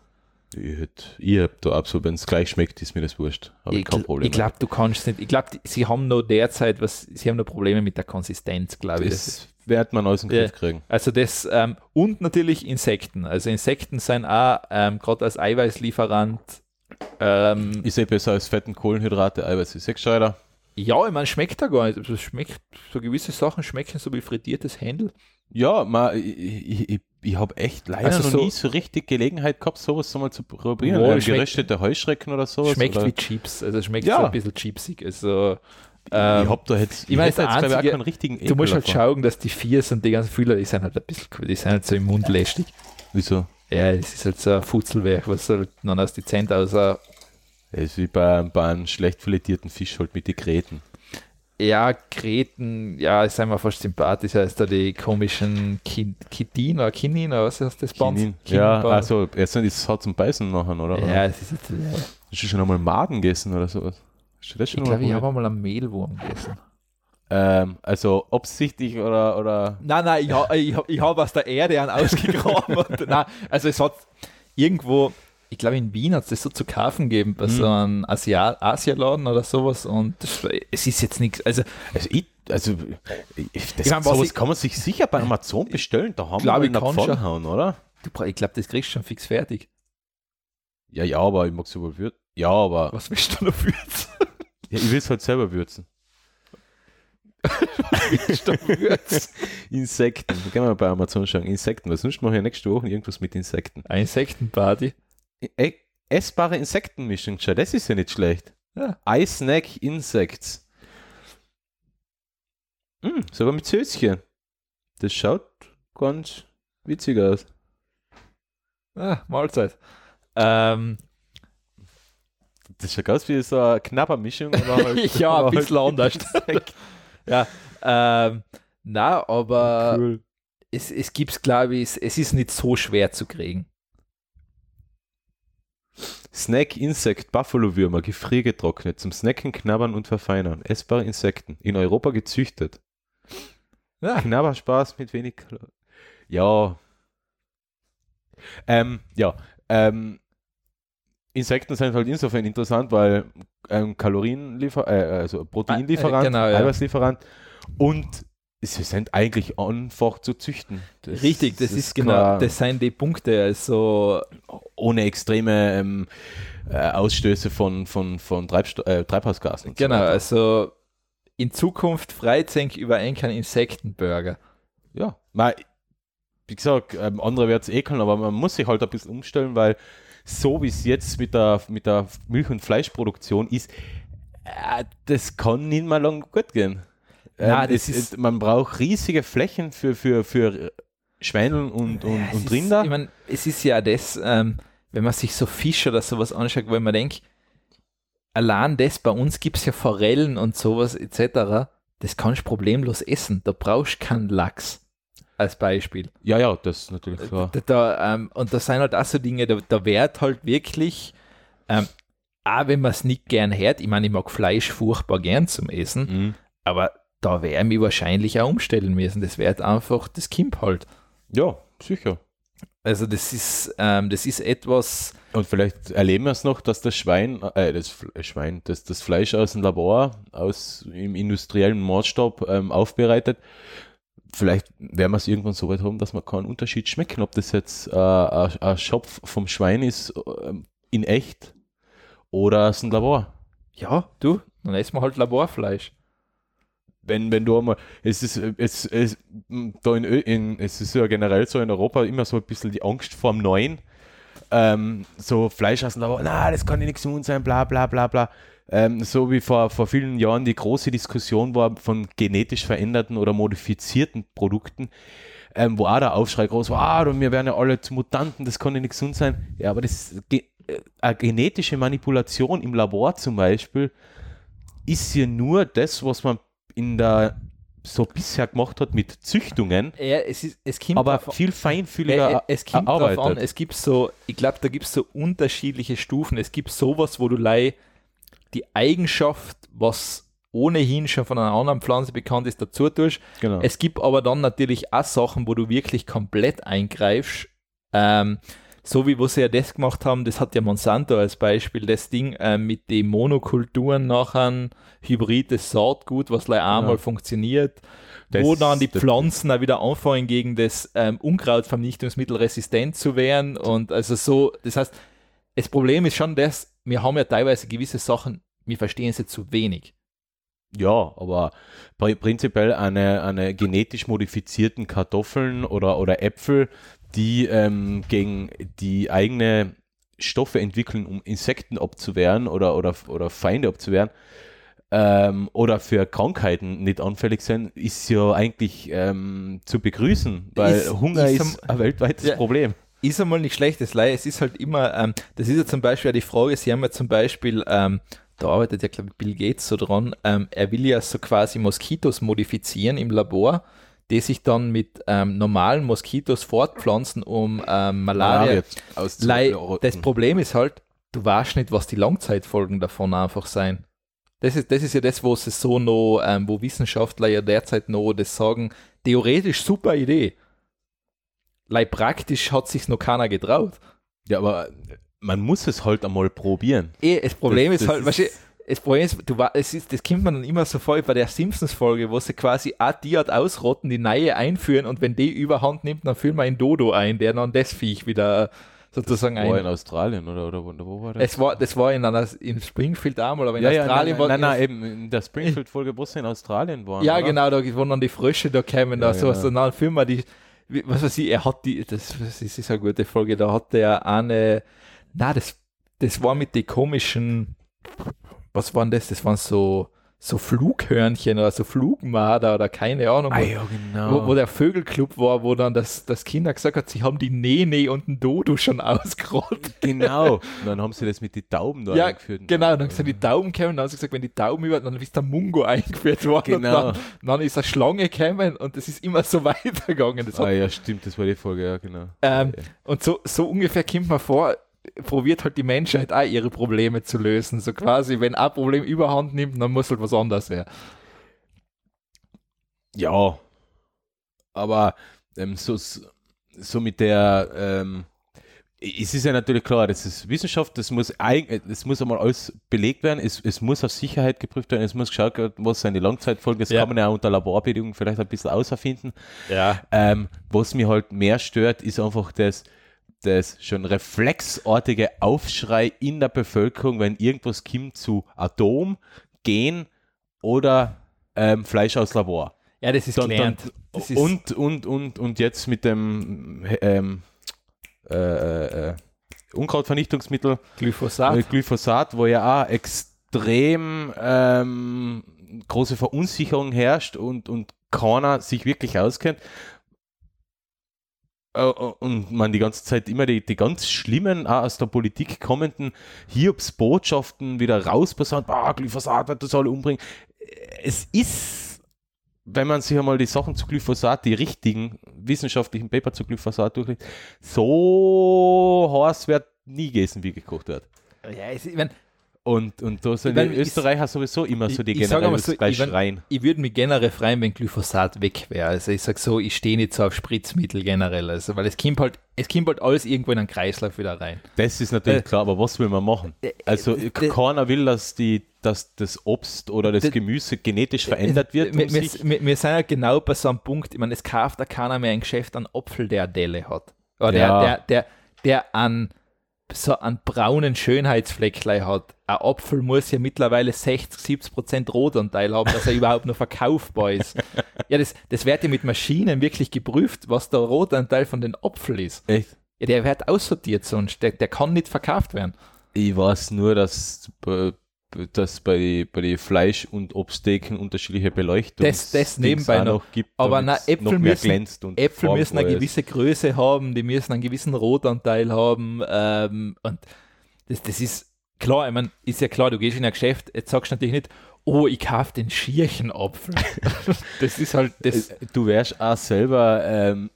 C: ich hätt- ich hab da absolut, wenn es gleich schmeckt, ist mir das wurscht. Habe ich, kein
B: gl-
C: Problem.
B: ich glaube, du kannst nicht. Ich glaube, sie haben nur derzeit was, sie haben nur Probleme mit der Konsistenz, glaube ich. Das,
C: das wird man alles in den
B: Ja.
C: Griff kriegen.
B: also das, ähm, und natürlich Insekten. Also Insekten sind auch ähm, gerade als Eiweißlieferant. Ähm,
C: Ich sehe besser als fetten Kohlenhydrate, Eiweiß ist sechsscheider.
B: ja, ich meine, schmeckt da gar nicht. Also es schmeckt, so gewisse Sachen schmecken so wie frittiertes Händel.
C: Ja, ma, ich, ich, ich, ich habe echt leider
B: Also
C: noch
B: so-
C: nie so richtig Gelegenheit gehabt, sowas so mal zu probieren.
B: Wohl,
C: Ähm,
B: schmeckt-
C: geröstete Heuschrecken oder sowas.
B: Schmeckt
C: oder,
B: wie Chips. Also schmeckt
C: Ja.
B: so ein bisschen chipsig. Also,
C: ich
B: ähm,
C: hab da jetzt,
B: ich mein,
C: hätte
B: das
C: jetzt, glaub ich, auch
B: einzige-
C: keinen richtigen
B: Du musst
C: Ekel
B: halt
C: davon.
B: schauen, dass die Viers und die ganzen Fühler, die sind halt ein bisschen, die sind halt so im Mund lästig.
C: Wieso?
B: Ja, es ist halt so ein Futzelwerk, was halt dann aus die Zent aus. äh,
C: Es ist wie bei, bei einem schlecht filetierten Fisch halt mit den Gräten.
B: Ja, Kreten, ja, es sind mir fast sympathisch, als da die komischen Kin Kitin oder Kinin oder was ist das Band?
C: Kinin. Ja,
B: Kinin-Band.
C: also jetzt ist es zum Beißen nachher, oder?
B: Ja, es ist jetzt, äh, ja.
C: Hast du schon einmal Maden gegessen oder sowas? Hast du das
B: Ich
C: schon
B: glaube, ich
C: einmal
B: habe einmal einen Mehlwurm gegessen.
C: probiert? ähm, Also absichtlich oder, oder
B: Nein, nein, ich habe ich hab, ich hab aus der Erde einen ausgegraben. *laughs* und, nein, also es hat irgendwo, ich glaube in Wien hat es das so zu kaufen gegeben, bei
C: Mhm.
B: so einem Asia Asialaden oder sowas und das, war- es ist jetzt nichts, also
C: also ich, also ich, das,
B: Ich mein, was
C: sowas
B: ich-
C: kann man sich sicher bei Amazon bestellen, da haben
B: Glaub,
C: wir
B: ich
C: einen
B: kann schon.
C: Pfannhauen, oder?
B: du, bra- ich glaube, das kriegst du schon fix fertig.
C: Ja, ja, aber ich mag es wohl würzen. Ja, aber
B: Was willst du dafür?
C: ja, ich will es halt selber würzen. *laughs* Insekten. Gehen wir mal bei Amazon schauen. Insekten, weil sonst mache ich nächste Woche irgendwas mit Insekten.
B: Eine Insektenparty.
C: E essbare Insektenmischung, schau, das ist ja nicht schlecht.
B: Ja.
C: Eisnack Insects. Mm, sogar mit Söschen. Das schaut ganz witzig aus.
B: Ah, Mahlzeit. Ähm,
C: Das schaut aus wie so eine knappe Mischung. aber *laughs* halt-
B: ja,
C: aber
B: ein bisschen
C: halt- *laughs*
B: anders. ja, ähm, na, aber
C: Cool.
B: es, es gibt es, glaube ich, es, es ist nicht so schwer zu kriegen.
C: Snack, Insekt, Buffalo-Würmer, gefriergetrocknet, zum Snacken, Knabbern und Verfeinern. Essbare Insekten, in Europa gezüchtet.
B: Ja.
C: Knabberspaß mit wenig Kalorien. Ja. Ähm, ja. Ähm, Insekten sind halt insofern interessant, weil ähm, Kalorienliefer, äh, also Proteinlieferant,
B: Ah, äh, genau, ja.
C: Eiweißlieferant und sie sind eigentlich einfach zu züchten. Das
B: Richtig, das ist genau,
C: kein-
B: das sind die Punkte. Also,
C: ohne extreme ähm, äh, Ausstöße von, von, von Treibsto äh, Treibhausgasen. und so
B: genau,
C: weiter.
B: also in Zukunft Freizink über einen kein Insektenburger.
C: Ja, mal, wie gesagt, ähm, andere werden es ekeln, aber man muss sich halt ein bisschen umstellen, weil so wie es jetzt mit der, mit der Milch- und Fleischproduktion ist, äh, das kann nicht mal lang gut gehen. Ähm,
B: Na, das
C: es,
B: ist-
C: es- man braucht riesige Flächen für, für, für Schweineln und, und,
B: Ja, es
C: und
B: ist-
C: Rinder.
B: Ich meine, es ist ja das, ähm, wenn man sich so Fisch oder sowas anschaut, weil man denkt, allein das, bei uns gibt es ja Forellen und sowas etc., das kannst du problemlos essen. Da brauchst du keinen Lachs als Beispiel.
C: ja, ja, das ist natürlich klar.
B: Da, da, ähm, und da sind halt auch so Dinge, da, da wird halt wirklich, ähm, auch wenn man es nicht gern hört, ich meine, ich mag Fleisch furchtbar gern zum Essen,
C: Mhm.
B: aber da wäre mir wahrscheinlich auch umstellen müssen. Das wird einfach das Kind halt.
C: Ja, sicher.
B: Also das ist, ähm, das ist etwas,
C: Und vielleicht erleben wir es noch, dass das Schwein, äh, das F- Schwein, dass das Fleisch aus dem Labor, aus im industriellen Maßstab ähm, aufbereitet. Vielleicht werden wir es irgendwann so weit haben, dass wir keinen Unterschied schmecken, ob das jetzt äh, ein ein Schopf vom Schwein ist ähm, in echt oder aus dem Labor.
B: ja, du, dann essen wir halt Laborfleisch.
C: Wenn, wenn du einmal, es ist, äh, es, es, m, da in, Ö- in, es ist ja generell so in Europa immer so ein bisschen die Angst vor dem Neuen. Ähm, so Fleisch aus dem Labor, na, das kann ja nichts gesund sein, bla bla bla bla. Ähm, so wie vor, vor vielen Jahren die große Diskussion war von genetisch veränderten oder modifizierten Produkten, ähm, wo auch der Aufschrei groß war, ah, wir werden ja alle zu Mutanten, das kann ja nicht gesund sein. Ja, aber das ge äh, eine genetische Manipulation im Labor zum Beispiel ist ja nur das, was man in der so bisher gemacht hat mit Züchtungen,
B: Ja, es ist, es kommt
C: aber
B: drauf-
C: viel feinfühliger
B: Äh, äh, es kommt drauf an,
C: erarbeitet.
B: es gibt so, ich glaube, da gibt es so unterschiedliche Stufen. Es gibt sowas, wo du lei die Eigenschaft, was ohnehin schon von einer anderen Pflanze bekannt ist, dazu tust.
C: genau.
B: Es gibt aber dann natürlich auch Sachen, wo du wirklich komplett eingreifst. Ähm, so wie wo sie ja das gemacht haben, das hat ja Monsanto als Beispiel, das Ding äh, mit den Monokulturen nachher, hybrides Saatgut, was gleich einmal
C: Ja.
B: funktioniert,
C: Genau. Das-
B: wo dann die
C: das-
B: Pflanzen auch wieder anfangen, gegen das ähm, Unkrautvernichtungsmittel resistent zu werden. Und also so, das heißt, das Problem ist schon das, wir haben ja teilweise gewisse Sachen, wir verstehen sie zu wenig.
C: Ja, aber pri- prinzipiell eine, eine genetisch modifizierten Kartoffeln oder, oder Äpfel, die ähm, gegen die eigene Stoffe entwickeln, um Insekten abzuwehren oder, oder, oder Feinde abzuwehren ähm, oder für Krankheiten nicht anfällig sind, ist ja eigentlich ähm, zu begrüßen, weil
B: Ist-
C: Hunger
B: ist
C: ist,
B: am-
C: ein weltweites
B: Ja.
C: Problem.
B: ist einmal nicht schlecht, das Leih. Es ist halt immer, ähm, das ist ja zum Beispiel auch die Frage, sie haben ja zum Beispiel, ähm, da arbeitet ja, glaube ich, Bill Gates so dran, ähm, er will ja so quasi Moskitos modifizieren im Labor, die sich dann mit ähm, normalen Moskitos fortpflanzen, um ähm, Malaria.
C: aus
B: Leih, das Problem ist halt, du weißt nicht, was die Langzeitfolgen davon einfach sein. Das ist, das ist ja das, wo sie so noch, ähm, wo Wissenschaftler ja derzeit noch das sagen, theoretisch super Idee. Leih praktisch hat sich noch keiner getraut.
C: ja, aber man muss es halt einmal probieren.
B: Eh, das Problem
C: Das-
B: ist
C: das
B: halt, weißt
C: ist-
B: du, das Problem ist, du, wa- es ist, das kennt man dann immer so vor bei der Simpsons-Folge, wo sie quasi auch die hat ausrotten, die neue einführen und wenn die überhand nimmt, dann führen wir einen Dodo ein, der dann das Viech wieder sozusagen
C: War in
B: ein.
C: Australien oder, oder wo, wo war das?
B: Es war, das war in, einer, in Springfield einmal, aber in Australien war
C: nein, nein, nein, nein, eben in der Springfield-Folge, wo sie in Australien waren.
B: Ja,
C: oder?
B: genau, da wo dann die Frösche da kämen, da
C: Ja,
B: sowas,
C: genau.
B: und dann filmen wir die, wie- was weiß ich, er hat die, das, das ist eine gute Folge, da hat der eine, na das, das war mit den komischen, was waren das, das waren so, so Flughörnchen oder so Flugmarder oder keine Ahnung, wo,
C: genau.
B: wo, wo der Vögelclub war, wo dann das, das Kinder gesagt hat, sie haben die Nene und den Dodo schon *laughs* ausgerollt.
C: genau. Und dann haben sie das mit den Tauben da
B: Ja,
C: eingeführt.
B: genau, dann sind die Tauben gekommen, dann haben sie gesagt, wenn die Tauben über, dann ist der Mungo *laughs* eingeführt worden
C: Genau.
B: und dann, dann ist eine Schlange gekommen und es ist immer so *laughs* weitergegangen. Das
C: Ah
B: hat,
C: ja, stimmt, das war die Folge, ja, genau.
B: ähm, und so, so ungefähr kommt man vor, probiert halt die Menschheit auch ihre Probleme zu lösen. So quasi, wenn ein Problem überhand nimmt, dann muss halt was anderes her.
C: Ja. Aber ähm, so, so mit der, ähm, es ist ja natürlich klar, das ist Wissenschaft, das muss, eig- äh, das muss einmal alles belegt werden, es, es muss auf Sicherheit geprüft werden, es muss geschaut werden, was sind die Langzeitfolgen, das
B: Ja.
C: kann man ja auch unter Laborbedingungen vielleicht ein bisschen auserfinden.
B: Ja.
C: Ähm, was mir halt mehr stört, ist einfach das, das schon reflexartige Aufschrei in der Bevölkerung, wenn irgendwas kommt zu Atom, Gen oder ähm, Fleisch aus Labor.
B: Ja, das ist
C: Dann-
B: gelernt.
C: dann-
B: das ist,
C: und, und, und, und jetzt mit dem ähm, äh, äh, äh, Unkrautvernichtungsmittel
B: Glyphosat.
C: äh, Glyphosat, wo ja auch extrem ähm, große Verunsicherung herrscht und, und keiner sich wirklich auskennt. Äh, Und man die ganze Zeit immer die, die ganz schlimmen, auch aus der Politik kommenden Hiobsbotschaften wieder rausposaunt, ah, Glyphosat wird das alle umbringen. Es ist, wenn man sich einmal die Sachen zu Glyphosat, die richtigen wissenschaftlichen Paper zu Glyphosat durchliest, so heiß wird nie gegessen, wie gekocht wird.
B: ja, es, ich mein,
C: Und, und da sind
B: Ich mein,
C: die
B: ich-
C: Österreicher sowieso immer so die
B: ich- ich sag einmal
C: generell
B: so, ich
C: gleich
B: mein-
C: schreien.
B: ich würde mich generell freuen, wenn Glyphosat weg wäre. Also ich sag so, ich stehe nicht so auf Spritzmittel generell. Also, weil es kommt halt, es kommt halt alles irgendwo in einen Kreislauf wieder rein.
C: Das ist natürlich
B: Äh,
C: klar, aber was will man machen? Also
B: äh,
C: keiner will, dass, die, dass das Obst oder das
B: d- äh,
C: Gemüse genetisch verändert wird. Um
B: wir, wir,
C: sich,
B: wir, wir sind ja genau bei so einem Punkt, ich meine, es kauft ja keiner mehr ein Geschäft an Apfel, der Adele hat. Oder der,
C: Ja.
B: der, der, der an so einen braunen Schönheitsflecklein hat. Ein Apfel muss ja mittlerweile 60, 70 Prozent Rotanteil haben, dass er *laughs* überhaupt noch verkaufbar ist. Ja, das, das wird ja mit Maschinen wirklich geprüft, was der Rotanteil von den Apfel ist.
C: echt?
B: Ja, der wird aussortiert sonst, der, der kann nicht verkauft werden.
C: Ich weiß nur, dass, bei- dass bei, bei den Fleisch- und Obsttheken unterschiedliche Beleuchtung
B: Das- das nebenbei noch.
C: gibt.
B: Aber
C: damit's
B: na, Äpfel
C: noch mehr
B: müssen-
C: glänzt und
B: Äpfel müssen eine
C: formvoll ist.
B: gewisse Größe haben, die müssen einen gewissen Rotanteil haben. Ähm, und das, das ist klar, ich meine, ist ja klar, du gehst in ein Geschäft, jetzt sagst du natürlich nicht, oh, ich kaufe den
C: *laughs*
B: Schierchenapfel. das ist halt das.
C: Äh, du wärst auch selber ähm,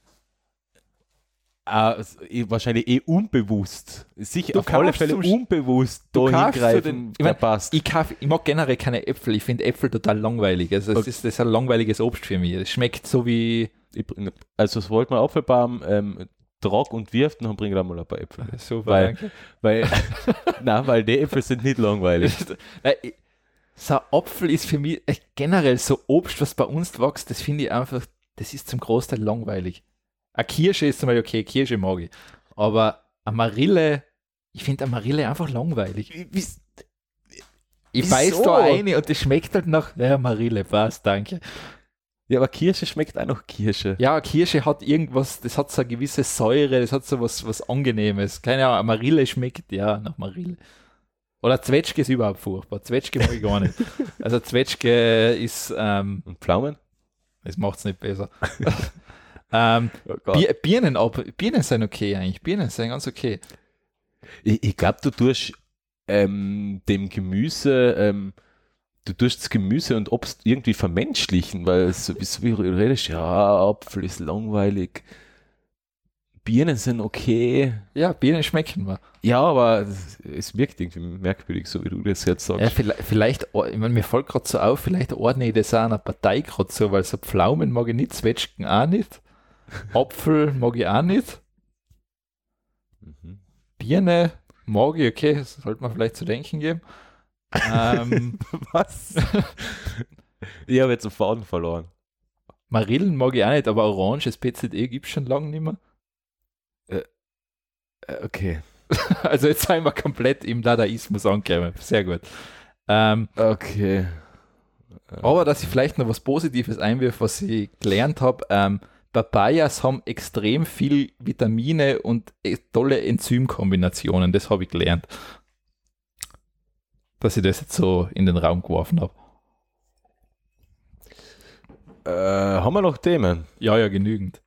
C: auch s- eh- wahrscheinlich eh unbewusst, sicher
B: Du
C: auf alle
B: kaufst
C: Fälle
B: zum Sch-
C: unbewusst da
B: du kaufst zu
C: hingreifen
B: den- ich mein,
C: verpasst.
B: Ich, kauf, ich mag generell keine Äpfel, ich finde Äpfel total langweilig. Also, es
C: Okay.
B: ist, das ist ein langweiliges Obst für mich. Es schmeckt so wie.
C: Ich bring- also es wollte man Apfelbaum ähm, trag und wirft und dann bringt er mal ein paar Äpfel. mit.
B: Super,
C: Weil, weil, *laughs* na, weil die Äpfel sind nicht langweilig.
B: *laughs* Nein, ich- so ein Apfel ist für mich äh, generell so Obst, was bei uns wächst, das finde ich einfach, das ist zum Großteil langweilig. Eine Kirsche ist zum Beispiel okay, Kirsche mag ich. Aber Amarille, ich finde Amarille einfach langweilig. Ich
C: Wieso?
B: weiß da eine und das schmeckt halt nach, ja, Amarille, passt, danke.
C: Ja, aber Kirsche schmeckt auch noch Kirsche.
B: Ja, eine Kirsche hat irgendwas, das hat so eine gewisse Säure, das hat so was, was Angenehmes. Keine Ahnung, Amarille schmeckt, ja, nach Marille. Oder Zwetschge ist überhaupt furchtbar. Zwetschge mag ich gar *laughs* nicht. Also Zwetschge ist, ähm,
C: Und Pflaumen?
B: das macht es nicht *laughs* besser. ähm, Bi- Birnen, ab, Birnen sind okay eigentlich. Birnen sind ganz okay.
C: Ich, ich glaube, du tust ähm, dem Gemüse, ähm, du tust das Gemüse und Obst irgendwie vermenschlichen, weil es so, so wie du redest, ja, Apfel ist langweilig. Birnen sind okay.
B: Ja, Birnen schmecken wir.
C: Ja, aber es, es wirkt irgendwie merkwürdig, so wie du das jetzt sagst.
B: Ja, vielleicht, vielleicht or- ich meine, mir fällt gerade so auf, vielleicht ordne ich das auch einer Partei gerade so, weil so Pflaumen mag ich nicht, Zwetschgen auch *laughs* nicht, Apfel mag ich auch nicht.
C: Mhm.
B: Birne, mag ich, okay, das sollte man vielleicht zu denken geben. *laughs* Ähm,
C: Was? ich habe jetzt einen Faden verloren.
B: Marillen mag ich auch nicht, aber Orange, das PZE gibt es schon lange nicht mehr. *laughs*
C: Äh, Okay.
B: Also jetzt sind wir komplett im Dadaismus angekommen. Sehr gut. Ähm,
C: Okay.
B: aber dass ich vielleicht noch was Positives einwirf, was ich gelernt habe, ähm, Papayas haben extrem viel Vitamine und e- tolle Enzymkombinationen, das habe ich gelernt. Dass ich das jetzt so in den Raum geworfen habe.
C: Äh, haben wir noch Themen?
B: Ja, ja, genügend.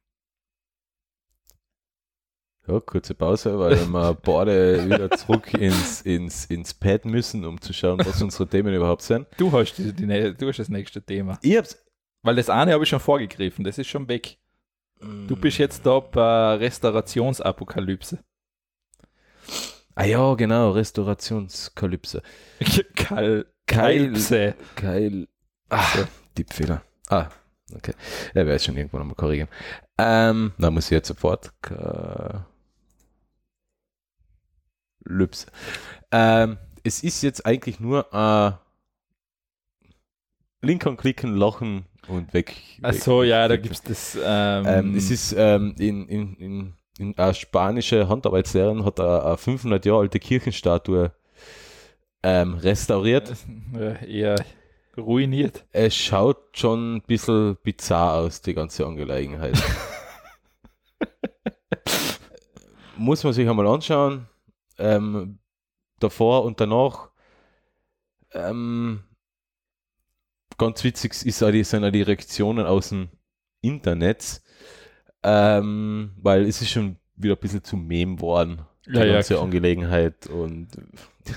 C: Ja, kurze Pause, weil wir beide wieder zurück ins, ins, ins Pad müssen, um zu schauen, was unsere Themen überhaupt sind.
B: Du hast, die, die, nä- du hast das nächste Thema.
C: Ich hab's.
B: Weil das eine habe ich schon vorgegriffen, das ist schon weg. Du bist jetzt da bei Restaurationsapokalypse.
C: *laughs* Ah ja, genau, Restaurationskalypse.
B: Kal
C: Keil.
B: Kalbse.
C: Keil. Ah, Tippfehler. Ah, okay. Er wird schon irgendwann nochmal korrigieren. Ähm, da muss ich jetzt sofort. Ka- Lübs. Ähm, es ist jetzt eigentlich nur äh, Lincoln klicken, lachen und weg. weg.
B: Achso, ja, da gibt es das. Ähm,
C: Ähm, es ist ähm, in, in, in, in eine spanische Handarbeitslehrerin hat eine, eine 500 Jahre alte Kirchenstatue ähm, restauriert.
B: äh, *laughs* eher ruiniert.
C: Es schaut schon ein bisschen bizarr aus, die
B: *laughs*
C: ganze Angelegenheit. Muss man sich einmal anschauen. Ähm, davor und danach. Ähm, ganz witzig ist auch die, sind auch die Reaktionen aus dem Internet. Ähm, weil es ist schon wieder ein bisschen zu Mem worden. Die
B: Ja, ja,
C: ganze
B: klar.
C: Angelegenheit. Und,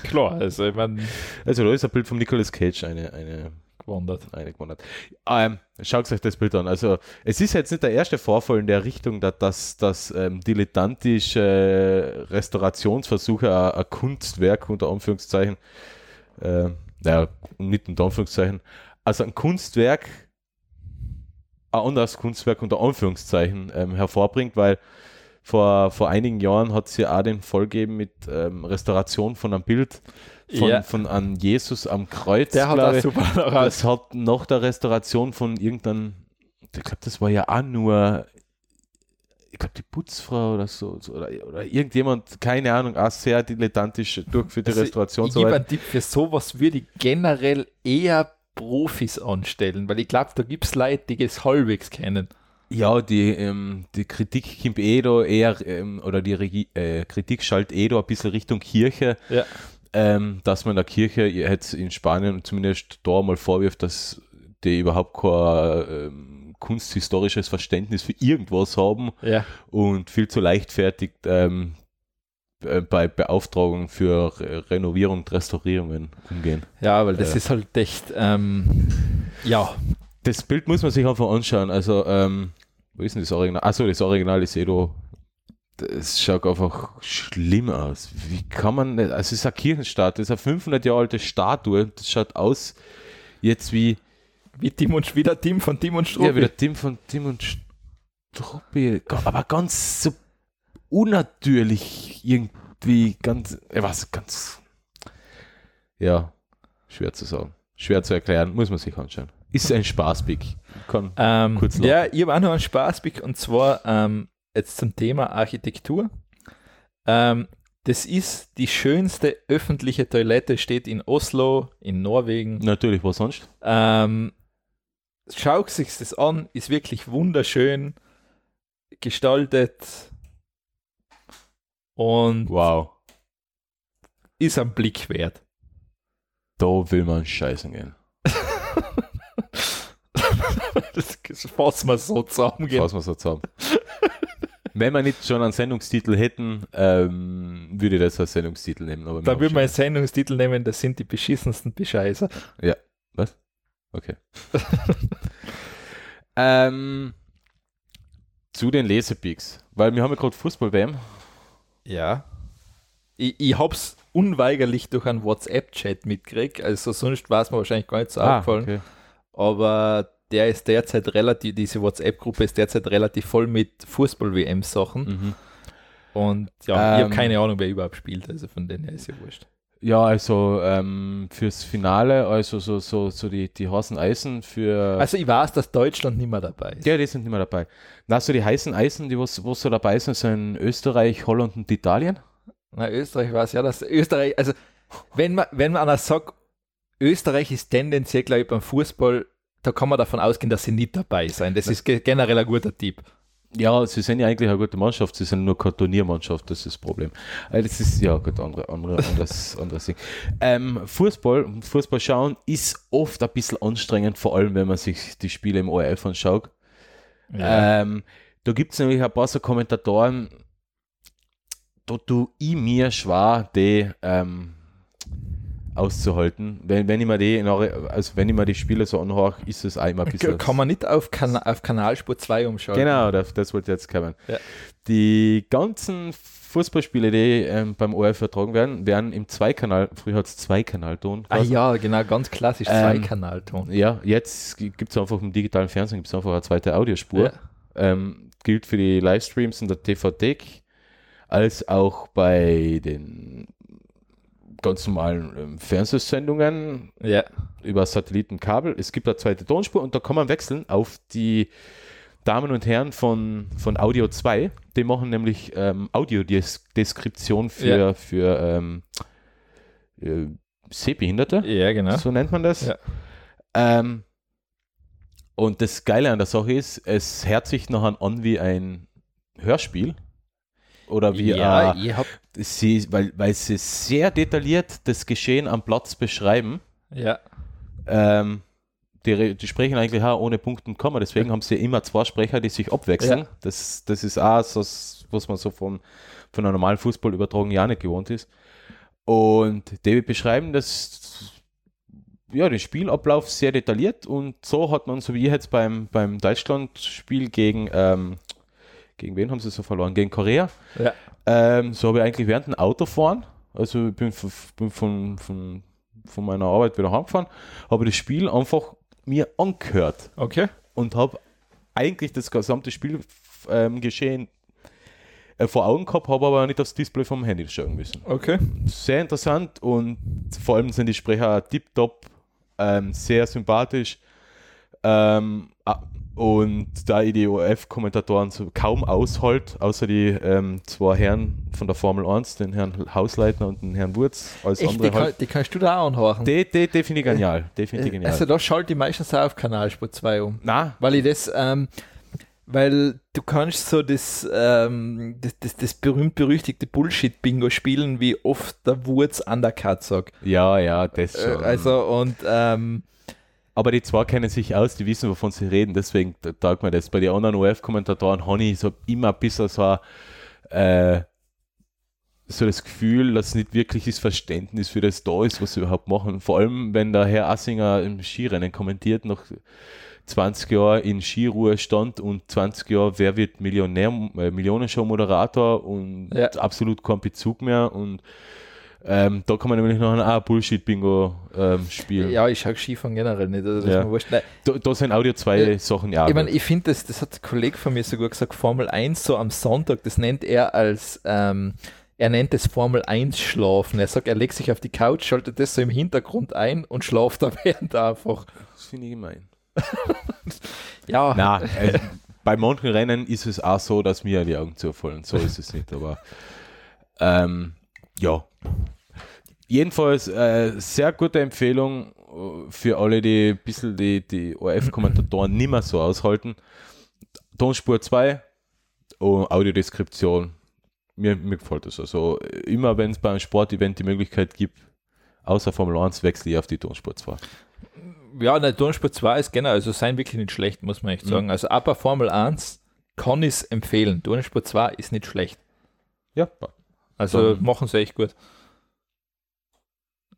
B: Klar, also ich meine,
C: also da ist ein Bild von Nicolas Cage, eine, eine
B: gewandert.
C: einigen hat. Ähm, schaut euch das Bild an. Also, es ist jetzt nicht der erste Vorfall in der Richtung, dass das, das ähm, dilettantische äh, Restaurationsversuche ein, ein Kunstwerk unter Anführungszeichen, äh, naja, nicht unter Anführungszeichen, also ein Kunstwerk, ein anderes Kunstwerk unter Anführungszeichen ähm, hervorbringt, weil vor, vor einigen Jahren hat sie auch den Fall gegeben mit ähm, Restauration von einem Bild von,
B: Ja.
C: von einem Jesus am Kreuz.
B: Der hat
C: glaub
B: auch *laughs*
C: ich.
B: super raus.
C: Das hat nach der Restauration von irgendeinem, ich glaube, das war ja auch nur, ich glaube, die Putzfrau oder so, so oder, oder irgendjemand, keine Ahnung, auch sehr dilettantisch durchgeführte
B: Also,
C: Restauration.
B: Ich
C: So
B: gebe einen Tipp, für sowas würde ich generell eher Profis anstellen, weil ich glaube, da gibt es Leute, die es halbwegs kennen.
C: ja, die, ähm, die Kritik kommt eh da eher, ähm, oder die Regie, äh, Kritik schaltet eh da ein bisschen Richtung Kirche,
B: Ja.
C: ähm, dass man der Kirche jetzt in Spanien zumindest da mal vorwirft, dass die überhaupt kein ähm, kunsthistorisches Verständnis für irgendwas haben.
B: Ja.
C: und viel zu leichtfertig ähm, äh, bei Beauftragung für Re- Renovierung und Restaurierungen umgehen.
B: Ja, weil das
C: Äh.
B: ist halt echt, ähm, ja,
C: Das Bild muss man sich einfach anschauen. Also, ähm, wo ist denn das Original? Achso, das Original ist Edo. Das schaut einfach schlimm aus. Wie kann man, nicht- also es ist eine Kirchenstatue, es ist eine 500 Jahre alte Statue, das schaut aus jetzt wie,
B: wie Tim und wieder Tim von Tim und Struppi.
C: ja, wie der Tim von Tim und Struppi, Ga- aber ganz so unnatürlich irgendwie, ganz, ja, was, ganz, ja, schwer zu sagen, schwer zu erklären, muss man sich anschauen. Ist ein Spaßpick. Kann,
B: Ähm,
C: Kurz lachen.
B: ja, ich habe auch noch einen Spaß, und zwar ähm, jetzt zum Thema Architektur. Ähm, das ist die schönste öffentliche Toilette, steht in Oslo, in Norwegen.
C: natürlich, was sonst?
B: Ähm, schau sich das an, ist wirklich wunderschön gestaltet und
C: Wow.
B: ist ein Blick wert.
C: Da will man scheißen gehen.
B: *laughs* Das fassen wir so zusammen.
C: Fassen wir so zusammen. Wenn wir nicht schon einen Sendungstitel hätten, ähm, würde ich das als Sendungstitel nehmen. Aber
B: Da
C: wir
B: würde
C: haben
B: man einen Sendungstitel nehmen, das sind die beschissensten Bescheißer.
C: Okay. *laughs* ähm, zu den Lesepicks, weil wir haben ja gerade Fußball-WM.
B: Ja. Ich, ich hab's unweigerlich durch einen WhatsApp-Chat mitgekriegt, also sonst war es mir wahrscheinlich gar nicht so aufgefallen.
C: Ah, okay.
B: Aber der ist derzeit relativ, diese WhatsApp-Gruppe ist derzeit relativ voll mit Fußball-WM-Sachen.
C: mhm.
B: Und ja, ich
C: Ähm.
B: habe keine Ahnung, wer überhaupt spielt, also von denen her ist ja wurscht.
C: Ja, also ähm, fürs Finale, also so, so, so die, die heißen Eisen für.
B: Also ich weiß, dass Deutschland nicht mehr dabei ist.
C: ja, die sind nicht mehr dabei. Na, so die heißen Eisen, die was, was so dabei sind, sind Österreich, Holland und Italien.
B: Na, Österreich war es ja, dass Österreich, also wenn man, wenn man einer sagt, Österreich ist tendenziell, glaube ich, beim Fußball, da kann man davon ausgehen, dass sie nicht dabei sein. Das ist ge- generell ein guter Tipp.
C: Ja, sie sind ja eigentlich eine gute Mannschaft, sie sind nur keine Turniermannschaft, das ist das Problem. Äh, Das ist ja gut, andere, andere, anderes, *laughs* anderes Ding. Ähm, Fußball, Fußball schauen ist oft ein bisschen anstrengend, vor allem wenn man sich die Spiele im ORF anschaut. Ähm, da gibt es nämlich ein paar so Kommentatoren, da tue ich mir schwer, die ähm, auszuhalten. Wenn, wenn ich mir die, in eure- also wenn ich mir die Spiele so anhöre, ist es auch immer ein bisschen.
B: Äh, Kann man nicht auf, Kana auf Kanalspur 2 umschauen.
C: Genau, das, das wollte ich jetzt kommen.
B: Ja.
C: Die ganzen Fußballspiele, die ähm, beim ORF vertragen werden, werden im Zweikanal, früher hat es Zweikanalton.
B: Ah
C: quasi.
B: ja, genau, ganz klassisch,
C: Ähm,
B: Zweikanalton.
C: ja, jetzt gibt es einfach im digitalen Fernsehen gibt's einfach eine zweite Audiospur.
B: Ja.
C: Ähm, gilt für die Livestreams in der TV-Thek, als auch bei den ganz normalen ähm, Fernsehsendungen
B: Ja.
C: über Satellitenkabel. Es gibt eine zweite Tonspur und da kann man wechseln auf die Damen und Herren von, von Audio 2. Die machen nämlich ähm, Audiodeskription für,
B: Ja.
C: für ähm, äh, Sehbehinderte,
B: ja, genau.
C: so nennt man das.
B: Ja.
C: Ähm, und das Geile an der Sache ist, es hört sich nachher an wie ein Hörspiel. Oder wie
B: ja,
C: ein-
B: ihr habt,
C: sie, weil, weil sie sehr detailliert das Geschehen am Platz beschreiben.
B: ja,
C: Ähm, die, re- die sprechen eigentlich auch ohne Punkt und Komma, deswegen haben sie immer zwei Sprecher, die sich abwechseln.
B: Ja.
C: Das, das ist auch so, s- was man so von, von einer normalen Fußballübertragung ja nicht gewohnt ist. Und die beschreiben das, ja, den Spielablauf sehr detailliert und so hat man, so wie jetzt beim, beim Deutschland-Spiel gegen, ähm, gegen wen haben sie so verloren? Gegen Korea.
B: ja,
C: Ähm, so habe ich eigentlich während dem Autofahren, also ich bin, von- bin von, von, von meiner Arbeit wieder heimgefahren, habe das Spiel einfach mir angehört
B: okay.
C: und habe eigentlich das gesamte Spiel ähm, geschehen äh, vor Augen gehabt, habe aber nicht das Display vom Handy schauen müssen.
B: Okay.
C: Sehr interessant und vor allem sind die Sprecher tiptop, ähm, sehr sympathisch ähm, ah, und da ich die ORF-Kommentatoren so kaum aushalt, außer die ähm, zwei Herren von der Formel 1, den Herrn Hausleitner und den Herrn Wurz, als
B: Echt, die,
C: andere
B: kann,
C: halt.
B: die kannst du da auch anhören.
C: Die, die, die finde ich genial. Die finde ich
B: Äh,
C: genial.
B: Also da schalte ich meistens auch auf Kanalspur 2 um.
C: Na,
B: Weil ich das, ähm, weil du kannst so das, ähm, das, das, das berühmt-berüchtigte Bullshit-Bingo spielen, wie oft der Wurz Undercut sagt.
C: ja, ja, das
B: Äh,
C: schon.
B: also und ähm,
C: Aber die zwei kennen sich aus, die wissen, wovon sie reden, deswegen t- taugt mir das. Bei den anderen ORF-Kommentatoren habe ich so immer ein bisschen so, äh, so das Gefühl, dass nicht wirklich das Verständnis für das da ist, was sie überhaupt machen. Vor allem, wenn der Herr Assinger im Skirennen kommentiert, nach 20 Jahren in Skiruhe stand und 20 Jahre, wer wird Millionär, äh, Millionenshow-Moderator und
B: Ja.
C: absolut keinen Bezug mehr und ähm, da kann man nämlich noch ein ah, Bullshit-Bingo ähm, spielen.
B: ja, ich schaue Skifahren generell nicht. Also das
C: Ja.
B: ist mir wurscht. Nein,
C: Da, da sind Audio zwei
B: Äh,
C: Sachen ja.
B: ich meine, ich finde das, das hat ein Kollege von mir sogar gesagt, Formel 1 so am Sonntag, das nennt er als, ähm, er nennt es Formel 1 schlafen. Er sagt, er legt sich auf die Couch, schaltet das so im Hintergrund ein und schlaft *laughs* da während einfach.
C: das finde ich *laughs* gemein.
B: Ja,
C: Na, äh, bei manchen Rennen ist es auch so, dass mir die Augen zufallen. So ist es nicht, aber ähm, ja. Jedenfalls äh, sehr gute Empfehlung äh, für alle, die ein bisschen die, die ORF-Kommentatoren nicht mehr so aushalten. Tonspur 2 und Audiodeskription. Mir, mir gefällt das. Also äh, immer wenn es bei einem Sportevent die Möglichkeit gibt, außer Formel 1, wechsle ich auf die Tonspur 2.
B: Ja, der Turnsport 2 ist generell, also sein wirklich nicht schlecht, muss man
C: Mhm.
B: echt sagen. Also aber Formel 1 kann ich es empfehlen. Turnsport 2 ist nicht schlecht.
C: Ja, passt.
B: Also
C: Mhm.
B: machen sie echt gut.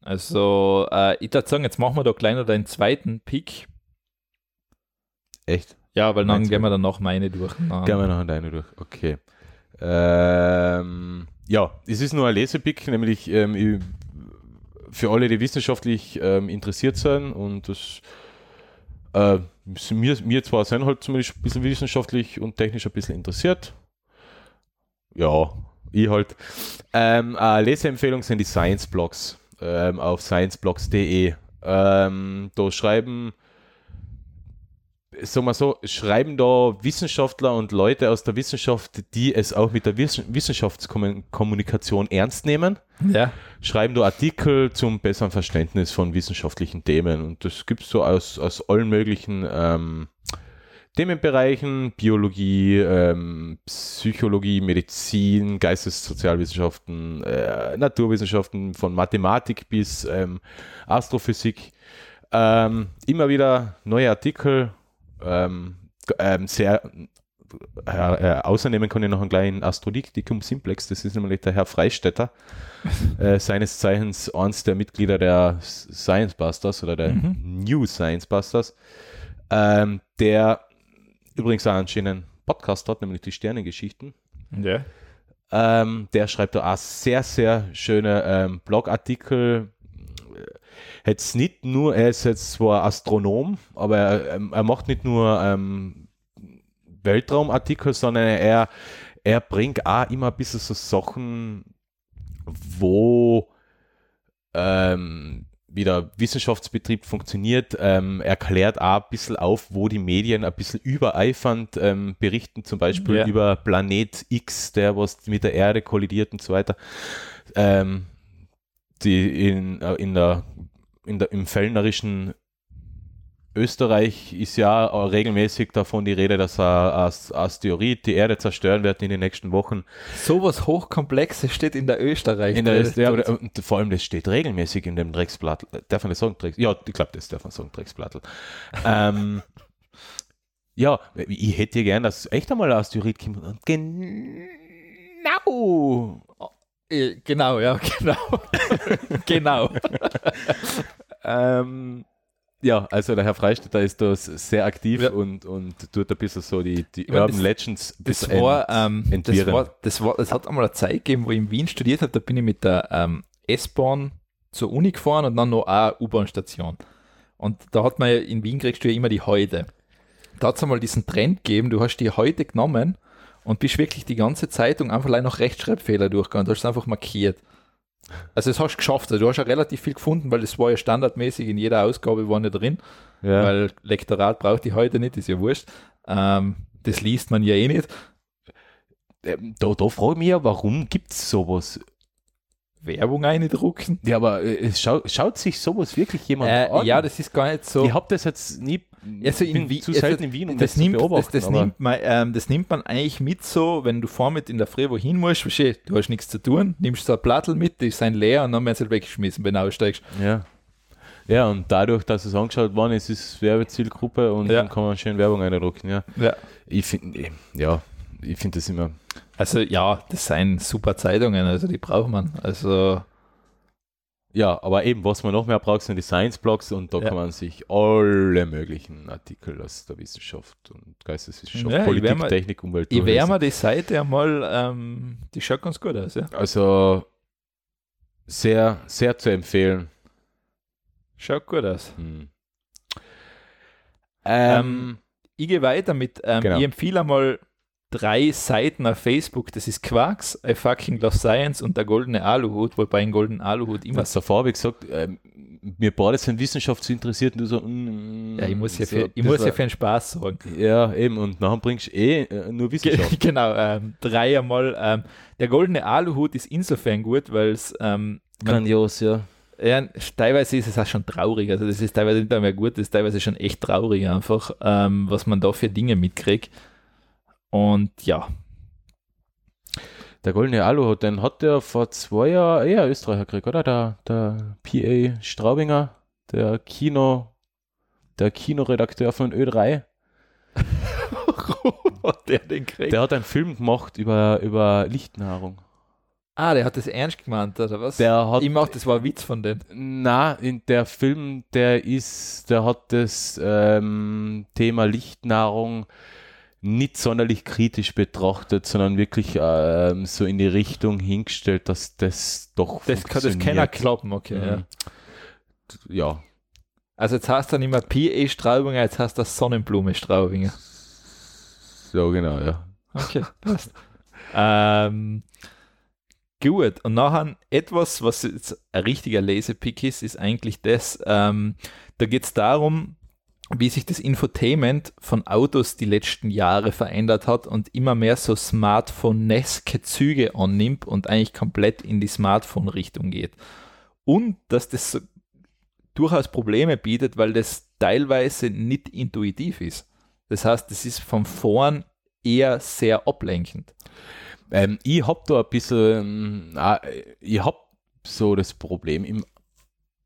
B: Also, äh, ich würde sagen, jetzt machen wir da gleich noch den zweiten Pick.
C: Echt?
B: Ja, weil dann
C: Meinst du?
B: gehen wir dann noch meine durch. Na,
C: Gehen wir noch an deine durch. Okay. Ähm, ja, es ist nur ein Lesepick, nämlich ähm, ich- für alle, die wissenschaftlich ähm, interessiert sind und das äh, mir, mir zwar sind halt zumindest ein bisschen wissenschaftlich und technisch ein bisschen interessiert. Ja, ich halt. Ähm, eine Leseempfehlung sind die Science Blogs ähm, auf scienceblogs.de. Ähm, da schreiben sagen wir so, schreiben da Wissenschaftler und Leute aus der Wissenschaft, die es auch mit der Wiss Wissenschaftskommunikation ernst nehmen,
B: Ja,
C: schreiben da Artikel zum besseren Verständnis von wissenschaftlichen Themen. Und das gibt es so aus, aus allen möglichen ähm, Themenbereichen Biologie, ähm, Psychologie, Medizin, Geistes-, Sozialwissenschaften, äh, Naturwissenschaften, von Mathematik bis ähm, Astrophysik. Ähm, immer wieder neue Artikel, ähm, g- ähm, sehr äh, äh, außernehmen kann ich noch einen kleinen Astrodiktikum Simplex, das ist nämlich der Herr Freistetter, äh, seines Zeichens eins der Mitglieder der Science Busters oder der
B: Mhm.
C: New Science Busters, ähm, der übrigens auch anscheinend Podcast hat, nämlich die Sternengeschichten.
B: Ja.
C: Ähm, der schreibt da auch sehr, sehr schöne ähm, Blogartikel. Jetzt nicht nur, er ist jetzt zwar Astronom, aber er, ähm, er macht nicht nur ähm, Weltraumartikel, sondern er, er bringt auch immer ein bisschen so Sachen, wo ähm, wie der Wissenschaftsbetrieb funktioniert, ähm, erklärt auch ein bisschen auf, wo die Medien ein bisschen übereifernd ähm, berichten, zum Beispiel
B: Ja.
C: über Planet X, der was mit der Erde kollidiert und so weiter. Ähm, die in, äh, in der, in der, im fellnerischen Österreich ist ja auch regelmäßig davon die Rede, dass ein As- Asteroid die Erde zerstören wird in den nächsten Wochen.
B: Sowas Hochkomplexes steht in der Österreich.
C: In der, ja, aber, und vor allem, das steht regelmäßig in dem Drecksblatt. Darf man das sagen? Drecks, ja, ich glaube, das darf man sagen, Drecksblatt. ähm, *laughs* ja, ich hätte ja gern, dass echt einmal ein Asteroid kommt. Und genau.
B: Äh, Genau, ja, *laughs* genau. genau.
C: Ähm, ja, also der Herr Freistetter ist da sehr aktiv
B: Ja.
C: und, und tut ein bisschen so die, die
B: meine,
C: Urban
B: das-
C: Legends
B: Das
C: bisschen
B: war, ähm, das,
C: entwirren.
B: war, das war, das hat einmal eine Zeit gegeben, wo ich in Wien studiert habe. Da bin ich mit der ähm, S-Bahn zur Uni gefahren und dann noch eine U-Bahn-Station. Und da hat man ja in Wien kriegst du ja immer die Heute. Da hat es einmal diesen Trend gegeben, du hast die Heute genommen und bist wirklich die ganze Zeitung einfach allein noch Rechtschreibfehler durchgegangen. Du hast es einfach markiert. Also das hast du geschafft. Also du hast ja relativ viel gefunden, weil das war ja standardmäßig in jeder Ausgabe war nicht drin
C: ja.
B: weil Lektorat braucht ich heute nicht, ist ja wurscht. Ähm, das liest man ja eh nicht.
C: Ähm, da, da frage ich mich ja, warum gibt es sowas?
B: Werbung eindrucken.
C: Ja, aber äh, es schau, schaut sich sowas wirklich jemand
B: Äh,
C: an?
B: ja, das ist gar nicht so.
C: Ich habe das jetzt nie.
B: Also
C: ich
B: in
C: bin
B: Wien-
C: zu
B: also
C: selten in Wien, um das,
B: das, nimmt,
C: zu
B: das,
C: beobachten.
B: das,
C: aber
B: nimmt man, ähm, das nimmt man eigentlich mit so, wenn du vor mit in der Früh wohin musst, versteh, du hast nichts zu tun, nimmst so ein Plattel mit, die sind leer und dann werden sie halt weggeschmissen, wenn du aussteigst.
C: ja. ja, und dadurch, dass es angeschaut worden ist, ist es Werbezielgruppe und
B: Ja.
C: dann kann man schön Werbung eindrucken. Ja,
B: Ja.
C: ich finde ja, ich finde das immer.
B: Also ja, das sind super Zeitungen, also die braucht man. Also
C: Ja, aber eben, was man noch mehr braucht, sind die Science-Blogs und da
B: Ja.
C: kann man sich alle möglichen Artikel aus der Wissenschaft und Geisteswissenschaft,
B: Ja, ich
C: Politik,
B: wär mal-
C: Technik, Umwelt
B: ich wäre
C: durchlesen.
B: mal die Seite einmal, ähm, die schaut ganz gut aus, ja.
C: Also sehr, sehr zu empfehlen.
B: Schaut gut aus.
C: Hm.
B: Ähm, ich gehe weiter mit, ähm,
C: Genau.
B: ich empfehle einmal drei Seiten auf Facebook. Das ist Quarks, I fucking love science und der goldene Aluhut, wobei ein goldenen Aluhut immer
C: Was davor habe ich gesagt, ähm, wir beide sind wissenschaftsinteressiert und du so, mm,
B: ja, ich muss ja
C: so,
B: für, ich
C: das
B: muss ja
C: war-
B: für einen Spaß sorgen.
C: ja, eben, und nachher bringst du eh äh, nur
B: *laughs*
C: Wissenschaft.
B: Ge- genau, ähm, drei einmal. Ähm, der goldene Aluhut ist insofern gut, weil es ähm, man-
C: Grandios, ja.
B: ja, teilweise ist es auch schon traurig. Also das ist teilweise nicht mehr gut, das ist teilweise schon echt traurig einfach, ähm, was man da für Dinge mitkriegt. Und ja,
C: Der goldene Aluhut, den hat der vor zwei Jahren eher Österreicher gekriegt, oder? Der, der PA Straubinger, der Kino, der Kinoredakteur von Ö3.
B: hat der den kriegt.
C: Der *laughs* hat einen Film gemacht über, über Lichtnahrung.
B: Ah, der hat das ernst gemeint, oder was?
C: Der hat
B: ich mach, das war ein Witz von denen.
C: Na, in der Film, der ist, der hat das ähm, Thema Lichtnahrung nicht sonderlich kritisch betrachtet, sondern wirklich ähm, so in die Richtung hingestellt, dass das doch
B: Das kann, das kann auch
C: funktioniert.
B: klappen, okay. Ja.
C: Mhm. Ja.
B: Also jetzt heißt er nicht mehr PE Straubinger, E jetzt heißt er Sonnenblume Straubinger.
C: So genau, ja.
B: *laughs* Okay, passt. ähm, gut, und nachher etwas, was jetzt ein richtiger Laserpick ist, ist eigentlich das, ähm, da geht es darum, wie sich das Infotainment von Autos die letzten Jahre verändert hat und immer mehr so smartphone-eske Züge annimmt und eigentlich komplett in die Smartphone-Richtung geht. Und dass das so durchaus Probleme bietet, weil das teilweise nicht intuitiv ist. Das heißt, es ist von vorn eher sehr ablenkend.
C: Ähm, ich habe da ein bisschen, äh, ich habe so das Problem im,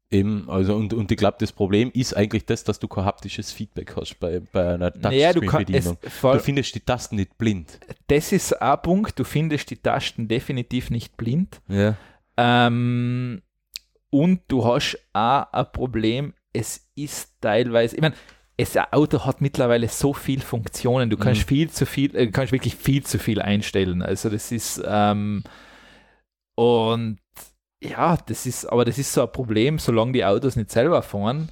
C: im also und, und ich glaube, das Problem ist eigentlich das, dass du kein haptisches Feedback hast bei, bei einer
B: Naja, du kann-
C: Touchscreen-Bedienung.
B: es-
C: Du
B: voll-
C: findest die Tasten nicht blind.
B: Das ist ein Punkt, du findest die Tasten definitiv nicht blind.
C: Ja.
B: Ähm, und du hast auch ein Problem, es ist teilweise, ich meine, es, ein Auto hat mittlerweile so viel Funktionen, du kannst
C: Mhm.
B: viel zu viel, äh, du kannst wirklich viel zu viel einstellen. Also das ist, ähm, und ja, das ist, aber das ist so ein Problem, solange die Autos nicht selber fahren.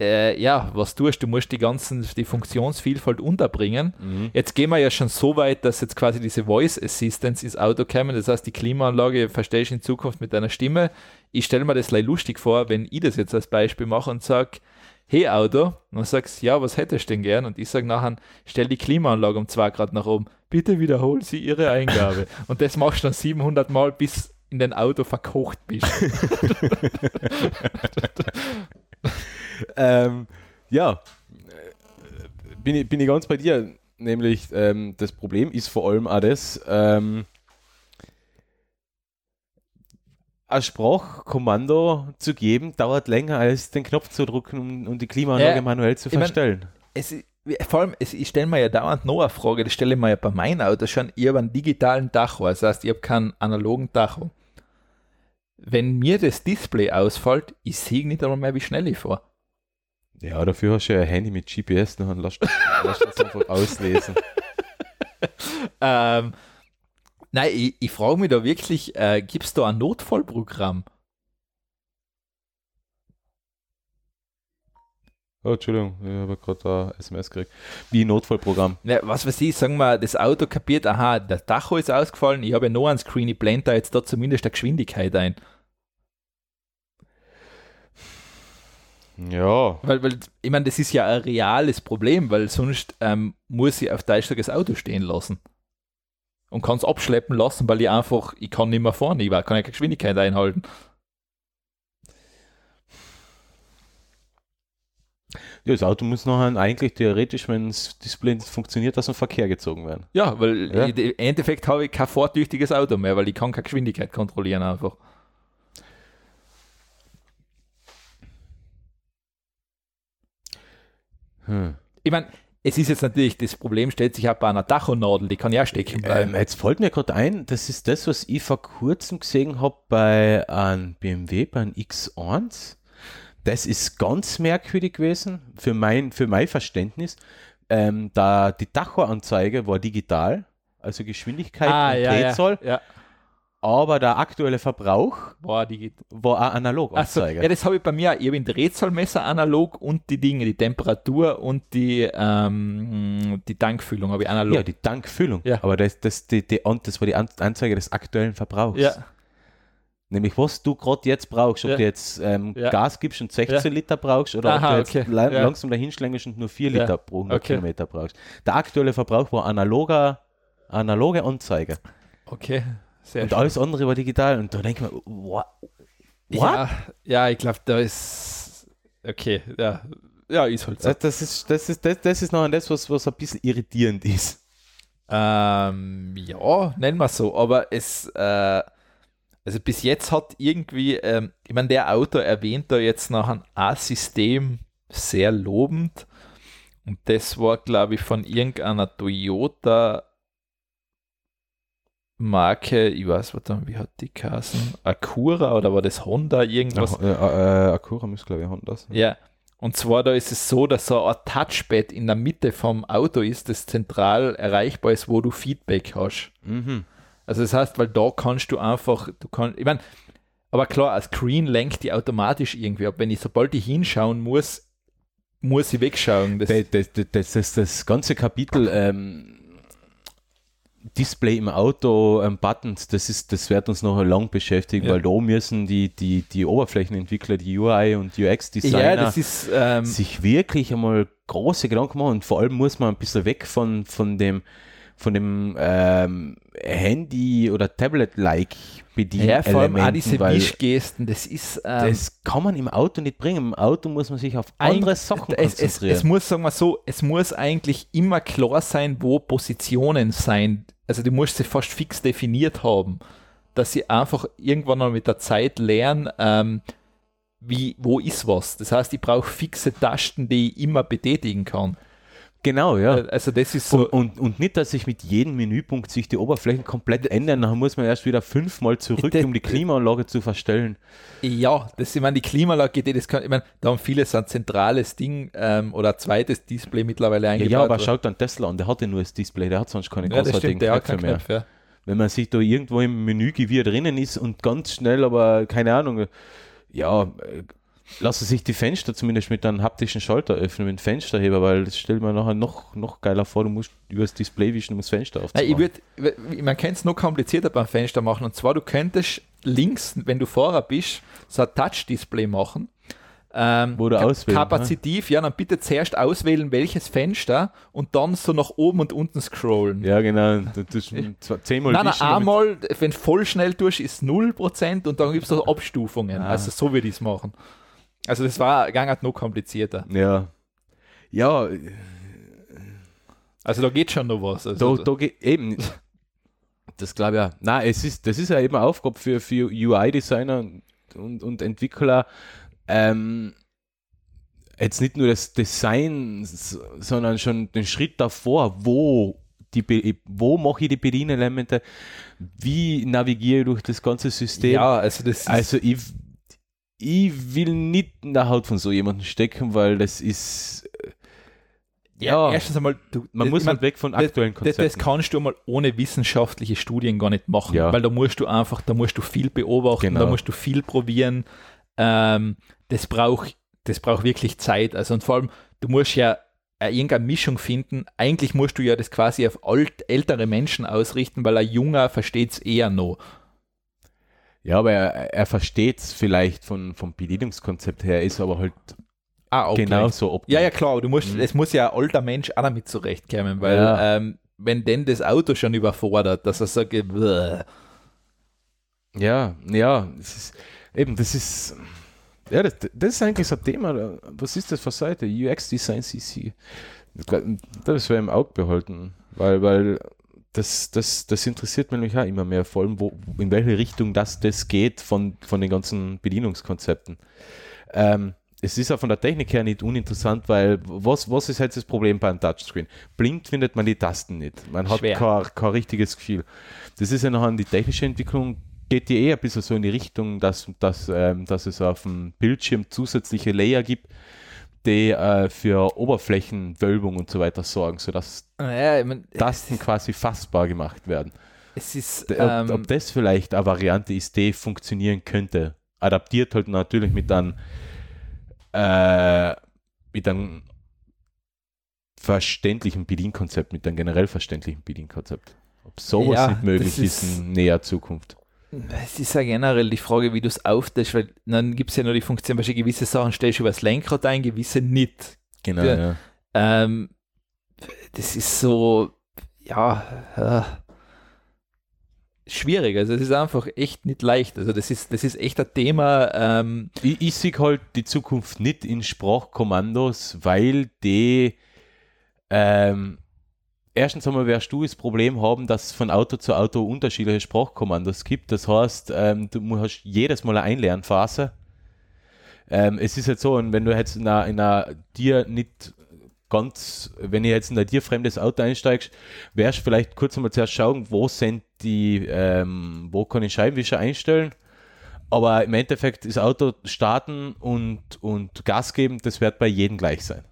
B: Äh, ja, was tust du? Du musst die ganzen, die Funktionsvielfalt unterbringen.
C: Mhm.
B: Jetzt gehen wir ja schon so weit, dass jetzt quasi diese Voice Assistance ins Auto käme. Das heißt, die Klimaanlage verstehst du in Zukunft mit deiner Stimme. Ich stelle mir das gleich lustig vor, wenn ich das jetzt als Beispiel mache und sage, hey Auto, und dann sagst du, ja, was hättest du denn gern? Und ich sage nachher, stell die Klimaanlage um zwei Grad nach oben. Bitte wiederhol sie ihre Eingabe. und das machst du dann 700 Mal, bis in dein Auto verkocht bist.
C: Ähm, ja, Äh, bin ich, bin ich ganz bei dir. Nämlich, ähm, das Problem ist vor allem auch das, ähm, ein Sprachkommando zu geben, dauert länger als den Knopf zu drücken, um, um die Klimaanlage
B: Ja,
C: manuell zu
B: ich mein-
C: verstellen.
B: es, ist- vor allem, es, ich stelle mir ja dauernd noch eine Frage, das stelle ich mir ja bei meinem Auto schon, ich habe einen digitalen Tacho, also das heißt, ich habe keinen analogen Tacho. Wenn mir das Display ausfällt, ich sehe nicht einmal mehr, wie schnell ich fahre.
C: ja, dafür hast du ja ein Handy mit GPS, dann ne, lass lass das einfach *laughs* auslesen.
B: Ähm, nein, ich, ich frage mich da wirklich, äh, gibt es da ein Notfallprogramm?
C: Oh, Entschuldigung, ich habe gerade ein SMS gekriegt. Wie ein Notfallprogramm.
B: Na, was weiß ich, sagen wir, das Auto kapiert, aha, der Tacho ist ausgefallen, ich habe ja noch einen Screen, ich blende da jetzt da zumindest eine Geschwindigkeit ein.
C: Ja.
B: Weil, weil ich meine, das ist ja ein reales Problem, weil sonst ähm, muss ich auf Deutsch gesagt das Auto stehen lassen. Und kann es abschleppen lassen, weil ich einfach, ich kann nicht mehr fahren, ich kann ja keine Geschwindigkeit einhalten.
C: Ja, das Auto muss nachher eigentlich theoretisch, wenn das Display nicht funktioniert, aus dem Verkehr gezogen werden.
B: Ja, weil
C: Ja.
B: ich- im Endeffekt habe ich kein fahrtüchtiges Auto mehr, weil ich kann keine Geschwindigkeit kontrollieren einfach. Ich meine, es ist jetzt natürlich, das Problem stellt sich auch bei einer Tachonadel, die kann ja auch stecken bleiben.
C: Ähm, jetzt fällt mir gerade ein, das ist das, was ich vor kurzem gesehen habe bei einem BMW, bei einem X1. Das ist ganz merkwürdig gewesen für mein, für mein Verständnis. Ähm, da die Tachoanzeige war digital, also Geschwindigkeit
B: ah,
C: und
B: ja,
C: Drehzahl,
B: ja, ja.
C: aber der aktuelle Verbrauch
B: Boah, die
C: war eine
B: Achso,
C: Analoganzeige.
B: ja, das habe ich bei mir auch. Ich habe ein Drehzahlmesser analog und die Dinge, die Temperatur und die, ähm, die Tankfüllung habe ich analog.
C: Ja, die Tankfüllung.
B: Ja.
C: Aber das, das, die, die, und das war die An- Anzeige des aktuellen Verbrauchs.
B: Ja.
C: Nämlich, was du gerade jetzt brauchst. Ob
B: Ja.
C: du jetzt ähm,
B: Ja.
C: Gas gibst und 16 Liter brauchst oder
B: Aha,
C: ob du jetzt
B: okay.
C: la
B: Ja.
C: langsam dahinschlängst und nur 4
B: Ja.
C: Liter pro 100
B: Okay.
C: Kilometer brauchst. Der aktuelle Verbrauch war analoger, analoge Anzeige.
B: Okay, sehr
C: Und alles andere war digital. Und da denke ich mir, what? what?
B: Ja, ja, ich glaube, da ist. Okay, ja. Ja, ist halt so.
C: Äh, Das ist, das ist, das, das ist noch das, was, was ein bisschen irritierend ist.
B: Ähm, ja, nennen wir es so. Aber es, äh, also bis jetzt hat irgendwie, ähm, ich meine, der Autor erwähnt da jetzt nach einem A-System sehr lobend. Und das war, glaube ich, von irgendeiner Toyota Marke, ich weiß, was dann, wie hat die Kassen? Acura oder war das Honda irgendwas?
C: Äh, äh, Akura muss, glaube ich, haben das.
B: Ja. Und zwar da ist es so, dass so ein Touchpad in der Mitte vom Auto ist, das zentral erreichbar ist, wo du Feedback hast.
C: Mhm.
B: Also das heißt, weil da kannst du einfach, du kannst, ich meine, aber klar, ein Screen lenkt die automatisch irgendwie ab. Wenn ich, sobald ich hinschauen muss, muss ich wegschauen. Das,
C: Das, das, das, das, das, das ganze Kapitel ähm, Display im Auto, ähm, Buttons, das ist, das wird uns noch lang beschäftigen,
B: Ja.
C: weil da müssen die, die, die Oberflächenentwickler, die UI und
B: ja,
C: UX-Designer
B: das ist, ähm,
C: sich wirklich einmal große Gedanken machen und vor allem muss man ein bisschen weg von, von dem von dem ähm, Handy- oder Tablet-like bedienen.
B: Ja, vor allem auch diese Wischgesten, das ist. ähm,
C: das kann man im Auto nicht bringen. Im Auto muss man sich auf andere
B: Eig-
C: Sachen
B: es, es,
C: konzentrieren.
B: es muss, sagen wir so, es muss eigentlich immer klar sein, wo Positionen sein. Also du musst sie fast fix definiert haben, dass sie einfach irgendwann mal mit der Zeit lernen, ähm, wie, wo ist was. Das heißt, ich brauche fixe Tasten, die ich immer betätigen kann.
C: genau, ja.
B: Äh, Also das ist
C: und,
B: so.
C: und, und nicht, dass sich mit jedem Menüpunkt sich die Oberflächen komplett ändern. Dann muss man erst wieder fünfmal zurück,
B: Das-
C: um die Klimaanlage zu verstellen.
B: Ja, das ich meine, die Klimalage, die das kann, ich meine, da haben viele so ein zentrales Ding ähm, oder ein zweites Display mittlerweile
C: Ja,
B: eingebaut.
C: ja aber
B: wo-
C: schaut dann Tesla an, der hat ja nur das Display, der hat sonst keine
B: also- ja, das
C: großartigen
B: stimmt, der hat
C: Knöpfe
B: keinen
C: mehr.
B: Knopf, ja.
C: Wenn man sich da irgendwo im Menügewirr drinnen ist und ganz schnell, aber keine Ahnung, ja, äh, lassen sich die Fenster zumindest mit einem haptischen Schalter öffnen, mit einem Fensterheber, weil das stellt man nachher noch, noch geiler vor, du musst über das Display wischen, um das Fenster
B: Nein,
C: aufzumachen.
B: ich würd, man könnte es noch komplizierter beim Fenster machen. Und zwar, du könntest links, wenn du Fahrer bist, so ein Touch-Display machen. Ähm,
C: Wo du
B: ka-
C: auswählen, ne?
B: Kapazitiv, ja, dann bitte zuerst auswählen, welches Fenster und dann so nach oben und unten scrollen.
C: ja, genau, du tust zwar zehnmal
B: Nein, nein,
C: wischen, damit-
B: einmal, wenn voll schnell durch ist 0% und dann gibt es so Abstufungen.
C: Ah.
B: Also so würde ich es machen. Also das war gar nicht noch komplizierter.
C: Ja. Ja,
B: Also da geht schon noch was. Also,
C: da, da ge- eben. Das glaube ich ja. Nein, es ist, das ist ja eben eine Aufgabe für, für UI-Designer und, und, und Entwickler, ähm, jetzt nicht nur das Design, s- sondern schon den Schritt davor, wo die Be- wo mache ich die Bedienelemente, wie navigiere ich durch das ganze System.
B: ja, also das ist,
C: Also ich, ich will nicht in der Haut von so jemandem stecken, weil das ist ja.
B: erstens einmal, du,
C: man
B: ich
C: muss
B: mein,
C: halt weg von
B: das-
C: aktuellen
B: Das,
C: Konzepten.
B: das kannst du mal ohne wissenschaftliche Studien gar nicht machen,
C: Ja.
B: weil da musst du einfach, da musst du viel beobachten,
C: Genau.
B: da musst du viel probieren. Ähm, das braucht das braucht wirklich Zeit. Also und vor allem, du musst ja äh, irgendeine Mischung finden. Eigentlich musst du ja das quasi auf alt, ältere Menschen ausrichten, weil ein Junger versteht es eher noch.
C: Ja, aber er, er versteht es vielleicht von, vom Bedienungskonzept her, ist aber halt
B: Ah,
C: genauso ob.
B: Ja, ja, klar, aber du musst,
C: Genau. Mhm.
B: es muss ja ein alter Mensch auch damit zurechtkommen, weil
C: Ja.
B: ähm, wenn denn das Auto schon überfordert, dass er sagt, äh, "Bäh."
C: ja, ja, es ist, eben, das ist, ja, das, das ist eigentlich so ein Thema. Was ist das für Seite? UX Design CC. Das wäre im Auge behalten, weil, weil das, das, das interessiert mich auch immer mehr, vor allem wo, in welche Richtung das, das geht von, von den ganzen Bedienungskonzepten. Ähm, es ist auch von der Technik her nicht uninteressant, weil was, was ist jetzt das Problem bei einem Touchscreen? Blind findet man die Tasten nicht. Man hat
B: Schwer.
C: kein, kein richtiges Gefühl. Das ist ja nachher die technische Entwicklung, geht die eher ein bisschen so in die Richtung, dass, dass, ähm, dass es auf dem Bildschirm zusätzliche Layer gibt, die äh, für Oberflächenwölbung und so weiter sorgen, sodass
B: Naja, äh, ich mein,
C: Tasten quasi fassbar gemacht werden.
B: es ist.
C: D- äh,
B: Ähm,
C: ob, ob das vielleicht eine Variante ist, die funktionieren könnte. Adaptiert halt natürlich mit einem, äh, mit einem verständlichen Bedienkonzept, mit einem generell verständlichen Bedienkonzept. Ob sowas
B: Ja,
C: nicht möglich
B: das
C: ist,
B: ist-
C: in näher Zukunft.
B: Es ist ja generell die Frage, wie du es aufteilst, weil dann gibt es ja nur die Funktion, beispielsweise gewisse Sachen stellst du übers Lenkrad ein, gewisse nicht.
C: Genau,
B: Ja.
C: ja.
B: Ähm, das ist so, ja, äh, schwierig. Also es ist einfach echt nicht leicht. Also das ist, das ist echt ein Thema. Ähm,
C: Ich, ich sehe halt die Zukunft nicht in Sprachkommandos, weil die ähm, erstens einmal wirst du das Problem haben, dass es von Auto zu Auto unterschiedliche Sprachkommandos gibt. Das heißt, ähm, du mu- hast jedes Mal eine Einlernphase. Ähm, es ist jetzt so, und wenn du jetzt in einer, in einer dir nicht ganz, wenn ihr jetzt in ein dir fremdes Auto einsteigst, wärst du vielleicht kurz einmal zuerst schauen, wo sind die, ähm, wo kann ich Scheibenwischer einstellen. Aber im Endeffekt ist Auto starten und, und Gas geben, das wird bei jedem gleich sein.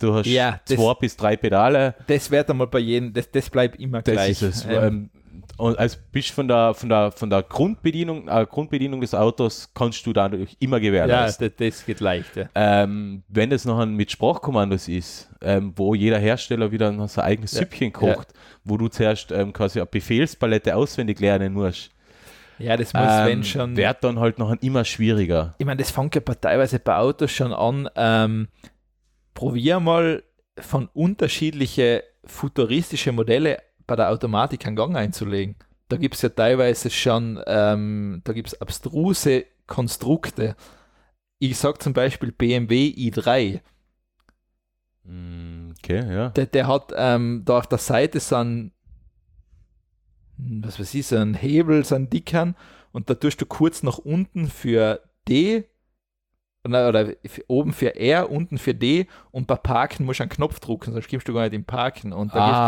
C: Du hast
B: Ja, das-
C: zwei bis drei Pedale.
B: das wird einmal bei jedem, das, das bleibt immer
C: Das
B: gleich.
C: ist es.
B: Ähm,
C: Ähm, und als bist von der von der von der Grundbedienung, äh, Grundbedienung des Autos kannst du dadurch immer
B: ja, das,
C: gewährleisten.
B: das geht leicht. Ja.
C: ähm, wenn es nachher mit Sprachkommandos ist, ähm, wo jeder Hersteller wieder noch sein eigenes
B: Ja.
C: Süppchen kocht, wo du zuerst ähm, quasi eine Befehlspalette auswendig lernen musst,
B: ja, das muss, wenn
C: ähm,
B: schon.
C: wird dann halt nachher immer schwieriger.
B: ich meine, das fängt ja bei- teilweise bei Autos schon an. Ähm, probier mal von unterschiedliche futuristische Modelle bei der Automatik einen Gang einzulegen. Da gibt es ja teilweise schon, ähm, da gibt es abstruse Konstrukte. Ich sage zum Beispiel BMW i3.
C: Mm, Okay, ja.
B: Der, der hat ähm, da auf der Seite so einen, was weiß ich, so einen Hebel, so einen Dickern und da tust du kurz nach unten für D na, oder f- oben für R, unten für D und bei Parken musst du einen Knopf drücken, sonst kommst du gar nicht im Parken. Und da gibt's-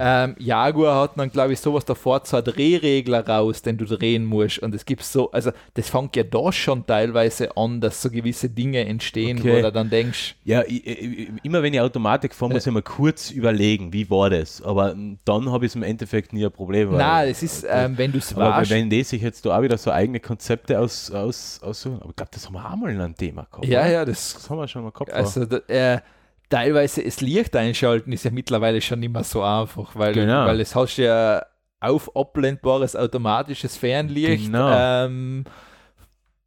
C: Ah,
B: ähm, Jaguar hat dann, glaube ich, sowas davor, zwar Drehregler raus, den du drehen musst. Und es gibt so, also das fängt ja da schon teilweise an, dass so gewisse Dinge entstehen,
C: Okay.
B: wo du dann denkst,
C: ja, ich, ich, immer wenn ich Automatik fahre, muss ich mal kurz überlegen, wie war das. Aber mm, dann habe ich im Endeffekt nie ein Problem. weil-
B: na, es ist, ähm, wenn du es
C: aber
B: warst,
C: wenn die sich jetzt da auch wieder so eigene Konzepte aus, aus, aussuchen, aber ich glaube, das haben wir auch mal in einem Thema gehabt.
B: Ja,
C: oder?
B: ja, das.
C: Das haben wir schon mal gehabt.
B: Also, da, äh, teilweise das Licht einschalten ist ja mittlerweile schon nicht mehr so einfach, weil,
C: Genau.
B: weil es hast ja auf ablenkbares automatisches Fernlicht.
C: Genau.
B: Ähm,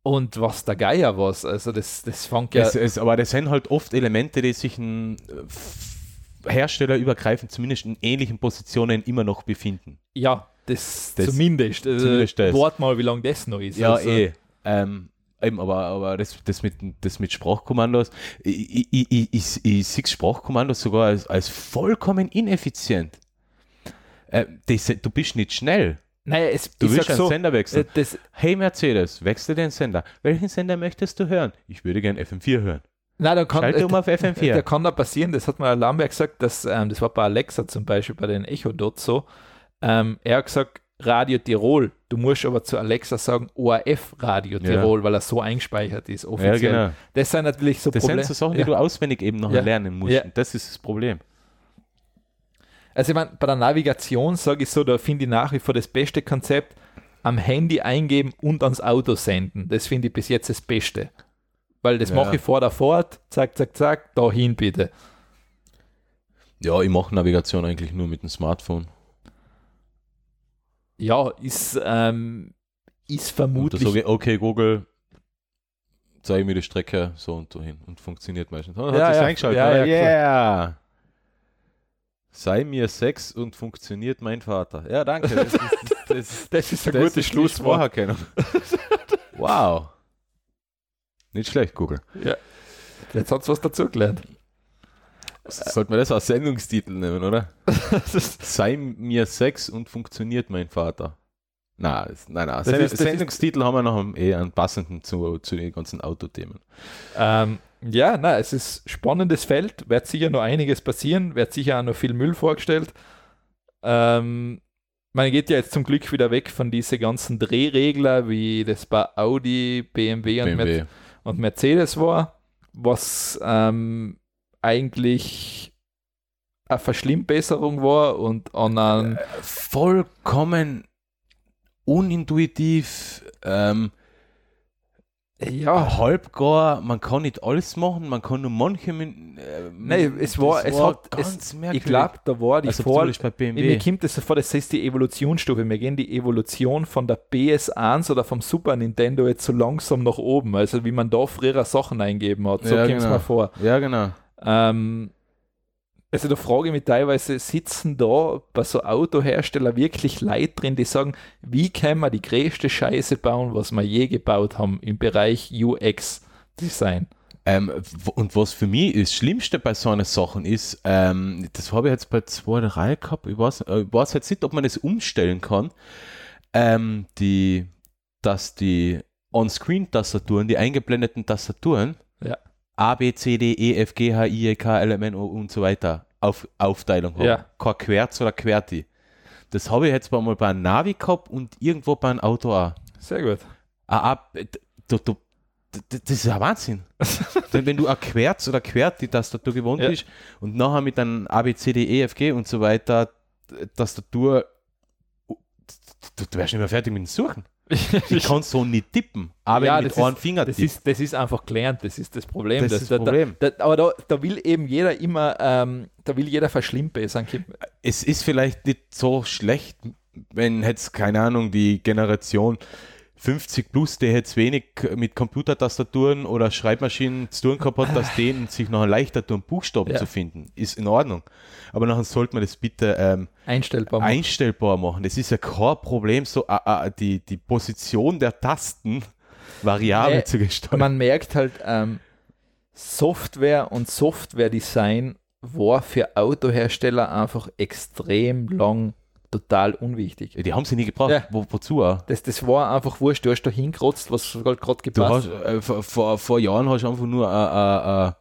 B: und was der Geier was. Also, das, das fängt ja.
C: Es, es, aber das sind halt oft Elemente, die sich ein äh, f- herstellerübergreifend zumindest in ähnlichen Positionen immer noch befinden.
B: Ja, das,
C: Das-
B: zumindest. Also,
C: zumindest das.
B: Wart mal, wie lange das noch ist. also,
C: Ähm, eben, aber, aber das, das, mit, das mit Sprachkommandos, ich, ich, ich, ich, ich sehe Sprachkommandos sogar als, als vollkommen ineffizient. Äh, das, du bist nicht schnell.
B: Naja, es,
C: Du
B: ich
C: willst
B: sag
C: einen
B: so,
C: Sender wechseln.
B: äh, das,
C: Hey Mercedes, wechsle den Sender. Welchen Sender möchtest du hören? Ich würde gern FM4 hören.
B: nein, da kann,
C: Schalte
B: äh,
C: um auf
B: *laughs*
C: FM4.
B: Da kann da passieren, das hat mal Lamberg gesagt, dass, ähm, das war bei Alexa zum Beispiel, bei den Echo dort so. Ähm, er hat gesagt, Radio Tirol, du musst aber zu Alexa sagen ORF Radio
C: Ja.
B: Tirol, weil er so eingespeichert ist, offiziell.
C: genau.
B: Das sind natürlich so
C: Das
B: Probleme.
C: sind so Sachen, die
B: ja.
C: du auswendig eben noch
B: Ja.
C: lernen musst.
B: Ja.
C: Und Das ist das Problem.
B: Also ich meine, bei der Navigation sage ich so, da finde ich nach wie vor das beste Konzept, am Handy eingeben und ans Auto senden. Das finde ich bis jetzt das Beste. Weil das
C: Ja.
B: mache ich vor der Fahrt, zack, zack, zack, dahin bitte.
C: Ja, ich mache Navigation eigentlich nur mit dem Smartphone.
B: Ja, ist, ähm, ist
C: Und da
B: vermutlich
C: sage ich, okay, Google, zeige mir die Strecke so und so hin. Und funktioniert meistens. Oh, Hat
B: Ja,
C: sich's
B: ja.
C: eingeschaltet.
B: Ja, ja,
C: Oh, yeah. Sei mir Sex und funktioniert mein Vater. Ja, danke. *laughs* Das ist,
B: Das
C: das ist,
B: ist ein
C: das
B: gutes
C: ist die
B: Schlusswort.
C: Spracherkennung. *laughs* Wow. Nicht schlecht, Google.
B: Jetzt hat was dazugelernt.
C: Sollten wir das als Sendungstitel nehmen, oder? Sei mir Sex und funktioniert mein Vater. Na, das- nein, nein. Send
B: ist- das ist-
C: Sendungstitel haben wir noch am- eh einen passenden zu, zu den ganzen Autothemen.
B: ähm, ja, na, es ist spannendes Feld, wird sicher noch einiges passieren, wird sicher auch noch viel Müll vorgestellt. Ähm, man geht ja jetzt zum Glück wieder weg von diese ganzen Drehregler, wie das bei Audi, BMW und,
C: BMW.
B: Mer und Mercedes war, was ähm, eigentlich eine Verschlimmbesserung war und an einen,
C: Vollkommen unintuitiv, ähm,
B: ja,
C: halbgar, man kann nicht alles machen, man kann nur manche. Min- äh,
B: Nein, es war-
C: das
B: es hat- es- ich
C: merkwürdig.
B: glaube, da war die
C: also
B: Vor-
C: zumindest bei
B: Nee, mir
C: BMW.
B: kommt das so vor, das ist die Evolutionsstufe. Wir gehen die Evolution von der PS1 oder vom Super Nintendo jetzt so langsam nach oben. Also wie man da früher Sachen eingeben hat. So
C: Ja,
B: kommt es
C: genau.
B: mir vor.
C: Ja, genau.
B: Ähm, also da frage ich mich teilweise, sitzen da bei so Autohersteller wirklich Leute drin, die sagen, wie können wir die größte Scheiße bauen, was wir je gebaut haben im Bereich UX-Design?
C: Ähm, w- und was für mich das Schlimmste bei so einer Sachen ist, ähm, das habe ich jetzt bei zwei, drei gehabt, ich weiß, äh, ich weiß jetzt nicht, ob man das umstellen kann, ähm, die, dass die On-Screen-Tastaturen, die eingeblendeten Tastaturen,
B: Ja.
C: A, B, C, D, E, F, G, H, I, E, K, L, M, N, O und so weiter, auf Aufteilung haben.
B: Ja.
C: Kein Querz oder Querti. Das habe ich jetzt mal bei einem Navi gehabt und irgendwo bei einem Auto auch.
B: Sehr gut.
C: Ah, ah, d- du, du, d- d- das ist
B: *laughs*
C: ja Wahnsinn. Denn wenn du ein Querz oder Quert die Tastatur gewohnt
B: Ja.
C: bist und nachher mit einem A, B, C, D, E, F, G und so weiter d- Tastatur, du, du- du wärst nicht mehr fertig mit
B: *laughs*
C: dem Suchen. Ich kann so nicht tippen, aber
B: Ja,
C: mit
B: das ist-
C: einem Finger
B: Das
C: tippen.
B: ist, das ist einfach gelernt, das ist das Problem.
C: Das
B: dass-
C: ist
B: da,
C: das Problem.
B: Da, da, aber da, da will eben jeder immer, ähm, da will jeder verschlimmbessern. Kim.
C: es ist vielleicht nicht so schlecht, wenn jetzt, keine Ahnung, die Generation 50 plus, der jetzt wenig mit Computertastaturen oder Schreibmaschinen zu tun gehabt hat, dass denen sich noch leichter tun, Buchstaben
B: Ja.
C: zu finden, ist in Ordnung. Aber nachher sollte man das bitte ähm,
B: Einstellbar. machen.
C: einstellbar machen. Das ist ja kein Problem, so ah, ah, die, die Position der Tasten variabel
B: Nee,
C: zu gestalten.
B: Man merkt halt, ähm, Software und Software-Design war für Autohersteller einfach extrem lang total unwichtig.
C: die haben sie nie gebraucht.
B: Ja.
C: Wo, wozu auch?
B: Das, das war einfach wurscht. Du hast da hingekratzt, was halt gerade
C: Du
B: gepasst
C: hast, äh, vor- vor, vor Jahren hast du einfach nur ein- ein- ein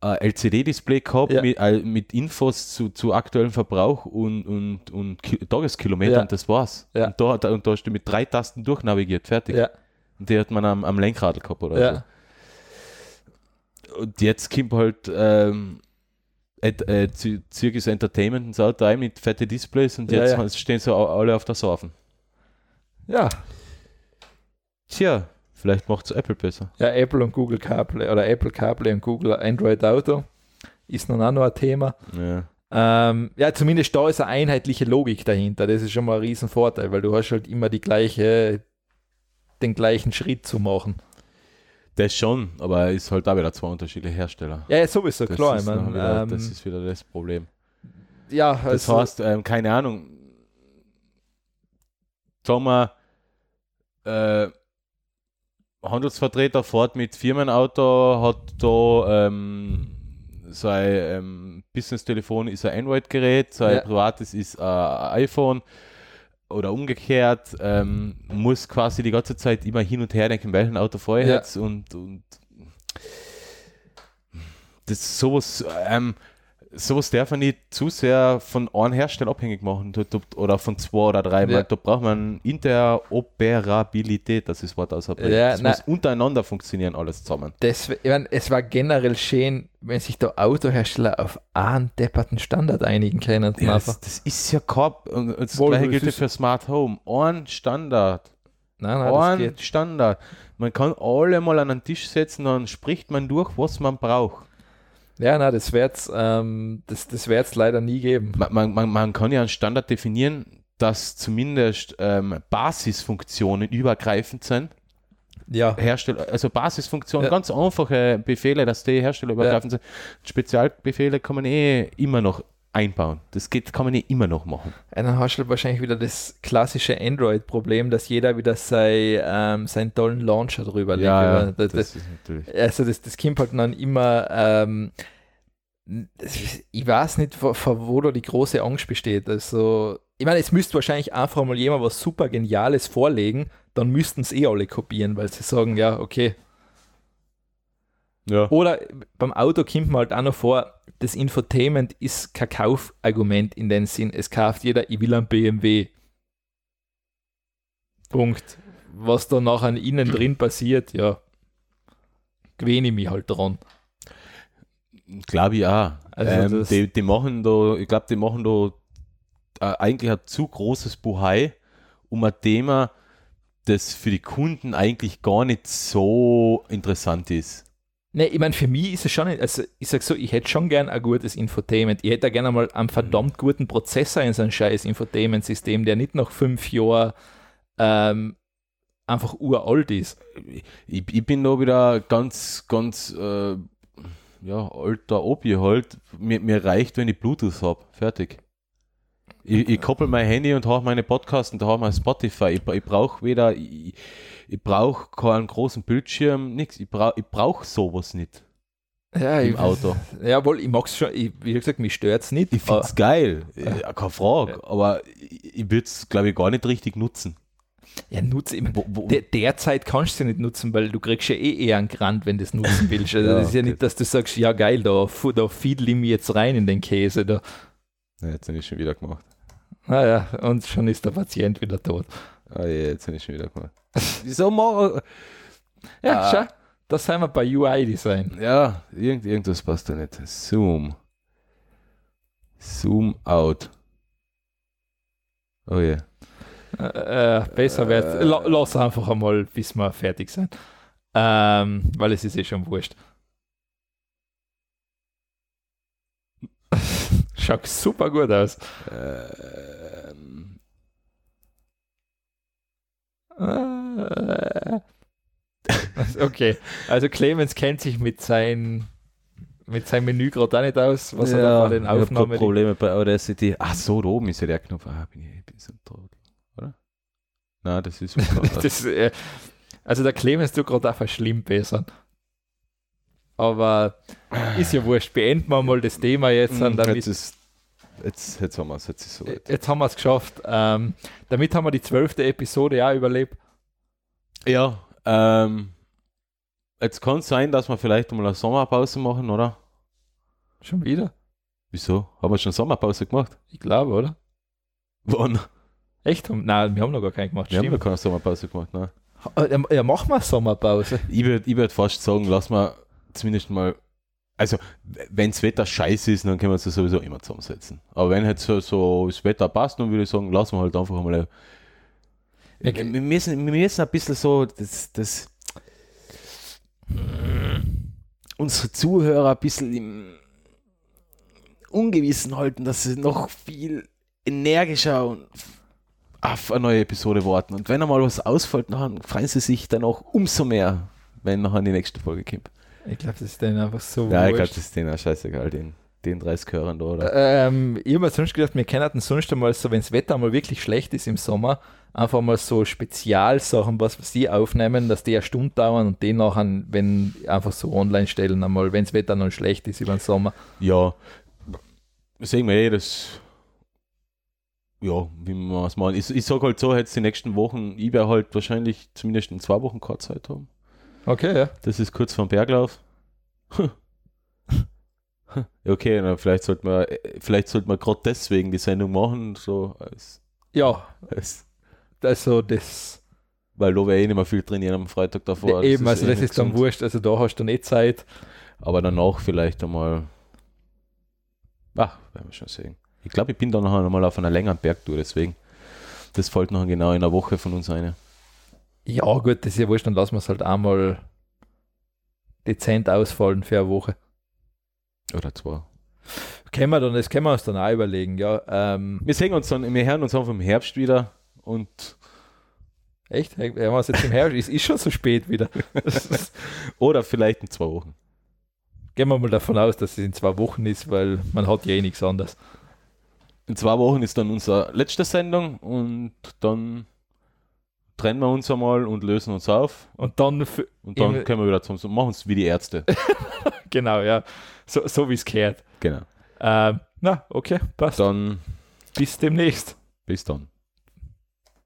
C: ein LCD-Display gehabt
B: Ja.
C: mit, äh, mit Infos zu, zu aktuellem Verbrauch und, und, und Ki Tageskilometern,
B: Ja.
C: das war's.
B: Ja.
C: Und, da, hat- und da hast du mit drei Tasten durchnavigiert, fertig.
B: Ja,
C: Und die hat man am, am Lenkrad gehabt oder so.
B: ja.
C: Und jetzt kommt halt ähm, et, äh, Zi- Zirkus Entertainment ins Auto rein mit fette Displays und
B: Ja,
C: jetzt
B: ja.
C: stehen so au- alle auf der Saufen.
B: ja.
C: Tja, vielleicht macht es Apple besser.
B: Ja, Apple und Google CarPlay oder Apple CarPlay und Google Android Auto ist nun auch noch ein Thema.
C: Ja.
B: Ähm, ja, zumindest da ist eine einheitliche Logik dahinter. Das ist schon mal ein Riesenvorteil, weil du hast halt immer die gleiche, den gleichen Schritt zu machen.
C: Das schon, aber ist halt da wieder zwei unterschiedliche Hersteller.
B: Ja, ja sowieso,
C: Das
B: klar. Ich
C: ist noch
B: mein,
C: wieder,
B: ähm,
C: das ist wieder das Problem.
B: ja,
C: Das
B: also,
C: heißt, ähm, keine Ahnung, sagen wir, äh, Handelsvertreter fährt mit Firmenauto, hat da ähm, sein ähm, Business-Telefon ist ein Android-Gerät, sein
B: Ja.
C: privates ist ein iPhone oder umgekehrt, ähm, muss quasi die ganze Zeit immer hin und her denken, welchen Auto fahre ich
B: Ja.
C: jetzt und, und das ist sowas, ähm, sowas darf man nicht zu sehr von einem Hersteller abhängig machen du- du- oder von zwei oder drei.
B: Ja.
C: Da braucht man Interoperabilität, das ist das Wort aus
B: Ja,
C: Es
B: na-
C: muss untereinander funktionieren, alles zusammen.
B: das, ich mein, es war generell schön, wenn sich da Autohersteller auf einen depperten Standard einigen können.
C: Ja,
B: einfach.
C: das, das ist ja Korb und und das
B: Wohl,
C: gleiche
B: es
C: gilt ja
B: ist-
C: für Smart Home. Ein Standard.
B: Nein, nein, das
C: Ein
B: geht.
C: Standard. Man kann alle mal an einen Tisch setzen, dann spricht man durch, was man braucht.
B: Ja, nein, das wird's, ähm, das, das wird's leider nie geben.
C: Man, man, man, man kann ja einen Standard definieren, dass zumindest ähm, Basisfunktionen übergreifend sind.
B: Ja.
C: Hersteller, also Basisfunktionen,
B: Ja.
C: ganz einfache Befehle, dass die Hersteller übergreifend sind. Spezialbefehle kann man eh immer noch einbauen. Das geht, kann man eh immer noch machen.
B: Und dann hast du halt wahrscheinlich wieder das klassische Android-Problem, dass jeder wieder sei, ähm, seinen tollen Launcher drüber legt. Oder das, das,
C: ist natürlich.
B: also das, das kommt halt dann immer, ähm, das ist- ich weiß nicht, vor, vor wo da die große Angst besteht. Also, ich meine, es müsste wahrscheinlich einfach mal jemand was super Geniales vorlegen, dann müssten es eh alle kopieren, weil sie sagen, ja, okay,
C: Ja.
B: Oder beim Auto kommt man halt auch noch vor, das Infotainment ist kein Kaufargument in dem Sinn. Es kauft jeder, ich will einen BMW. Punkt. Was da nachher innen drin passiert, ja, gewöhne ich mich halt dran.
C: Glaube ich auch.
B: Also
C: ähm,
B: das-
C: die, die machen da, ich glaube, die machen da äh, eigentlich ein zu großes Buhai um ein Thema, das für die Kunden eigentlich gar nicht so interessant ist.
B: Ne, ich meine, für mich ist es schon, also ich sag so, ich hätte schon gern ein gutes Infotainment. Ich hätte gerne mal einen verdammt guten Prozessor in so ein scheiß Infotainment-System, der nicht nach fünf Jahren ähm, einfach uralt ist.
C: Ich, ich bin da wieder ganz, ganz äh, ja, alter Opi halt. Mir, mir reicht, wenn ich Bluetooth habe. Fertig. Ich, ich koppel mein Handy und habe meine Podcasts und da habe mein Spotify. Ich, bra- ich brauche weder, ich, ich brauche keinen großen Bildschirm, nichts. Ich brauche ich brauch sowas nicht
B: Ja,
C: im Auto.
B: Jawohl, ich mag es schon, ich, wie gesagt, mich stört es nicht.
C: Ich finde es geil, äh, keine Frage, aber ich, ich würde es, glaube ich, gar nicht richtig nutzen.
B: Aber- ja, nutze ich mein,
C: Wo, wo,
B: der, derzeit kannst du sie nicht nutzen, weil du kriegst ja eh eher einen Grand, wenn du es nutzen willst. Also
C: Ja,
B: das ist *laughs* ja
C: okay.
B: nicht, dass du sagst, ja geil, da, fu- da fiedel ich mich jetzt rein in den Käse. Da.
C: Na, jetzt habe ich schon wieder gemacht.
B: Naja, und schon ist der Patient wieder tot.
C: Ah, ja, jetzt habe ich schon wieder gemacht. Wieso mach,
B: Ja,
C: Ah.
B: schau, da sind wir bei UI-Design.
C: Ja, irgend, irgendwas passt da nicht. Zoom. Zoom out. Oh ja.
B: Äh, äh, besser wird
C: Äh.
B: la, Lass einfach einmal, bis wir fertig sind. Ähm, weil es ist eh schon wurscht. *laughs* Schaut super gut aus.
C: Ähm,
B: Äh, das, *laughs* okay. Also Clemens kennt sich mit seinem mit seinem Menü gerade auch nicht aus, was er da vor den
C: ich hab
B: Aufnahmen.
C: grad Probleme bei Audacity. Ach so, da oben ist ja der Knopf. Ah, bin ich, ich bin so ein Trottel, oder? Nein, das ist was anderes.
B: *laughs* *laughs* Das, äh, also der Clemens tut gerade auch verschlimmbessern. Aber ist ja wurscht. Beenden wir mal das Thema jetzt.
C: Mm,
B: Und damit,
C: jetzt ist jetzt, jetzt haben wir es, jetzt ist so.
B: jetzt haben wir es geschafft. Ähm, damit haben wir die zwölfte Episode auch überlebt.
C: Ja, ähm, jetzt kann es sein, dass wir vielleicht mal eine Sommerpause machen, oder?
B: Schon wieder?
C: Wieso? Haben wir schon Sommerpause gemacht? *laughs*
B: Ich glaube, oder?
C: Wann?
B: Echt? Haben- Nein, wir haben noch gar keinen gemacht.
C: Wir haben ja
B: Stimmt.
C: keine Sommerpause gemacht, ne?
B: Ha- Ja, ja, machen wir Sommerpause.
C: Ich würde ich würd fast sagen, lass mal zumindest mal. Also, wenn das Wetter scheiße ist, dann können wir uns das sowieso immer zusammensetzen. Aber wenn halt so, so das Wetter passt, dann würde ich sagen, lassen wir halt einfach mal. eine-
B: Wir-
C: Wir, müssen, wir müssen ein bisschen so das, das unsere Zuhörer ein bisschen im Ungewissen halten, dass sie noch viel energischer und auf eine neue Episode warten. Und wenn einmal was ausfällt, dann freuen sie sich dann auch umso mehr, wenn nachher die nächste Folge kommt.
B: Ich glaube, das ist dann einfach so
C: Ja, ich glaube,
B: wurscht.
C: das ist Äh, denen auch scheißegal, den, den 30 Hörern da, oder?
B: Ähm, ich habe mir sonst gedacht, wir könnten sonst einmal so, wenn das Wetter mal wirklich schlecht ist im Sommer, einfach mal so Spezialsachen, was sie aufnehmen, dass die eine Stunde dauern und den nachher, wenn einfach so online stellen, einmal, wenn das Wetter noch schlecht ist über den Sommer.
C: Ja, sehen wir eh, das. Ja, wie man es machen. Ich, ich sag halt so, jetzt die nächsten Wochen, ich werde halt wahrscheinlich zumindest in zwei Wochen keine Zeit haben.
B: Okay, ja.
C: Das ist kurz vom Berglauf. *laughs* Hm. Hm. Ja, Okay, na, vielleicht sollten wir, äh, vielleicht sollten wir gerade deswegen die Sendung machen, so als,
B: Ja,
C: als,
B: also das,
C: weil da wäre eh nicht mehr viel trainieren am Freitag davor. das
B: eben, also
C: eh
B: das
C: nicht
B: ist dann
C: gesund.
B: wurscht, also da hast du nicht Zeit.
C: Aber danach vielleicht einmal. Ach, werden wir schon sehen. Ich glaube, ich bin dann nachher nochmal auf einer längeren Bergtour, deswegen. Das fällt nachher genau in einer Woche von uns eine.
B: Ja, gut, das ist ja wurscht, dann lassen wir es halt einmal dezent ausfallen für eine Woche.
C: Oder zwei.
B: Können wir dann, das können wir uns dann auch überlegen, ja. Ähm,
C: Wir sehen uns dann, wir hören uns einfach im Herbst wieder und *laughs*
B: echt? Haben wir es jetzt im Herbst? Es ist schon so spät wieder.
C: oder vielleicht in zwei Wochen.
B: Gehen wir mal davon aus, dass es in zwei Wochen ist, weil man hat ja eh nichts anderes.
C: In zwei Wochen ist dann unsere letzte Sendung und dann trennen wir uns einmal und lösen uns auf.
B: Und dann, f-
C: Und dann
B: Im-
C: können wir wieder zum machen es wie die Ärzte.
B: genau, ja, so, so wie es gehört.
C: genau.
B: Ähm, na, okay, passt.
C: Dann
B: Bis demnächst.
C: bis dann.